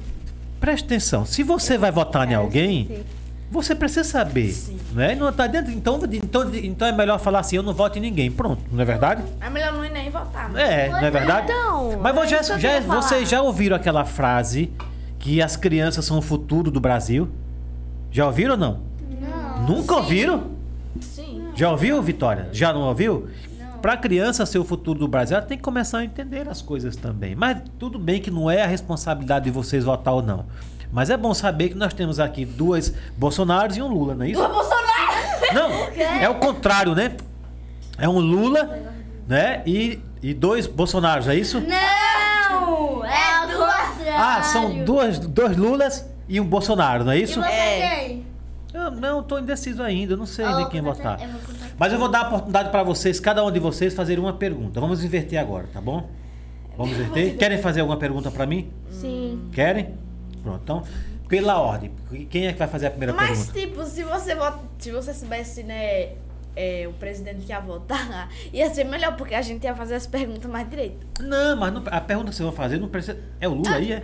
[SPEAKER 1] Preste atenção. Se você vai
[SPEAKER 5] É,
[SPEAKER 1] votar em alguém, você precisa saber. Né? Não tá dentro. Então, então, então é melhor falar assim: eu não voto em ninguém. Pronto, não é verdade?
[SPEAKER 4] É melhor não ir nem votar. né?
[SPEAKER 1] É, não é verdade?
[SPEAKER 2] Então,
[SPEAKER 1] Mas
[SPEAKER 4] é
[SPEAKER 1] vocês já,
[SPEAKER 4] isso que eu
[SPEAKER 1] já-
[SPEAKER 4] ia falar.
[SPEAKER 1] vocês já ouviram aquela frase que as crianças são o futuro do Brasil? Já ouviram ou não?
[SPEAKER 4] Ah,
[SPEAKER 3] Não.
[SPEAKER 1] Nunca ouviram?
[SPEAKER 4] Sim.
[SPEAKER 1] Já ouviu, Vitória? Já não ouviu? Para criança ser o futuro do Brasil, ela tem que começar a entender as coisas também. Mas tudo bem que não é a responsabilidade de vocês votar ou não. Mas é bom saber que nós temos aqui duas Bolsonaros e um Lula, não é isso? Não, é o contrário, né? É um Lula, né? E, e dois Bolsonaros, é isso?
[SPEAKER 3] Não! É ao contrário.
[SPEAKER 1] Ah, são duas, dois Lulas e um Bolsonaro, não é
[SPEAKER 3] E
[SPEAKER 1] isso?
[SPEAKER 3] você
[SPEAKER 4] É.
[SPEAKER 3] quem?
[SPEAKER 1] Eu não, tô indeciso ainda, eu não sei
[SPEAKER 3] Eu
[SPEAKER 1] nem
[SPEAKER 3] vou
[SPEAKER 1] quem
[SPEAKER 3] contar-
[SPEAKER 1] votar.
[SPEAKER 3] eu vou contar.
[SPEAKER 1] Mas eu vou dar a oportunidade para vocês, cada um de vocês, fazer uma pergunta. Vamos inverter agora, tá bom? Vamos inverter. Querem fazer alguma pergunta para mim?
[SPEAKER 2] Sim.
[SPEAKER 1] Querem? Pronto, então, pela ordem. Quem é que vai fazer a primeira
[SPEAKER 4] Mas,
[SPEAKER 1] pergunta?
[SPEAKER 4] tipo, se você vota, se você soubesse, né, é, o presidente que ia votar, ia ser melhor, porque a gente ia fazer as perguntas mais direito.
[SPEAKER 1] Não, mas não- a pergunta que vocês vão fazer não precisa. É o Lula aí, é?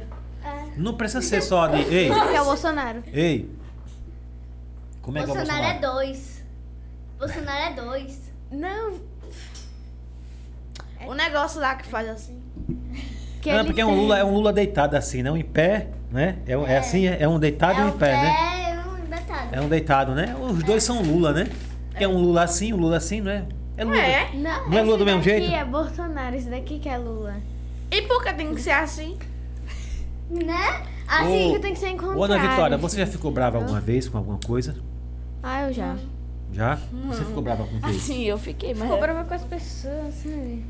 [SPEAKER 1] Não precisa ser só de. Ei,
[SPEAKER 2] Que é o Bolsonaro.
[SPEAKER 1] ei. Como é que é o
[SPEAKER 3] Bolsonaro é
[SPEAKER 1] Bolsonaro?
[SPEAKER 3] dois. Bolsonaro é dois.
[SPEAKER 4] Não.
[SPEAKER 5] É.
[SPEAKER 4] O negócio lá que faz assim.
[SPEAKER 2] Que
[SPEAKER 1] não,
[SPEAKER 2] ele
[SPEAKER 1] porque é um
[SPEAKER 2] tem.
[SPEAKER 1] Lula, é um Lula deitado assim, né? Um em pé, né? É, um- é assim, é é um deitado e um em pé, né?
[SPEAKER 3] É um detalhe.
[SPEAKER 1] É um deitado, né? Os dois são Lula, né? Que é um Lula assim, um Lula assim, não é? É Lula.
[SPEAKER 4] É.
[SPEAKER 2] Não,
[SPEAKER 1] Não é Lula do mesmo
[SPEAKER 2] esse daqui
[SPEAKER 1] jeito?
[SPEAKER 2] é Bolsonaro, esse daqui que é Lula.
[SPEAKER 4] E por que tem que ser assim?
[SPEAKER 1] um
[SPEAKER 3] Né? Assim,
[SPEAKER 1] Ô,
[SPEAKER 2] Ah, que tem que ser em
[SPEAKER 1] Ô, Ana
[SPEAKER 2] contrário,
[SPEAKER 1] Vitória, você já ficou brava alguma vez com alguma coisa?
[SPEAKER 2] Ah, eu já.
[SPEAKER 1] Já? Você ficou brava com o quê?
[SPEAKER 4] Assim, eu fiquei, mas...
[SPEAKER 2] Ficou brava com as pessoas, né? sabe?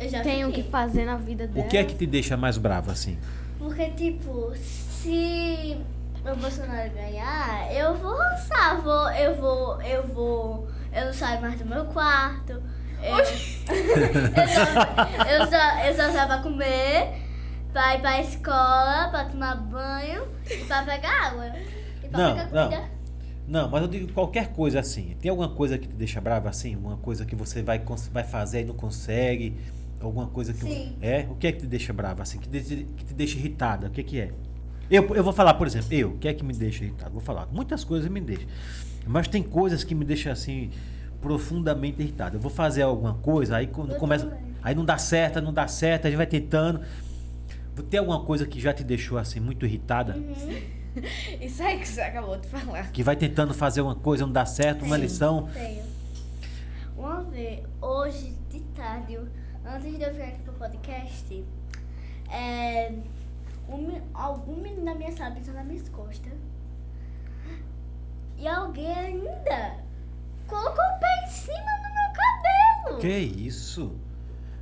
[SPEAKER 3] eu já
[SPEAKER 2] Tem o que
[SPEAKER 3] fiquei.
[SPEAKER 2] fazer na vida dela.
[SPEAKER 1] O que é que te deixa mais brava assim?
[SPEAKER 3] Porque, tipo, se o Bolsonaro ganhar, eu vou lançar, vou, eu vou, eu vou, eu não saio mais do meu quarto. Eu, eu, só, eu, só, eu só saio pra comer, pra ir pra escola, pra tomar banho e pra pegar água. E pra
[SPEAKER 1] Não,
[SPEAKER 3] pegar
[SPEAKER 1] não.
[SPEAKER 3] comida.
[SPEAKER 1] Não, mas eu digo qualquer coisa assim. Tem alguma coisa que te deixa brava assim? Alguma coisa que você vai, cons- vai fazer e não consegue? Alguma coisa que.
[SPEAKER 3] Sim.
[SPEAKER 1] É? O que é que te deixa brava assim? Que, te- que te deixa irritada? O que, que é? Eu, eu vou falar, por exemplo, eu, o que é que me deixa irritado? Vou falar. Muitas coisas me deixam. Mas tem coisas que me deixam assim, profundamente irritado. Eu vou fazer alguma coisa, aí quando
[SPEAKER 3] Eu
[SPEAKER 1] começa.
[SPEAKER 3] também.
[SPEAKER 1] Aí não dá certo, não dá certo, a gente vai tentando. Tem alguma coisa que já te deixou assim, muito irritada?
[SPEAKER 3] Uhum.
[SPEAKER 4] Isso aí que você acabou de falar.
[SPEAKER 1] Que vai tentando fazer uma coisa, não dá certo, uma lição.
[SPEAKER 3] Tenho. Uma vez, hoje de tarde, eu- antes de eu vir aqui pro podcast, é, um me- algum menino da minha sala pisou nas minhas costas. E alguém ainda colocou o pé em cima do meu cabelo.
[SPEAKER 1] Que isso?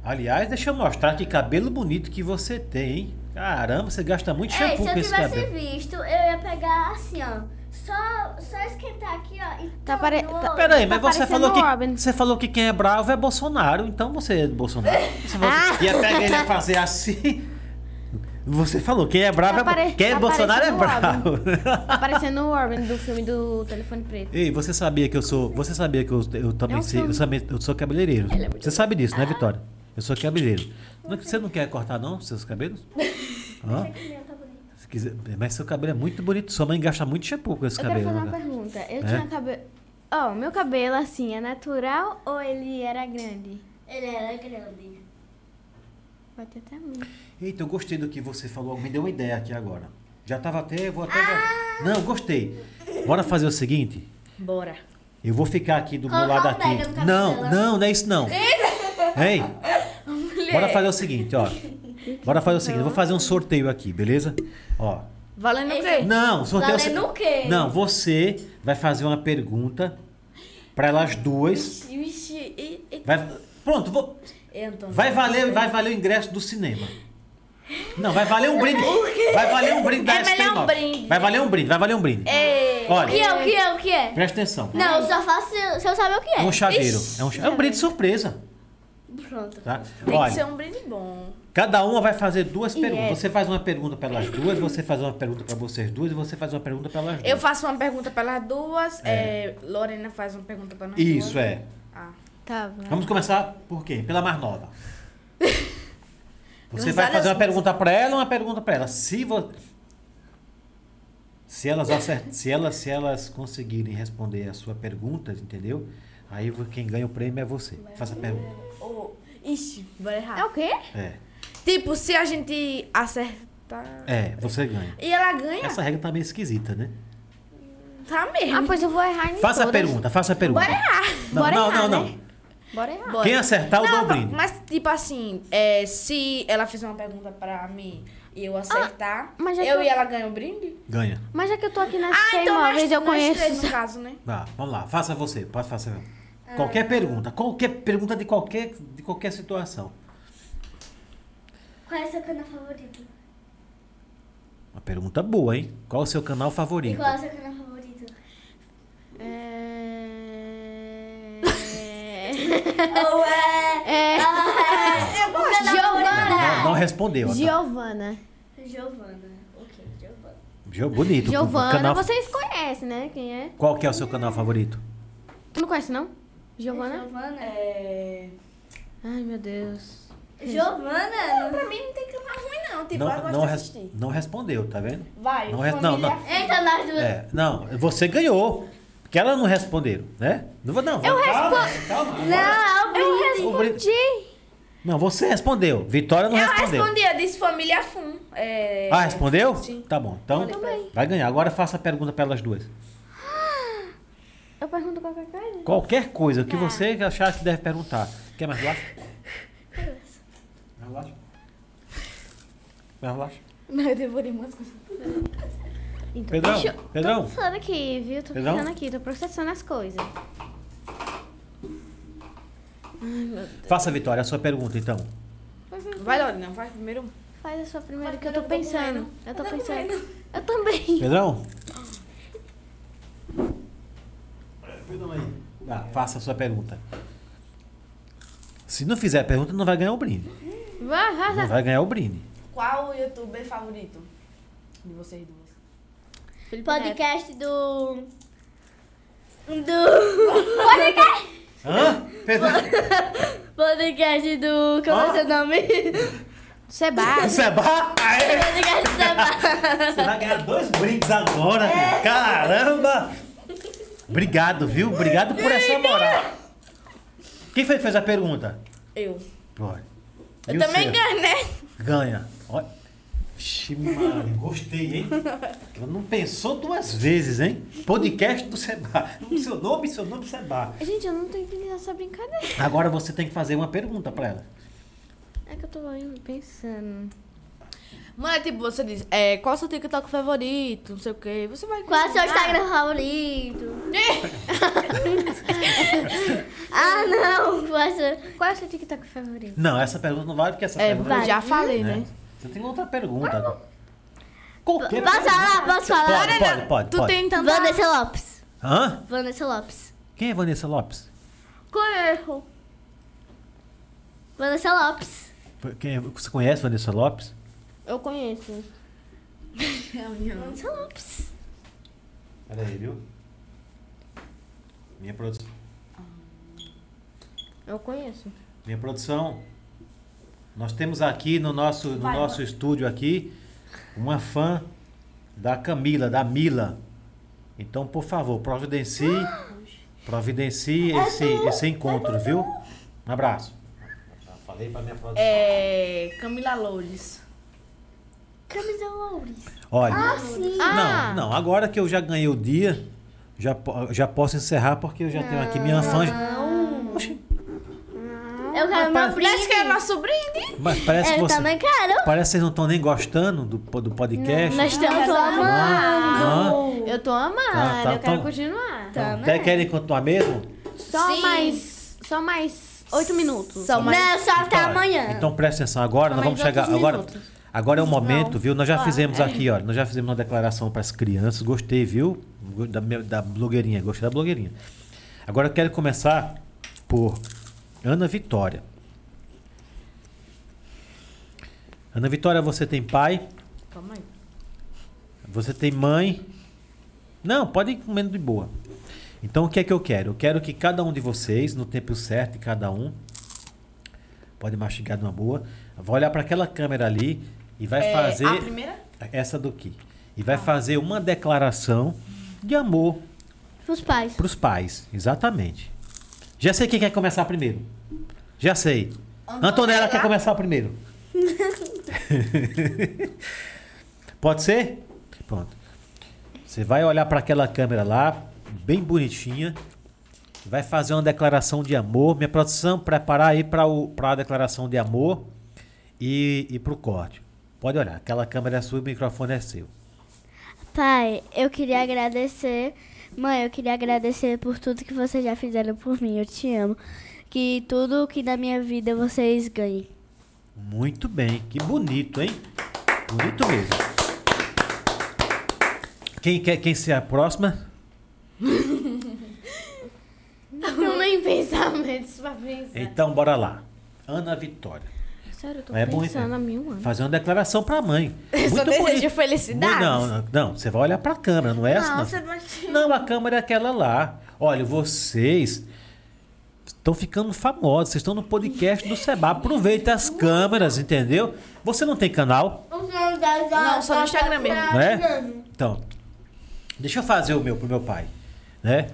[SPEAKER 1] Aliás, deixa eu mostrar que cabelo bonito que você tem, hein? Caramba, você gasta muito
[SPEAKER 2] É,
[SPEAKER 3] Ei,
[SPEAKER 1] shampoo
[SPEAKER 3] É, se
[SPEAKER 1] com
[SPEAKER 3] eu
[SPEAKER 1] esse
[SPEAKER 3] tivesse
[SPEAKER 1] cabelo.
[SPEAKER 3] visto, eu ia pegar assim, ó. Só, só esquentar aqui, ó. E
[SPEAKER 2] Tá
[SPEAKER 3] todo
[SPEAKER 2] pare-
[SPEAKER 3] o
[SPEAKER 2] tá-
[SPEAKER 3] olho.
[SPEAKER 1] Peraí, mas
[SPEAKER 2] Tá
[SPEAKER 1] você falou, que,
[SPEAKER 2] parecendo o Robin.
[SPEAKER 1] você falou que quem é bravo é Bolsonaro, então você é do Bolsonaro. Você falou
[SPEAKER 2] Ah!
[SPEAKER 1] que ia pegar ele a fazer assim. Você falou, quem é bravo é,
[SPEAKER 2] Tá
[SPEAKER 1] Bo-
[SPEAKER 2] pare-
[SPEAKER 1] quem é
[SPEAKER 2] tá
[SPEAKER 1] Bolsonaro é
[SPEAKER 2] parecendo
[SPEAKER 1] bravo.
[SPEAKER 2] Tá parecendo o Warren do filme do Telefone Preto.
[SPEAKER 1] Ei, você sabia que eu sou. Você sabia que eu, eu também
[SPEAKER 2] É um
[SPEAKER 1] sei. Eu,
[SPEAKER 2] filme.
[SPEAKER 1] também- eu sou cabeleireiro.
[SPEAKER 2] é
[SPEAKER 1] Você sabe disso, né,
[SPEAKER 2] Ah.
[SPEAKER 1] Vitória? Eu sou cabeleireiro. Não- é você não quer cortar, não, seus cabelos? Hã? Se quiser, mas seu cabelo é muito bonito. Sua mãe gasta muito shampoo com esse
[SPEAKER 2] Eu quero
[SPEAKER 1] cabelo.
[SPEAKER 2] fazer uma
[SPEAKER 1] né?
[SPEAKER 2] pergunta. Eu
[SPEAKER 1] É?
[SPEAKER 2] tinha cabelo. Ó, meu cabelo assim, é natural ou ele era grande?
[SPEAKER 3] Ele era grande.
[SPEAKER 2] Bate até muito.
[SPEAKER 1] Eita, eu gostei do que você falou. Me deu uma ideia aqui agora. Já tava até. Vou até.
[SPEAKER 3] Ah!
[SPEAKER 1] Não, gostei. Bora fazer o seguinte.
[SPEAKER 4] Bora.
[SPEAKER 1] Eu vou ficar aqui do meu
[SPEAKER 3] Colocar
[SPEAKER 1] lado
[SPEAKER 3] um
[SPEAKER 1] aqui.
[SPEAKER 3] mega no cabelo
[SPEAKER 1] Não,
[SPEAKER 3] dela.
[SPEAKER 1] não, não é isso não. Ei, bora fazer o seguinte, ó. Bora fazer o seguinte. Eu vou fazer um sorteio aqui, beleza? Ó.
[SPEAKER 4] Valendo o quê?
[SPEAKER 1] Não, sorteio. é
[SPEAKER 3] Valendo o quê?
[SPEAKER 1] Não, você vai fazer uma pergunta para elas duas.
[SPEAKER 3] é.
[SPEAKER 4] Vixe, e... e...
[SPEAKER 1] Vai... Pronto, vou.
[SPEAKER 4] Ei, Antônio.
[SPEAKER 1] Vai valer, vai valer o ingresso do cinema. Não, vai valer um brinde. Vai valer um brinde da
[SPEAKER 4] É melhor
[SPEAKER 1] SP9.
[SPEAKER 4] um brinde.
[SPEAKER 1] Vai valer um brinde, vai valer um brinde.
[SPEAKER 4] Ei,
[SPEAKER 3] O que
[SPEAKER 1] Olha,
[SPEAKER 3] é, o que é, o que é?
[SPEAKER 1] presta atenção.
[SPEAKER 3] Não, eu só faço se se eu saber o que
[SPEAKER 1] É um
[SPEAKER 3] é.
[SPEAKER 1] chaveiro. É um, cha- é um brinde surpresa.
[SPEAKER 3] Pronto.
[SPEAKER 1] Tá?
[SPEAKER 4] tem que ser
[SPEAKER 1] Olha,
[SPEAKER 4] um brinde bom.
[SPEAKER 1] cada uma vai fazer duas
[SPEAKER 2] E
[SPEAKER 1] perguntas.
[SPEAKER 2] é.
[SPEAKER 1] Você faz uma pergunta para elas duas, você faz uma pergunta para vocês duas e você faz uma pergunta para elas duas.
[SPEAKER 4] Eu faço uma pergunta pelas duas. é, Lorena faz uma pergunta pra nós.
[SPEAKER 1] Isso,
[SPEAKER 4] duas.
[SPEAKER 1] é.
[SPEAKER 4] Ah.
[SPEAKER 2] Tá, vai.
[SPEAKER 1] Vamos começar por quê? Pela mais nova. Você
[SPEAKER 4] Mas
[SPEAKER 1] vai
[SPEAKER 4] várias
[SPEAKER 1] fazer uma
[SPEAKER 4] vezes.
[SPEAKER 1] pergunta para ela ou uma pergunta para ela. Se vo... se elas acert... se elas se elas conseguirem responder a sua pergunta, entendeu? Aí vo- quem ganha o prêmio é você. Faça a pergunta.
[SPEAKER 4] Ou- Ixi, vou errar.
[SPEAKER 2] Oh, É o quê?
[SPEAKER 1] É,
[SPEAKER 4] Tipo, se a gente acertar.
[SPEAKER 1] é, você ganha.
[SPEAKER 4] E ela ganha?
[SPEAKER 1] Essa regra tá meio esquisita, né?
[SPEAKER 4] Tá
[SPEAKER 2] Ah,
[SPEAKER 4] mesmo.
[SPEAKER 2] pois eu vou errar em
[SPEAKER 1] Faça a
[SPEAKER 2] todas.
[SPEAKER 1] pergunta, faça a pergunta.
[SPEAKER 4] Bora errar.
[SPEAKER 1] Não,
[SPEAKER 2] Bora
[SPEAKER 1] não,
[SPEAKER 2] errar,
[SPEAKER 1] não,
[SPEAKER 2] né? Bora errar.
[SPEAKER 1] não. Quem acertar o dá o
[SPEAKER 4] Não,
[SPEAKER 1] brinde.
[SPEAKER 4] mas tipo assim, é, se ela fizer uma pergunta pra mim e eu acertar,
[SPEAKER 2] Ah, mas já que
[SPEAKER 4] eu
[SPEAKER 2] eu-
[SPEAKER 4] e ela ganham o brinde?
[SPEAKER 1] Ganha.
[SPEAKER 2] Mas já que eu tô aqui na
[SPEAKER 4] Ah,
[SPEAKER 2] ah,
[SPEAKER 4] então nós,
[SPEAKER 2] imóveis, eu
[SPEAKER 4] nós
[SPEAKER 2] conheço.
[SPEAKER 4] três, no caso, né?
[SPEAKER 1] Vá, vamos lá, faça você, pode fazer.
[SPEAKER 2] É.
[SPEAKER 1] Qualquer pergunta, qualquer pergunta de qualquer de qualquer situação.
[SPEAKER 3] Qual é o seu canal favorito?
[SPEAKER 1] Uma pergunta boa, hein? Qual o seu canal
[SPEAKER 3] E
[SPEAKER 1] favorito?
[SPEAKER 3] qual é o seu canal favorito?
[SPEAKER 2] É...
[SPEAKER 3] Ou é.
[SPEAKER 2] é...
[SPEAKER 3] Eu gosto
[SPEAKER 1] Não, não
[SPEAKER 2] Giovana!
[SPEAKER 1] respondeu. Gio...
[SPEAKER 2] Giovana.
[SPEAKER 3] Giovana. Ok, Giovana.
[SPEAKER 1] bonito.
[SPEAKER 2] Giovana,
[SPEAKER 1] Canal...
[SPEAKER 2] vocês conhecem, né? Quem é?
[SPEAKER 1] Qual que é o seu canal favorito?
[SPEAKER 2] Tu não conhece, não? Giovana?
[SPEAKER 3] Giovana?
[SPEAKER 4] É...
[SPEAKER 2] Ai, meu Deus.
[SPEAKER 3] Giovana?
[SPEAKER 4] Pra mim não tem canal ruim, não. Tipo, ela
[SPEAKER 1] Não,
[SPEAKER 4] gosta
[SPEAKER 1] não,
[SPEAKER 4] de
[SPEAKER 1] res-
[SPEAKER 4] assistir.
[SPEAKER 1] não respondeu, tá vendo?
[SPEAKER 4] Vai,
[SPEAKER 1] não res-
[SPEAKER 4] família...
[SPEAKER 1] não, não.
[SPEAKER 3] Entra nas duas.
[SPEAKER 1] É, não, você ganhou. Porque elas não responderam, né? Não vou, não. Eu respondo.
[SPEAKER 3] Não, é eu
[SPEAKER 1] O brinde...
[SPEAKER 2] Gi!
[SPEAKER 1] Não, você respondeu. Vitória não
[SPEAKER 4] Eu
[SPEAKER 1] respondeu.
[SPEAKER 4] respondi, eu disse família Fum. É...
[SPEAKER 1] Ah, respondeu?
[SPEAKER 4] Sim.
[SPEAKER 1] Tá bom. Então, vai ganhar. Agora faça a pergunta para elas duas.
[SPEAKER 2] Eu pergunto qualquer coisa.
[SPEAKER 1] Qualquer coisa que você achar que deve perguntar. Quer mais relaxa? Mais relaxa? Mais relaxa?
[SPEAKER 4] Não, eu devorei umas coisas.
[SPEAKER 2] Então,
[SPEAKER 1] Pedrão,
[SPEAKER 2] deixa eu-
[SPEAKER 1] Pedrão.
[SPEAKER 2] Tô pensando aqui, viu? Tô
[SPEAKER 1] Pedrão.
[SPEAKER 2] pensando aqui, tô processando as coisas.
[SPEAKER 1] Faça, Vitória, a sua pergunta, então.
[SPEAKER 4] Vai, Lorena, vai primeiro. um.
[SPEAKER 2] Faz a sua primeira
[SPEAKER 4] Mas
[SPEAKER 2] que eu tô
[SPEAKER 4] eu tô comendo.
[SPEAKER 2] pensando. Eu tô
[SPEAKER 4] Eu tô
[SPEAKER 2] pensando.
[SPEAKER 4] comendo.
[SPEAKER 2] Eu também.
[SPEAKER 1] Pedrão? Ah, faça a sua pergunta. Se não fizer a pergunta, não vai ganhar o brinde.
[SPEAKER 2] Vá, vá,
[SPEAKER 1] Não
[SPEAKER 2] vá.
[SPEAKER 1] vai ganhar o brinde.
[SPEAKER 4] Qual o youtuber favorito de vocês duas?
[SPEAKER 3] vi.
[SPEAKER 2] Felipe Neto.
[SPEAKER 3] Podcast do. Do. Podcast!
[SPEAKER 1] Hã? Pedrão?
[SPEAKER 3] Podcast do. Como é
[SPEAKER 1] Ah.
[SPEAKER 3] seu nome?
[SPEAKER 2] Sebastião.
[SPEAKER 1] Seba? é Aê!
[SPEAKER 3] Podcast da.
[SPEAKER 1] Você vai ganhar dois brindes agora.
[SPEAKER 4] É.
[SPEAKER 1] Caramba! Obrigado, viu? Obrigado por essa moral. Quem foi que fez a pergunta?
[SPEAKER 4] Eu.
[SPEAKER 1] Bora.
[SPEAKER 4] Eu
[SPEAKER 1] E o
[SPEAKER 4] também
[SPEAKER 1] seu?
[SPEAKER 4] ganho, né?
[SPEAKER 1] Ganha. Olha. Vixe, Maria, gostei, hein? Ela não pensou duas vezes, hein? Podcast do Seba. Seu nome, seu nome, Seba.
[SPEAKER 2] Gente, eu não tô entendendo essa brincadeira.
[SPEAKER 1] Agora você tem que fazer uma pergunta pra ela.
[SPEAKER 2] É que eu tô pensando.
[SPEAKER 4] Mano, é tipo, você diz, é, qual o seu TikTok favorito, não sei o quê. Você vai...
[SPEAKER 3] Qual é o seu Instagram favorito? ah, não! Qual é o seu.
[SPEAKER 2] Qual é o seu TikTok favorito?
[SPEAKER 1] Não, essa pergunta não vale porque essa
[SPEAKER 4] É,
[SPEAKER 1] pergunta...
[SPEAKER 4] eu já falei,
[SPEAKER 1] né?
[SPEAKER 4] né?
[SPEAKER 1] Você tem outra pergunta. Qualquer
[SPEAKER 3] Posso
[SPEAKER 1] pergunta.
[SPEAKER 3] falar? Posso falar?
[SPEAKER 1] Pode, pode, pode.
[SPEAKER 4] Tu
[SPEAKER 1] pode.
[SPEAKER 4] tem
[SPEAKER 3] Então tá.
[SPEAKER 4] tanta...
[SPEAKER 3] Vanessa Lopes.
[SPEAKER 1] Hã?
[SPEAKER 3] Vanessa Lopes.
[SPEAKER 1] Quem é Vanessa Lopes?
[SPEAKER 2] é
[SPEAKER 3] Conheço. Vanessa Lopes.
[SPEAKER 1] Quem é- Você conhece Vanessa Lopes?
[SPEAKER 2] Eu conheço.
[SPEAKER 3] Vanessa Lopes.
[SPEAKER 1] Pera aí, viu? Minha produção.
[SPEAKER 2] Eu conheço.
[SPEAKER 1] Minha produção. Nós temos aqui no nosso, no nosso estúdio aqui uma fã da Camila, da Mila. Então, por favor, providencie, providencie esse, esse encontro, viu? Um abraço. Já falei pra minha produção.
[SPEAKER 4] É... Camila Loures.
[SPEAKER 3] Camisa Loures.
[SPEAKER 1] Olha.
[SPEAKER 3] Sim.
[SPEAKER 2] Ah!
[SPEAKER 1] Não, não, agora que eu já ganhei o dia, já, po- já posso encerrar porque eu já tenho aqui minha fã. Oxi,
[SPEAKER 3] Eu quero
[SPEAKER 1] Rapaz,
[SPEAKER 3] meu
[SPEAKER 4] Parece que é
[SPEAKER 3] brinde.
[SPEAKER 4] nosso brinde.
[SPEAKER 1] mas parece que
[SPEAKER 3] Eu
[SPEAKER 1] você.
[SPEAKER 3] também
[SPEAKER 1] Parece
[SPEAKER 3] quero.
[SPEAKER 1] que vocês não estão nem gostando do, po- do podcast. é?
[SPEAKER 2] Nós estamos amando.
[SPEAKER 1] Hã?
[SPEAKER 2] Eu tô amando.
[SPEAKER 1] Tá, tá,
[SPEAKER 2] eu quero
[SPEAKER 1] tá.
[SPEAKER 2] continuar.
[SPEAKER 1] Não, até querem continuar mesmo?
[SPEAKER 2] Só
[SPEAKER 4] Sim.
[SPEAKER 2] mais. Só mais oito minutos.
[SPEAKER 4] Só mais...
[SPEAKER 3] Não, só até
[SPEAKER 1] Olha,
[SPEAKER 3] amanhã.
[SPEAKER 1] Então presta atenção agora, nós
[SPEAKER 2] mais
[SPEAKER 1] vamos chegar.
[SPEAKER 2] outros
[SPEAKER 1] Agora,
[SPEAKER 2] minutos.
[SPEAKER 1] Agora é o
[SPEAKER 4] Não.
[SPEAKER 1] momento, viu? Nós já
[SPEAKER 4] Ah,
[SPEAKER 1] fizemos
[SPEAKER 4] é.
[SPEAKER 1] aqui, olha, nós já fizemos uma declaração para as crianças. Gostei, viu? Go- Da, minha- da blogueirinha, gostei da blogueirinha. Agora eu quero começar por Ana Vitória. Ana Vitória, você tem pai?
[SPEAKER 4] Calma aí.
[SPEAKER 1] Você tem mãe? Não, pode ir comendo de boa. Então o que é que eu quero? Eu quero que cada um de vocês, no tempo certo, cada um, pode mastigar de uma boa, vai olhar para aquela câmera ali e vai
[SPEAKER 4] É,
[SPEAKER 1] fazer
[SPEAKER 4] A primeira? Tá.
[SPEAKER 1] essa do que e vai fazer uma declaração de amor
[SPEAKER 2] Os Né? pais.
[SPEAKER 1] para os pais, exatamente. Já sei quem quer começar primeiro. Já sei. Antonella, quer começar primeiro. Pode ser? Pronto. Você vai olhar para aquela câmera lá, bem bonitinha. Vai fazer uma declaração de amor. Minha produção, preparar aí para a declaração de amor e, e para o corte. Pode olhar, aquela câmera é sua e o microfone é seu.
[SPEAKER 3] Pai, eu queria agradecer. Mãe, eu queria agradecer por tudo que vocês já fizeram por mim. Eu te amo. Que tudo que da minha vida vocês ganhem.
[SPEAKER 1] Muito bem, que bonito, hein? Bonito mesmo. Quem quer quem ser a próxima?
[SPEAKER 4] Não nem pensamentos pra pensar.
[SPEAKER 1] Então bora lá. Ana Vitória.
[SPEAKER 2] Sério, eu tô
[SPEAKER 1] É bom,
[SPEAKER 2] pensando
[SPEAKER 1] então.
[SPEAKER 2] há mil anos.
[SPEAKER 1] Fazer uma declaração pra mãe.
[SPEAKER 4] Só
[SPEAKER 1] Muito
[SPEAKER 4] desejo
[SPEAKER 1] bonito. Mu-
[SPEAKER 4] felicidade.
[SPEAKER 1] Não, não, não, você vai olhar pra câmera, não é essa? Não, Não, a câmera é aquela lá. Olha, vocês estão ficando famosos, vocês estão no podcast do Seba. Aproveita as câmeras, entendeu? Você não tem canal?
[SPEAKER 4] Não, só no Instagram mesmo.
[SPEAKER 1] né? Então, deixa eu fazer o meu pro meu pai, né?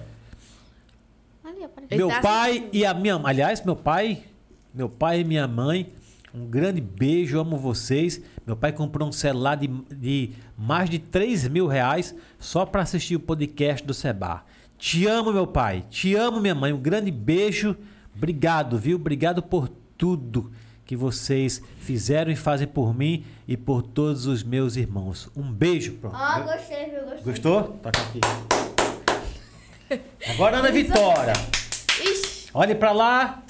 [SPEAKER 2] Ali, apareceu.
[SPEAKER 4] Ele
[SPEAKER 1] meu
[SPEAKER 4] tá
[SPEAKER 1] pai e a minha, aliás, meu pai, meu pai e minha mãe, um grande beijo, amo vocês. Meu pai comprou um celular de, de mais de 3 mil reais só para assistir o podcast do Seba. Te amo, meu pai. Te amo, minha mãe. Um grande beijo. Obrigado, viu? Obrigado por tudo que vocês fizeram e fazem por mim e por todos os meus irmãos. Um beijo, pronto. Eu-
[SPEAKER 3] gostei, viu? Gostei. É
[SPEAKER 1] Gostou? Toca aqui. Agora Ana Vitória.
[SPEAKER 4] Ixi,
[SPEAKER 1] Olhe pra lá.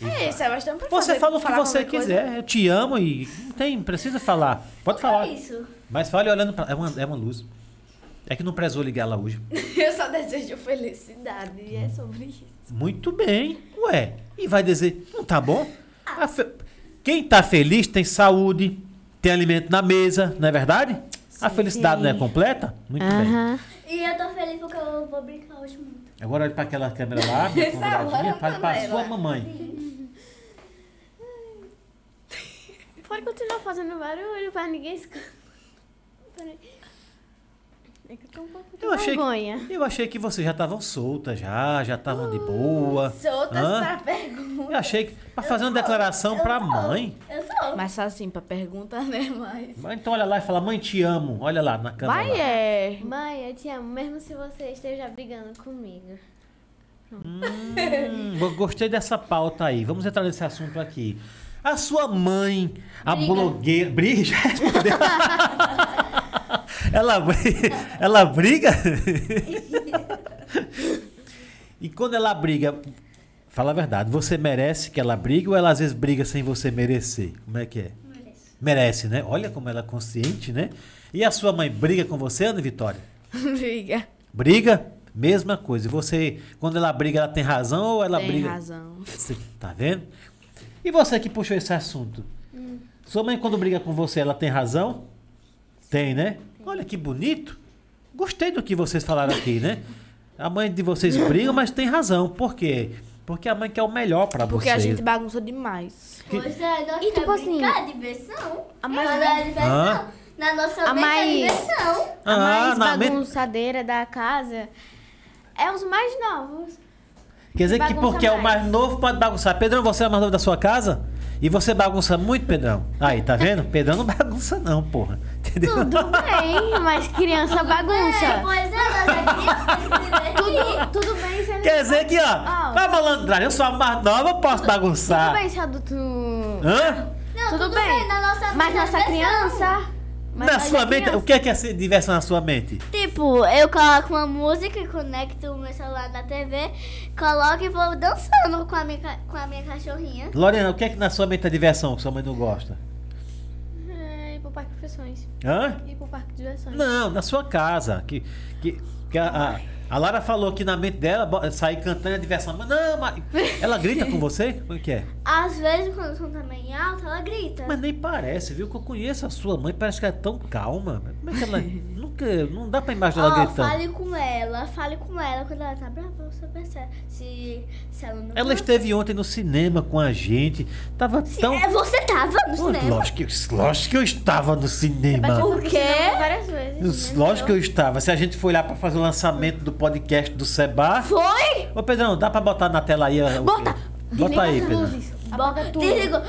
[SPEAKER 4] é, Sebastião, pra
[SPEAKER 1] Você
[SPEAKER 4] fazer-
[SPEAKER 1] fala o que
[SPEAKER 4] falar
[SPEAKER 1] você
[SPEAKER 4] qualquer coisa.
[SPEAKER 1] quiser. Eu te amo e não tem, precisa falar. Pode falar.
[SPEAKER 3] isso?
[SPEAKER 1] Mas fale olhando pra. É uma, é uma luz. É que não prezou ligar lá hoje.
[SPEAKER 4] Eu só desejo felicidade. E é sobre isso.
[SPEAKER 1] Muito bem. Ué. E vai dizer, não tá bom?
[SPEAKER 4] Ah.
[SPEAKER 1] A fe- Quem tá feliz tem saúde, tem alimento na mesa, não é verdade? A felicidade não é completa? Muito bem.
[SPEAKER 2] Aham.
[SPEAKER 3] E eu tô feliz porque eu vou brincar hoje muito.
[SPEAKER 1] Agora olha pra aquela câmera lá, minha convidadinha, fale pra
[SPEAKER 4] né?
[SPEAKER 1] sua mamãe.
[SPEAKER 2] Pode continuar fazendo barulho pra ninguém escutar. Peraí. É que eu tô um pouco de
[SPEAKER 1] Eu achei,
[SPEAKER 2] vergonha.
[SPEAKER 1] que, eu achei que vocês já estavam soltas, já, já estavam de boa.
[SPEAKER 4] Soltas
[SPEAKER 1] Hã?
[SPEAKER 4] pra pergunta.
[SPEAKER 1] Eu achei que. Pra fazer uma declaração pra mãe.
[SPEAKER 3] Eu sou.
[SPEAKER 4] Mas só assim, pra pergunta, né? Mas.
[SPEAKER 1] Mas Então olha lá e fala, mãe, te amo. Olha lá na câmera.
[SPEAKER 4] Vai,
[SPEAKER 1] lá.
[SPEAKER 4] é.
[SPEAKER 2] Mãe, eu te amo, mesmo se você esteja brigando comigo.
[SPEAKER 1] Hum, go- gostei dessa pauta aí. Vamos entrar nesse assunto aqui. A sua mãe, a blogueira. Briga? Já respondeu. ela, bri- ela briga? e quando ela briga, fala a verdade, você merece que ela brigue ou ela às vezes briga sem você merecer? Como é que é?
[SPEAKER 3] Mereço.
[SPEAKER 1] Merece, né? Olha como ela é consciente, né? E a sua mãe briga com você, Ana Vitória?
[SPEAKER 4] Briga.
[SPEAKER 1] Briga? Mesma coisa. E você, quando ela briga, ela tem razão ou ela
[SPEAKER 4] Tem
[SPEAKER 1] briga?
[SPEAKER 4] razão.
[SPEAKER 1] Você tá vendo? E você que puxou esse assunto? Sua mãe, quando briga com você, ela tem razão? Tem, né? Olha que bonito. Gostei do que vocês falaram aqui, né? A mãe de vocês briga, mas tem razão. Por quê? Porque a mãe quer o melhor pra vocês.
[SPEAKER 4] Porque a gente bagunça demais.
[SPEAKER 1] Que-
[SPEAKER 3] Pois é, nós
[SPEAKER 2] E, tipo
[SPEAKER 3] queremos
[SPEAKER 2] assim,
[SPEAKER 3] brincar, diversão.
[SPEAKER 2] a mais-
[SPEAKER 3] Mas é diversão.
[SPEAKER 1] Hã?
[SPEAKER 3] Na nossa
[SPEAKER 2] A
[SPEAKER 3] meta
[SPEAKER 2] mais-
[SPEAKER 3] é diversão.
[SPEAKER 2] A
[SPEAKER 1] Ah,
[SPEAKER 2] mais
[SPEAKER 1] na men-
[SPEAKER 2] bagunçadeira da casa é os mais novos.
[SPEAKER 1] Quer dizer que
[SPEAKER 2] bagunça
[SPEAKER 1] porque é o
[SPEAKER 2] mais.
[SPEAKER 1] mais novo pode bagunçar. Pedrão, você é o mais novo da sua casa? E você bagunça muito, Pedrão? Aí, tá vendo? Pedrão não bagunça não, porra. Entendeu?
[SPEAKER 2] Tudo bem, mas criança
[SPEAKER 3] É,
[SPEAKER 2] bagunça.
[SPEAKER 3] pois é, nós é criança,
[SPEAKER 2] Tudo, tudo bem se ele...
[SPEAKER 1] Quer dizer que, ó,
[SPEAKER 2] Ó.
[SPEAKER 1] pra malandragem, eu sou a mais nova, eu posso
[SPEAKER 2] Tudo
[SPEAKER 1] bagunçar.
[SPEAKER 2] bem se adulto...
[SPEAKER 1] Hã?
[SPEAKER 3] Não,
[SPEAKER 2] Tudo
[SPEAKER 3] tudo,
[SPEAKER 2] bem.
[SPEAKER 3] bem. na nossa
[SPEAKER 2] Mas
[SPEAKER 3] meta é
[SPEAKER 2] nossa
[SPEAKER 3] diversão.
[SPEAKER 2] criança... mas
[SPEAKER 1] na
[SPEAKER 2] nós é
[SPEAKER 1] sua mente,
[SPEAKER 2] criança.
[SPEAKER 1] o que é que é ser diversão na sua mente?
[SPEAKER 3] Tipo, eu coloco uma música, e conecto o meu celular na TV, coloco e vou dançando com a minha, ca- com a minha cachorrinha.
[SPEAKER 1] Lorena, o que é que na sua mente é diversão que sua mãe não gosta?
[SPEAKER 2] diversões.
[SPEAKER 1] Hã?
[SPEAKER 2] Ir pro parque de diversões.
[SPEAKER 1] Não, na sua casa. Que, que, que a, a, a Lara falou que na mente dela bo- sair cantando é diversão. Mas não, mas ela grita com você? Como é que é?
[SPEAKER 3] Às vezes, quando o som tá bem alto, ela grita.
[SPEAKER 1] Mas nem parece, viu? Que eu conheço a sua mãe, parece que ela é tão calma. Como é que ela. Nunca. Não dá pra imaginar
[SPEAKER 3] Ó,
[SPEAKER 1] é ela gritando.
[SPEAKER 3] fale com ela, fale com ela. Quando ela tá brava, você percebe. Se, se ela não.
[SPEAKER 1] Ela esteve ontem no cinema com a gente. Tava
[SPEAKER 3] Se-
[SPEAKER 1] tão.
[SPEAKER 3] é, você tava
[SPEAKER 1] Pô,
[SPEAKER 3] no cinema.
[SPEAKER 1] então- Lógico que, lógico que eu estava no
[SPEAKER 2] Bate
[SPEAKER 1] cinema.
[SPEAKER 2] no
[SPEAKER 3] quê?
[SPEAKER 2] cinema Várias vezes. né?
[SPEAKER 1] Lógico que eu estava. Se a gente for lá pra fazer o lançamento do podcast do Seba.
[SPEAKER 3] Foi?
[SPEAKER 1] Ô, Pedrão, dá pra botar na tela aí? ó, o
[SPEAKER 2] Bota!
[SPEAKER 1] quê?
[SPEAKER 2] Desliga
[SPEAKER 1] Bota aí,
[SPEAKER 2] as
[SPEAKER 1] Pedrão.
[SPEAKER 2] luzes. Apaga tudo.
[SPEAKER 3] Desligou.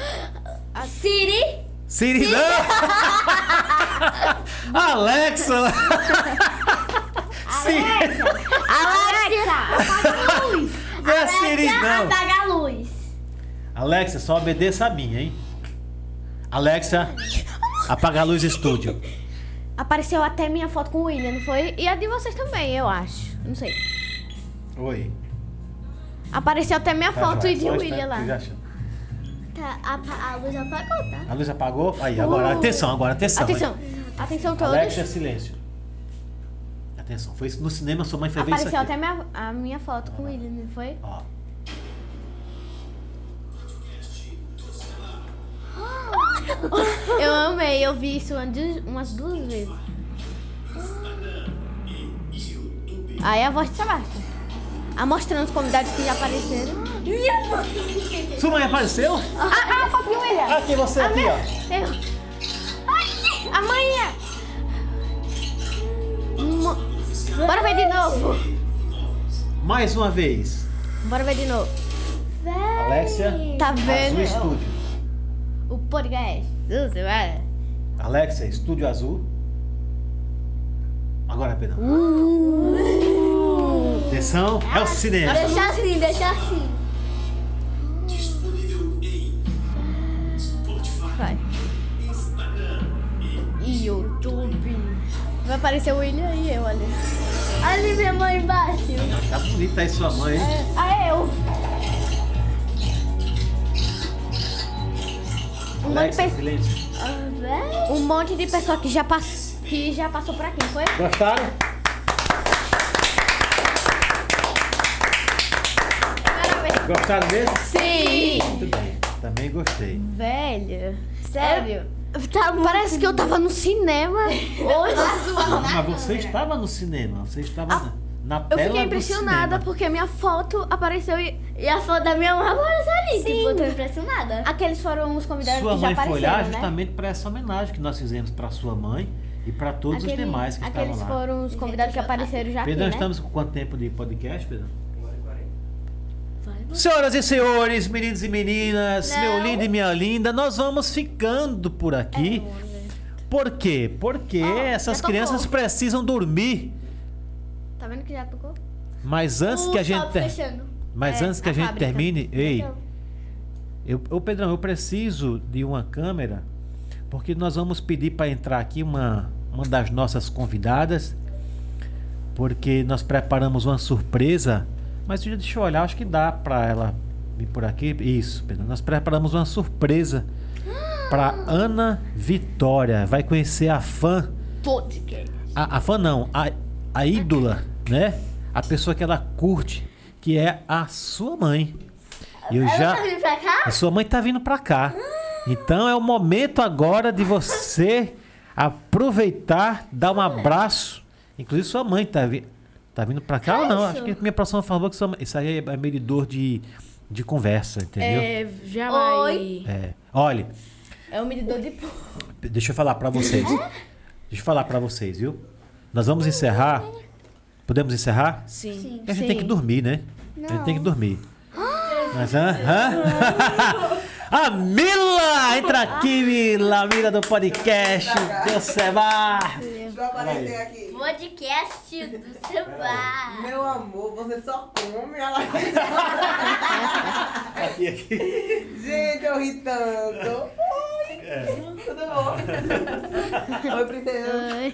[SPEAKER 3] Siri?
[SPEAKER 1] Siri, não! Alexa! Siri,
[SPEAKER 3] Alexa! Apaga a luz!
[SPEAKER 1] não é Siri, não!
[SPEAKER 3] Apaga a luz!
[SPEAKER 1] Alexa, só obedeça a minha, hein? Alexa, apaga a luz estúdio.
[SPEAKER 2] Apareceu até minha foto com o William, não foi? E a de vocês também, eu acho. Não sei.
[SPEAKER 1] Oi.
[SPEAKER 2] Apareceu até minha
[SPEAKER 1] Tá,
[SPEAKER 2] foto
[SPEAKER 1] vai,
[SPEAKER 2] e de
[SPEAKER 1] só um
[SPEAKER 2] William
[SPEAKER 1] instante,
[SPEAKER 2] lá.
[SPEAKER 1] o que você acha?
[SPEAKER 3] Tá, apa- a luz apagou, tá?
[SPEAKER 1] A luz apagou? Aí, agora,
[SPEAKER 2] Uh.
[SPEAKER 1] atenção, agora, atenção. hein?
[SPEAKER 2] Atenção. Atenção todos.
[SPEAKER 1] Alexa, silêncio. Atenção, foi isso no cinema, sua mãe foi ver Tá isso aqui.
[SPEAKER 2] Apareceu até minha, a minha foto com o William, não foi?
[SPEAKER 1] Ó.
[SPEAKER 2] Eu amei, eu vi isso umas duas- umas duas vezes. Aí a voz de Sebastião. Ah, mostrando os convidados que já apareceram.
[SPEAKER 1] Sua mãe apareceu?
[SPEAKER 2] Ah, ah, foi pro William!
[SPEAKER 1] Aqui, você aqui, ó.
[SPEAKER 2] Eu. Amanhã! é. Mo- Bora ver de novo!
[SPEAKER 1] Mais uma vez.
[SPEAKER 2] Bora ver de novo.
[SPEAKER 1] Alexia,
[SPEAKER 2] Tá
[SPEAKER 1] azul
[SPEAKER 2] vendo?
[SPEAKER 1] estúdio.
[SPEAKER 2] O podcast. Você vai.
[SPEAKER 1] Alexa, estúdio azul. Agora, Pedro.
[SPEAKER 2] Uh.
[SPEAKER 1] Atenção, é o cinema.
[SPEAKER 3] Deixa assim, deixa assim.
[SPEAKER 2] Vai. E YouTube. Vai aparecer o William e eu ali.
[SPEAKER 3] Ali minha mãe embaixo.
[SPEAKER 1] Tá bonita aí sua mãe. hein?
[SPEAKER 2] Ah, eu. Um monte, de
[SPEAKER 1] Alexa,
[SPEAKER 2] pe-
[SPEAKER 1] silêncio.
[SPEAKER 3] Ah, velho.
[SPEAKER 2] um monte de pessoa que já, pass... que já passou por aqui, não foi?
[SPEAKER 1] Gostaram? Gostaram mesmo?
[SPEAKER 2] Sim!
[SPEAKER 1] Muito bem. Também gostei.
[SPEAKER 2] Velho. É, Sério?
[SPEAKER 3] Tá muito
[SPEAKER 2] Parece que eu tava no cinema.
[SPEAKER 3] hoje.
[SPEAKER 1] Mas você estava no cinema, você estava na- na
[SPEAKER 2] né? Ah, Eu
[SPEAKER 1] tela
[SPEAKER 2] fiquei
[SPEAKER 1] do
[SPEAKER 2] impressionada
[SPEAKER 1] cinema.
[SPEAKER 2] porque a minha foto apareceu e
[SPEAKER 3] E a foto da minha mãe apareceu ali.
[SPEAKER 2] Sim.
[SPEAKER 3] Tipo, eu tô impressionada.
[SPEAKER 2] aqueles foram os convidados
[SPEAKER 1] Sua
[SPEAKER 2] que já
[SPEAKER 1] mãe foi
[SPEAKER 2] apareceram,
[SPEAKER 1] lá
[SPEAKER 2] né?
[SPEAKER 1] justamente para essa homenagem que nós fizemos para sua mãe e para todos os
[SPEAKER 2] Aquele-
[SPEAKER 1] demais que
[SPEAKER 2] aqueles
[SPEAKER 1] estavam lá.
[SPEAKER 2] foram os convidados que apareceram já
[SPEAKER 1] Pedro,
[SPEAKER 2] aqui,
[SPEAKER 1] nós
[SPEAKER 2] né?
[SPEAKER 1] estamos com quanto tempo de podcast, Pedro? Senhoras e senhores, meninos e meninas, meu lindo e minha linda, nós vamos ficando por
[SPEAKER 2] É
[SPEAKER 1] aqui. Por quê? Porque essas
[SPEAKER 2] né? já tocou.
[SPEAKER 1] crianças precisam dormir.
[SPEAKER 2] Tá vendo que já tocou?
[SPEAKER 1] Mas antes
[SPEAKER 3] O
[SPEAKER 1] que a gente,
[SPEAKER 3] shopping
[SPEAKER 1] ter-
[SPEAKER 3] fechando.
[SPEAKER 1] mas
[SPEAKER 2] É,
[SPEAKER 1] antes que a,
[SPEAKER 2] a
[SPEAKER 1] gente
[SPEAKER 2] fábrica.
[SPEAKER 1] termine, ei,
[SPEAKER 3] Então.
[SPEAKER 1] eu, ô Pedrão, eu preciso de uma câmera, porque nós vamos pedir para entrar aqui uma, uma das nossas convidadas, porque nós preparamos uma surpresa. Mas deixa- deixa eu olhar, acho que dá para ela vir por aqui. Isso, Pedrão, nós preparamos uma surpresa para Ana Vitória. Vai conhecer a fã.
[SPEAKER 4] Podcast.
[SPEAKER 1] A, a fã não, a, a ídola, né? A pessoa que ela curte, que é a sua mãe. E eu
[SPEAKER 3] Ela
[SPEAKER 1] já.
[SPEAKER 3] tá vindo pra cá?
[SPEAKER 1] A sua mãe tá vindo pra cá. Então é o momento agora de você aproveitar, dar um abraço. Inclusive sua mãe tá, vi... tá vindo pra cá ou não? Acho que minha próxima falou que sua mãe. Isso aí é medidor de, de conversa, entendeu?
[SPEAKER 4] É, já vai.
[SPEAKER 3] Oi.
[SPEAKER 1] É. Olha,
[SPEAKER 4] É o medidor de pó.
[SPEAKER 1] Deixa eu falar pra vocês. Deixa eu falar pra vocês, viu? Nós vamos encerrar. Podemos encerrar?
[SPEAKER 4] Sim.
[SPEAKER 1] Porque a gente tem
[SPEAKER 2] Sim.
[SPEAKER 1] que dormir, né? A gente tem que dormir. Mas, hã? Hã? A Mila! Entra aqui, Mila! Mila do podcast Deus Seba!
[SPEAKER 5] Deixa eu aparecer aqui.
[SPEAKER 3] Podcast do Seba.
[SPEAKER 5] Meu amor, você só come. Ela...
[SPEAKER 1] Aqui, aqui.
[SPEAKER 5] Gente, eu ri tanto. Oi. Tudo bom? Oi, princesa.
[SPEAKER 2] Ai.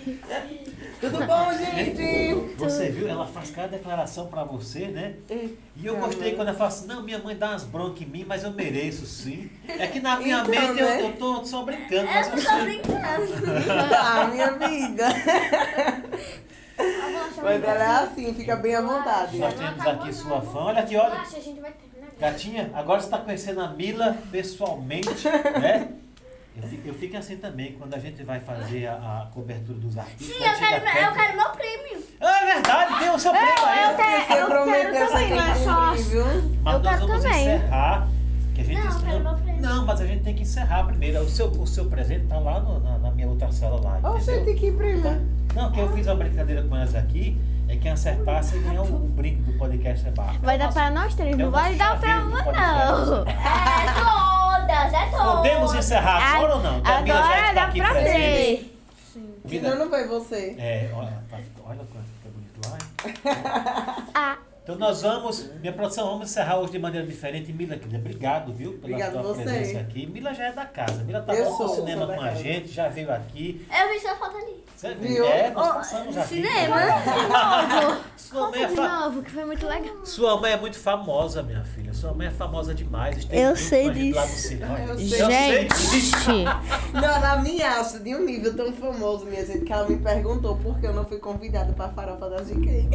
[SPEAKER 5] Tudo bom, gente?
[SPEAKER 1] Você viu? Ela faz cada declaração pra você, né? E eu gostei quando ela fala assim, não, minha mãe dá umas broncas em mim, mas eu mereço sim. É que na minha
[SPEAKER 5] Então,
[SPEAKER 1] mente
[SPEAKER 5] né? É.
[SPEAKER 1] eu, eu tô só brincando, mas eu
[SPEAKER 3] Eu tô
[SPEAKER 1] sei.
[SPEAKER 3] brincando.
[SPEAKER 5] Tá, minha vida. Mas ela é assim, fica bem à vontade.
[SPEAKER 1] Nós temos aqui sua fã. Olha aqui, olha.
[SPEAKER 2] Relaxa, a gente vai terminar.
[SPEAKER 1] Gatinha, agora você está conhecendo a Mila pessoalmente, né? Eu fi- eu fico, assim também, quando a gente vai fazer a, a cobertura dos artistas.
[SPEAKER 3] Sim,
[SPEAKER 1] quando
[SPEAKER 3] eu
[SPEAKER 1] chega
[SPEAKER 3] quero, meu- eu
[SPEAKER 1] perto-
[SPEAKER 3] quero meu prêmio.
[SPEAKER 1] É verdade, tem o seu prêmio aí.
[SPEAKER 5] Você
[SPEAKER 2] É, eu
[SPEAKER 5] prometeu,
[SPEAKER 2] quero
[SPEAKER 5] você
[SPEAKER 2] também,
[SPEAKER 5] tem
[SPEAKER 2] mas
[SPEAKER 5] que
[SPEAKER 2] só-
[SPEAKER 5] cumprir, viu?
[SPEAKER 1] Mas
[SPEAKER 2] Eu
[SPEAKER 1] nós
[SPEAKER 2] quero
[SPEAKER 1] vamos
[SPEAKER 2] também.
[SPEAKER 1] encerrar. Que a gente
[SPEAKER 3] Não, eu quero meu presente.
[SPEAKER 1] Não, mas a gente tem que encerrar primeiro. O seu, o seu presente tá lá no- na, na minha outra cela lá,
[SPEAKER 5] Ô,
[SPEAKER 1] entendeu?
[SPEAKER 5] gente, que prima.
[SPEAKER 1] Não, que eu fiz uma brincadeira com elas aqui, é quem acertasse ganhar o, o um brinco do podcast é barco.
[SPEAKER 2] Vai dar pra nós três,
[SPEAKER 1] Eu
[SPEAKER 2] não vai
[SPEAKER 1] vou
[SPEAKER 2] dar pra
[SPEAKER 1] chaveiro do
[SPEAKER 2] uma,
[SPEAKER 1] podcast.
[SPEAKER 2] não.
[SPEAKER 3] É todas, é todas.
[SPEAKER 1] Podemos encerrar agora ou não? Que a Mila já
[SPEAKER 2] Agora
[SPEAKER 1] está
[SPEAKER 2] dá
[SPEAKER 1] aqui
[SPEAKER 2] pra
[SPEAKER 1] presente.
[SPEAKER 2] três.
[SPEAKER 1] Mila,
[SPEAKER 5] Senão não foi você.
[SPEAKER 1] É, olha, tá- olha quanto fica bonito lá. hein?
[SPEAKER 2] Ah,
[SPEAKER 1] Então nós vamos, minha produção, vamos encerrar hoje de maneira diferente. Mila, querida, obrigado, viu, pela
[SPEAKER 5] Obrigado
[SPEAKER 1] tua
[SPEAKER 5] você.
[SPEAKER 1] presença aqui. Mila já é da casa. Mila tá
[SPEAKER 5] Eu
[SPEAKER 1] lá no
[SPEAKER 5] sou,
[SPEAKER 1] cinema
[SPEAKER 5] sou da
[SPEAKER 1] com a
[SPEAKER 5] casa.
[SPEAKER 1] gente, já veio aqui.
[SPEAKER 3] Eu vi sua foto ali.
[SPEAKER 1] Você
[SPEAKER 5] Viu?
[SPEAKER 1] viu? É, nós
[SPEAKER 3] Ó,
[SPEAKER 1] passamos já. aqui.
[SPEAKER 3] cinema.
[SPEAKER 1] Sua mãe,
[SPEAKER 2] conta
[SPEAKER 1] é
[SPEAKER 2] de
[SPEAKER 1] fa-
[SPEAKER 2] novo, que foi muito legal.
[SPEAKER 1] Sua mãe é muito famosa, minha filha. Sua mãe é famosa demais. Esteve
[SPEAKER 2] Eu
[SPEAKER 1] junto com
[SPEAKER 2] sei
[SPEAKER 1] a gente Lá no
[SPEAKER 2] disso.
[SPEAKER 1] cinema.
[SPEAKER 5] Eu sei.
[SPEAKER 1] Eu sei disso.
[SPEAKER 5] Não, ela me acha de um nível tão famoso, minha gente, que ela me perguntou por que eu não fui convidada pra farofa da GK.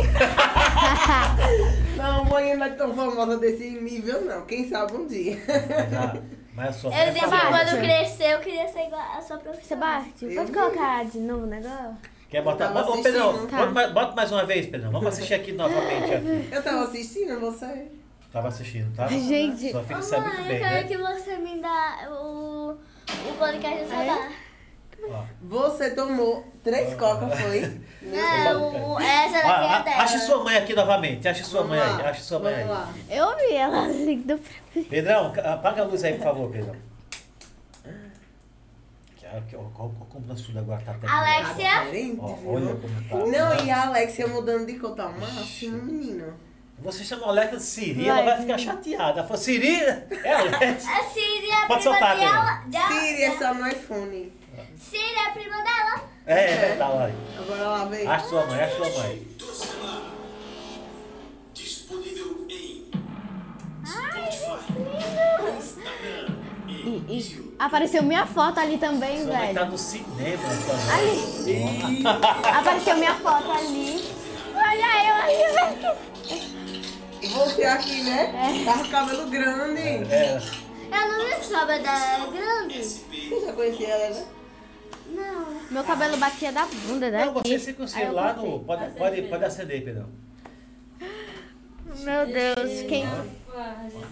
[SPEAKER 5] não, mãe, não é tão famosa desse nível, não. Quem sabe um dia.
[SPEAKER 1] Mas a- Mas a sua mãe é
[SPEAKER 3] Eu disse que
[SPEAKER 1] famosa.
[SPEAKER 3] quando crescer, eu queria ser igual a sua profissão.
[SPEAKER 2] Sebastião,
[SPEAKER 5] Eu
[SPEAKER 2] pode
[SPEAKER 5] vi.
[SPEAKER 2] colocar de novo o negócio?
[SPEAKER 1] Quer botar?
[SPEAKER 5] Eu tava
[SPEAKER 1] Ô, Pedrão,
[SPEAKER 5] assistindo.
[SPEAKER 1] bota, mais- bota mais uma vez, Pedrão. Vamos assistir aqui novamente. Aqui.
[SPEAKER 5] Eu tava assistindo você.
[SPEAKER 1] Tava assistindo, tá?
[SPEAKER 2] Gente.
[SPEAKER 1] Sua filha sabe
[SPEAKER 5] tá
[SPEAKER 1] muito
[SPEAKER 3] Mamãe, eu
[SPEAKER 1] bem,
[SPEAKER 3] quero
[SPEAKER 1] né?
[SPEAKER 3] que você me dá o, o podcast do celular.
[SPEAKER 1] Ó.
[SPEAKER 5] Você tomou três cocas, foi?
[SPEAKER 3] Não, o- essa
[SPEAKER 1] Ah,
[SPEAKER 3] daqui é
[SPEAKER 1] ah,
[SPEAKER 3] dela.
[SPEAKER 1] ache sua mãe aqui novamente. Ache sua
[SPEAKER 5] Vamos
[SPEAKER 1] mãe
[SPEAKER 5] lá,
[SPEAKER 1] aí. Ache sua mãe aí.
[SPEAKER 5] Vamos lá.
[SPEAKER 2] Eu vi ela ali do
[SPEAKER 1] Pedrão, ca- apaga a luz aí, por favor, Pedrão. Que- é que- ó, Como como nosso filho agora tá até.
[SPEAKER 3] Alex. Você é-
[SPEAKER 5] Diferente,
[SPEAKER 1] Ó,
[SPEAKER 5] viu?
[SPEAKER 1] olha como tá.
[SPEAKER 5] Não, e a Alexia mudando de cor tá o máximo, menino.
[SPEAKER 1] Você chama a Alex de Siri,
[SPEAKER 2] Vai,
[SPEAKER 1] ela vai ficar chateada. Ela fala, Siri é Alex.
[SPEAKER 3] A Siri é a
[SPEAKER 1] Pode
[SPEAKER 3] prima
[SPEAKER 1] soltar,
[SPEAKER 3] dela. dela-
[SPEAKER 5] Siri, é só no iPhone.
[SPEAKER 3] Siri é a prima dela.
[SPEAKER 1] É, tá lá. aí.
[SPEAKER 5] Agora lá vem.
[SPEAKER 1] Ache sua mãe, ache sua mãe.
[SPEAKER 6] Disponível em
[SPEAKER 2] E, e apareceu minha foto ali também,
[SPEAKER 1] Sua mãe
[SPEAKER 2] velho.
[SPEAKER 1] tá no cinema. sua mãe.
[SPEAKER 2] Ali. Apareceu minha foto ali. Olha eu ali, velho.
[SPEAKER 5] E você aqui, né? Tá com o cabelo grande.
[SPEAKER 1] É,
[SPEAKER 3] Eu não vi sua mas ela é grande.
[SPEAKER 5] Você já conhecia ela, né?
[SPEAKER 3] Não.
[SPEAKER 2] Meu cabelo batia da bunda né? daqui.
[SPEAKER 1] Não, você fica o
[SPEAKER 2] Aí eu
[SPEAKER 1] celular
[SPEAKER 2] cortei.
[SPEAKER 1] no. Pode, pode, pode acender, Pedrão.
[SPEAKER 2] Meu Deus, quem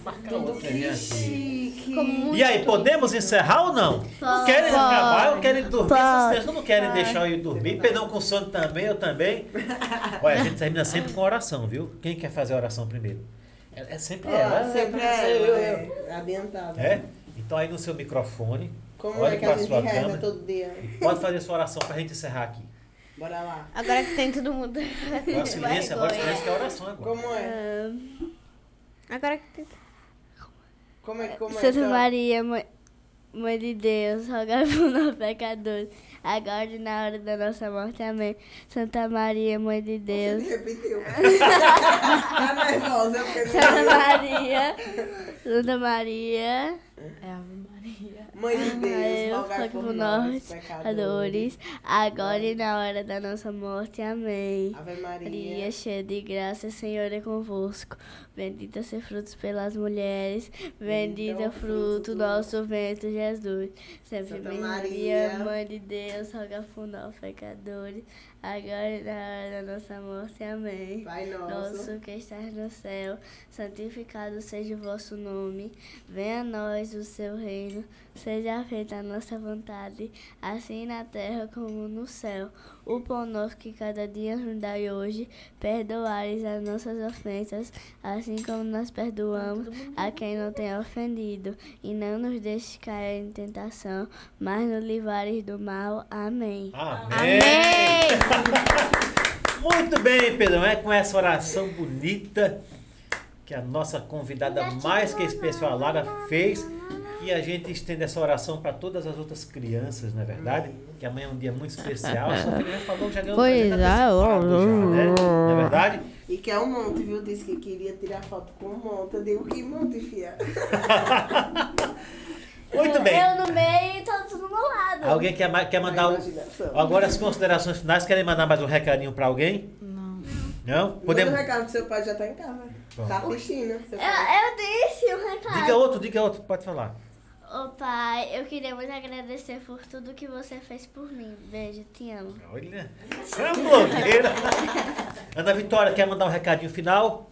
[SPEAKER 1] Marca outra linha aqui.
[SPEAKER 5] Chique.
[SPEAKER 2] ficou muito...
[SPEAKER 1] E aí, podemos encerrar ou não? Não querem
[SPEAKER 2] Pode.
[SPEAKER 1] acabar, não querem dormir, essas
[SPEAKER 2] Pode.
[SPEAKER 1] pessoas não querem deixar eu ir dormir. Pedrão com sono também, eu também. Olha, a gente termina sempre com oração, viu? Quem quer fazer a oração primeiro? É, é sempre ela.
[SPEAKER 5] Ah, sempre é,
[SPEAKER 1] eu, eu, eu.
[SPEAKER 5] é adiantada.
[SPEAKER 1] É? Então aí no seu microfone,
[SPEAKER 5] Como
[SPEAKER 1] olha
[SPEAKER 5] é que
[SPEAKER 1] pra
[SPEAKER 5] a gente
[SPEAKER 1] sua
[SPEAKER 5] reza
[SPEAKER 1] câmera
[SPEAKER 5] todo dia?
[SPEAKER 1] e pode fazer sua oração pra gente encerrar aqui.
[SPEAKER 5] Bora lá.
[SPEAKER 2] Agora que tem todo mundo.
[SPEAKER 1] Agora silêncio, agora
[SPEAKER 2] Vergonha.
[SPEAKER 1] silêncio que é oração agora.
[SPEAKER 5] Como é?
[SPEAKER 2] Agora que tem.
[SPEAKER 5] Como é que começa?
[SPEAKER 3] Santa
[SPEAKER 1] tá?
[SPEAKER 3] Maria, mãe, mãe de Deus, rogai por nós pecadores, agora e na hora da nossa morte. Amém. Santa Maria, mãe de Deus.
[SPEAKER 5] Repetiu. tá nervosa, eu
[SPEAKER 3] Santa
[SPEAKER 5] fiquei
[SPEAKER 3] Maria, Santa Maria,
[SPEAKER 4] É Ave Maria.
[SPEAKER 5] Mãe de Deus,
[SPEAKER 3] eu
[SPEAKER 5] rogai
[SPEAKER 3] rogai
[SPEAKER 5] por
[SPEAKER 3] por
[SPEAKER 5] nós,
[SPEAKER 3] nós,
[SPEAKER 5] pecadores.
[SPEAKER 3] pecadores, agora e na hora da nossa morte. Amém.
[SPEAKER 5] Ave Maria,
[SPEAKER 3] Maria, cheia de graça, o Senhor é convosco. Bendita ser frutos pelas mulheres, bendito é o fruto do nosso ventre, Jesus. Sempre
[SPEAKER 5] Santa
[SPEAKER 3] Maria,
[SPEAKER 5] Maria.
[SPEAKER 3] Mãe de Deus, roga por nós, pecadores, agora e na hora da nossa morte. Amém.
[SPEAKER 5] Pai nosso.
[SPEAKER 3] Nosso que estás no céu, santificado seja o vosso nome. Venha a nós o seu reino, seja feita a nossa vontade, assim na terra como no céu. O pão nosso que cada dia nos dai hoje, perdoares as nossas ofensas, assim como nós perdoamos a quem não tem ofendido. E não nos deixes cair em tentação, mas nos livrares do mal. Amém.
[SPEAKER 1] Amém. Muito bem, Pedrão. É com essa oração bonita que a nossa convidada mais que especial, a Lara, fez. E a gente estende essa oração para todas as outras crianças, não é verdade? Que amanhã é um dia muito especial. A sua filha já falou, já ganhou um
[SPEAKER 2] Pois
[SPEAKER 1] presente
[SPEAKER 2] é,
[SPEAKER 1] antecipado já,
[SPEAKER 2] ó,
[SPEAKER 1] né? Não é
[SPEAKER 2] ó.
[SPEAKER 1] verdade?
[SPEAKER 5] E quer um monte, viu? Disse que queria tirar foto com um monte. Eu digo, que monte, fia?
[SPEAKER 1] Muito bem.
[SPEAKER 3] Eu no meio e todos no meu lado.
[SPEAKER 1] Alguém quer, ma- quer mandar
[SPEAKER 5] A
[SPEAKER 1] o...
[SPEAKER 5] imaginação.
[SPEAKER 1] Agora as considerações finais. Querem mandar mais um recadinho para alguém? Não. Não?
[SPEAKER 5] Podemos...
[SPEAKER 1] Podemos...
[SPEAKER 5] Manda um recado que seu pai já tá em casa. Tá assistindo. Seu
[SPEAKER 3] Eu,
[SPEAKER 5] pai.
[SPEAKER 3] eu disse um recado.
[SPEAKER 1] Diga outro, diga outro. Pode falar.
[SPEAKER 3] Ô pai, eu queria muito agradecer por tudo que você fez por mim. Beijo, te amo.
[SPEAKER 1] Olha, você é uma blogueira. Ana Vitória, quer mandar um recadinho final?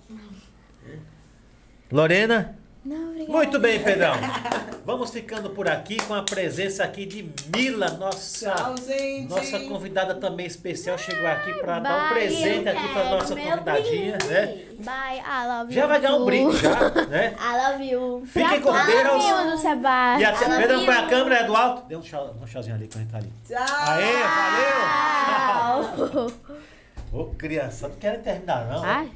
[SPEAKER 1] Lorena?
[SPEAKER 2] Não, obrigada.
[SPEAKER 1] Muito bem, Pedrão. Vamos ficando por aqui com a presença aqui de Mila, nossa,
[SPEAKER 5] Tchau, gente.
[SPEAKER 1] nossa convidada também especial. Chegou aqui para dar um
[SPEAKER 2] Bye,
[SPEAKER 1] presente aqui para nossa
[SPEAKER 3] Quero meu
[SPEAKER 1] convidadinha, né?
[SPEAKER 3] brinde.
[SPEAKER 2] Bye, I love you.
[SPEAKER 1] Já vai ganhar um
[SPEAKER 2] too.
[SPEAKER 1] brinde, já, né?
[SPEAKER 3] I love you.
[SPEAKER 1] Fiquem com
[SPEAKER 3] Pra
[SPEAKER 1] Deus.
[SPEAKER 3] todos.
[SPEAKER 2] Amigo tá do Sebastião.
[SPEAKER 1] E até,
[SPEAKER 3] Ela
[SPEAKER 1] Pedrão,
[SPEAKER 3] tá, viu.
[SPEAKER 1] põe a câmera, é do alto. Dê um, chá- um chazinho ali pra gente tá ali.
[SPEAKER 5] Tchau.
[SPEAKER 1] Aê, valeu!
[SPEAKER 2] Tchau.
[SPEAKER 1] Ô, criança, não quero terminar, não.
[SPEAKER 2] Ai.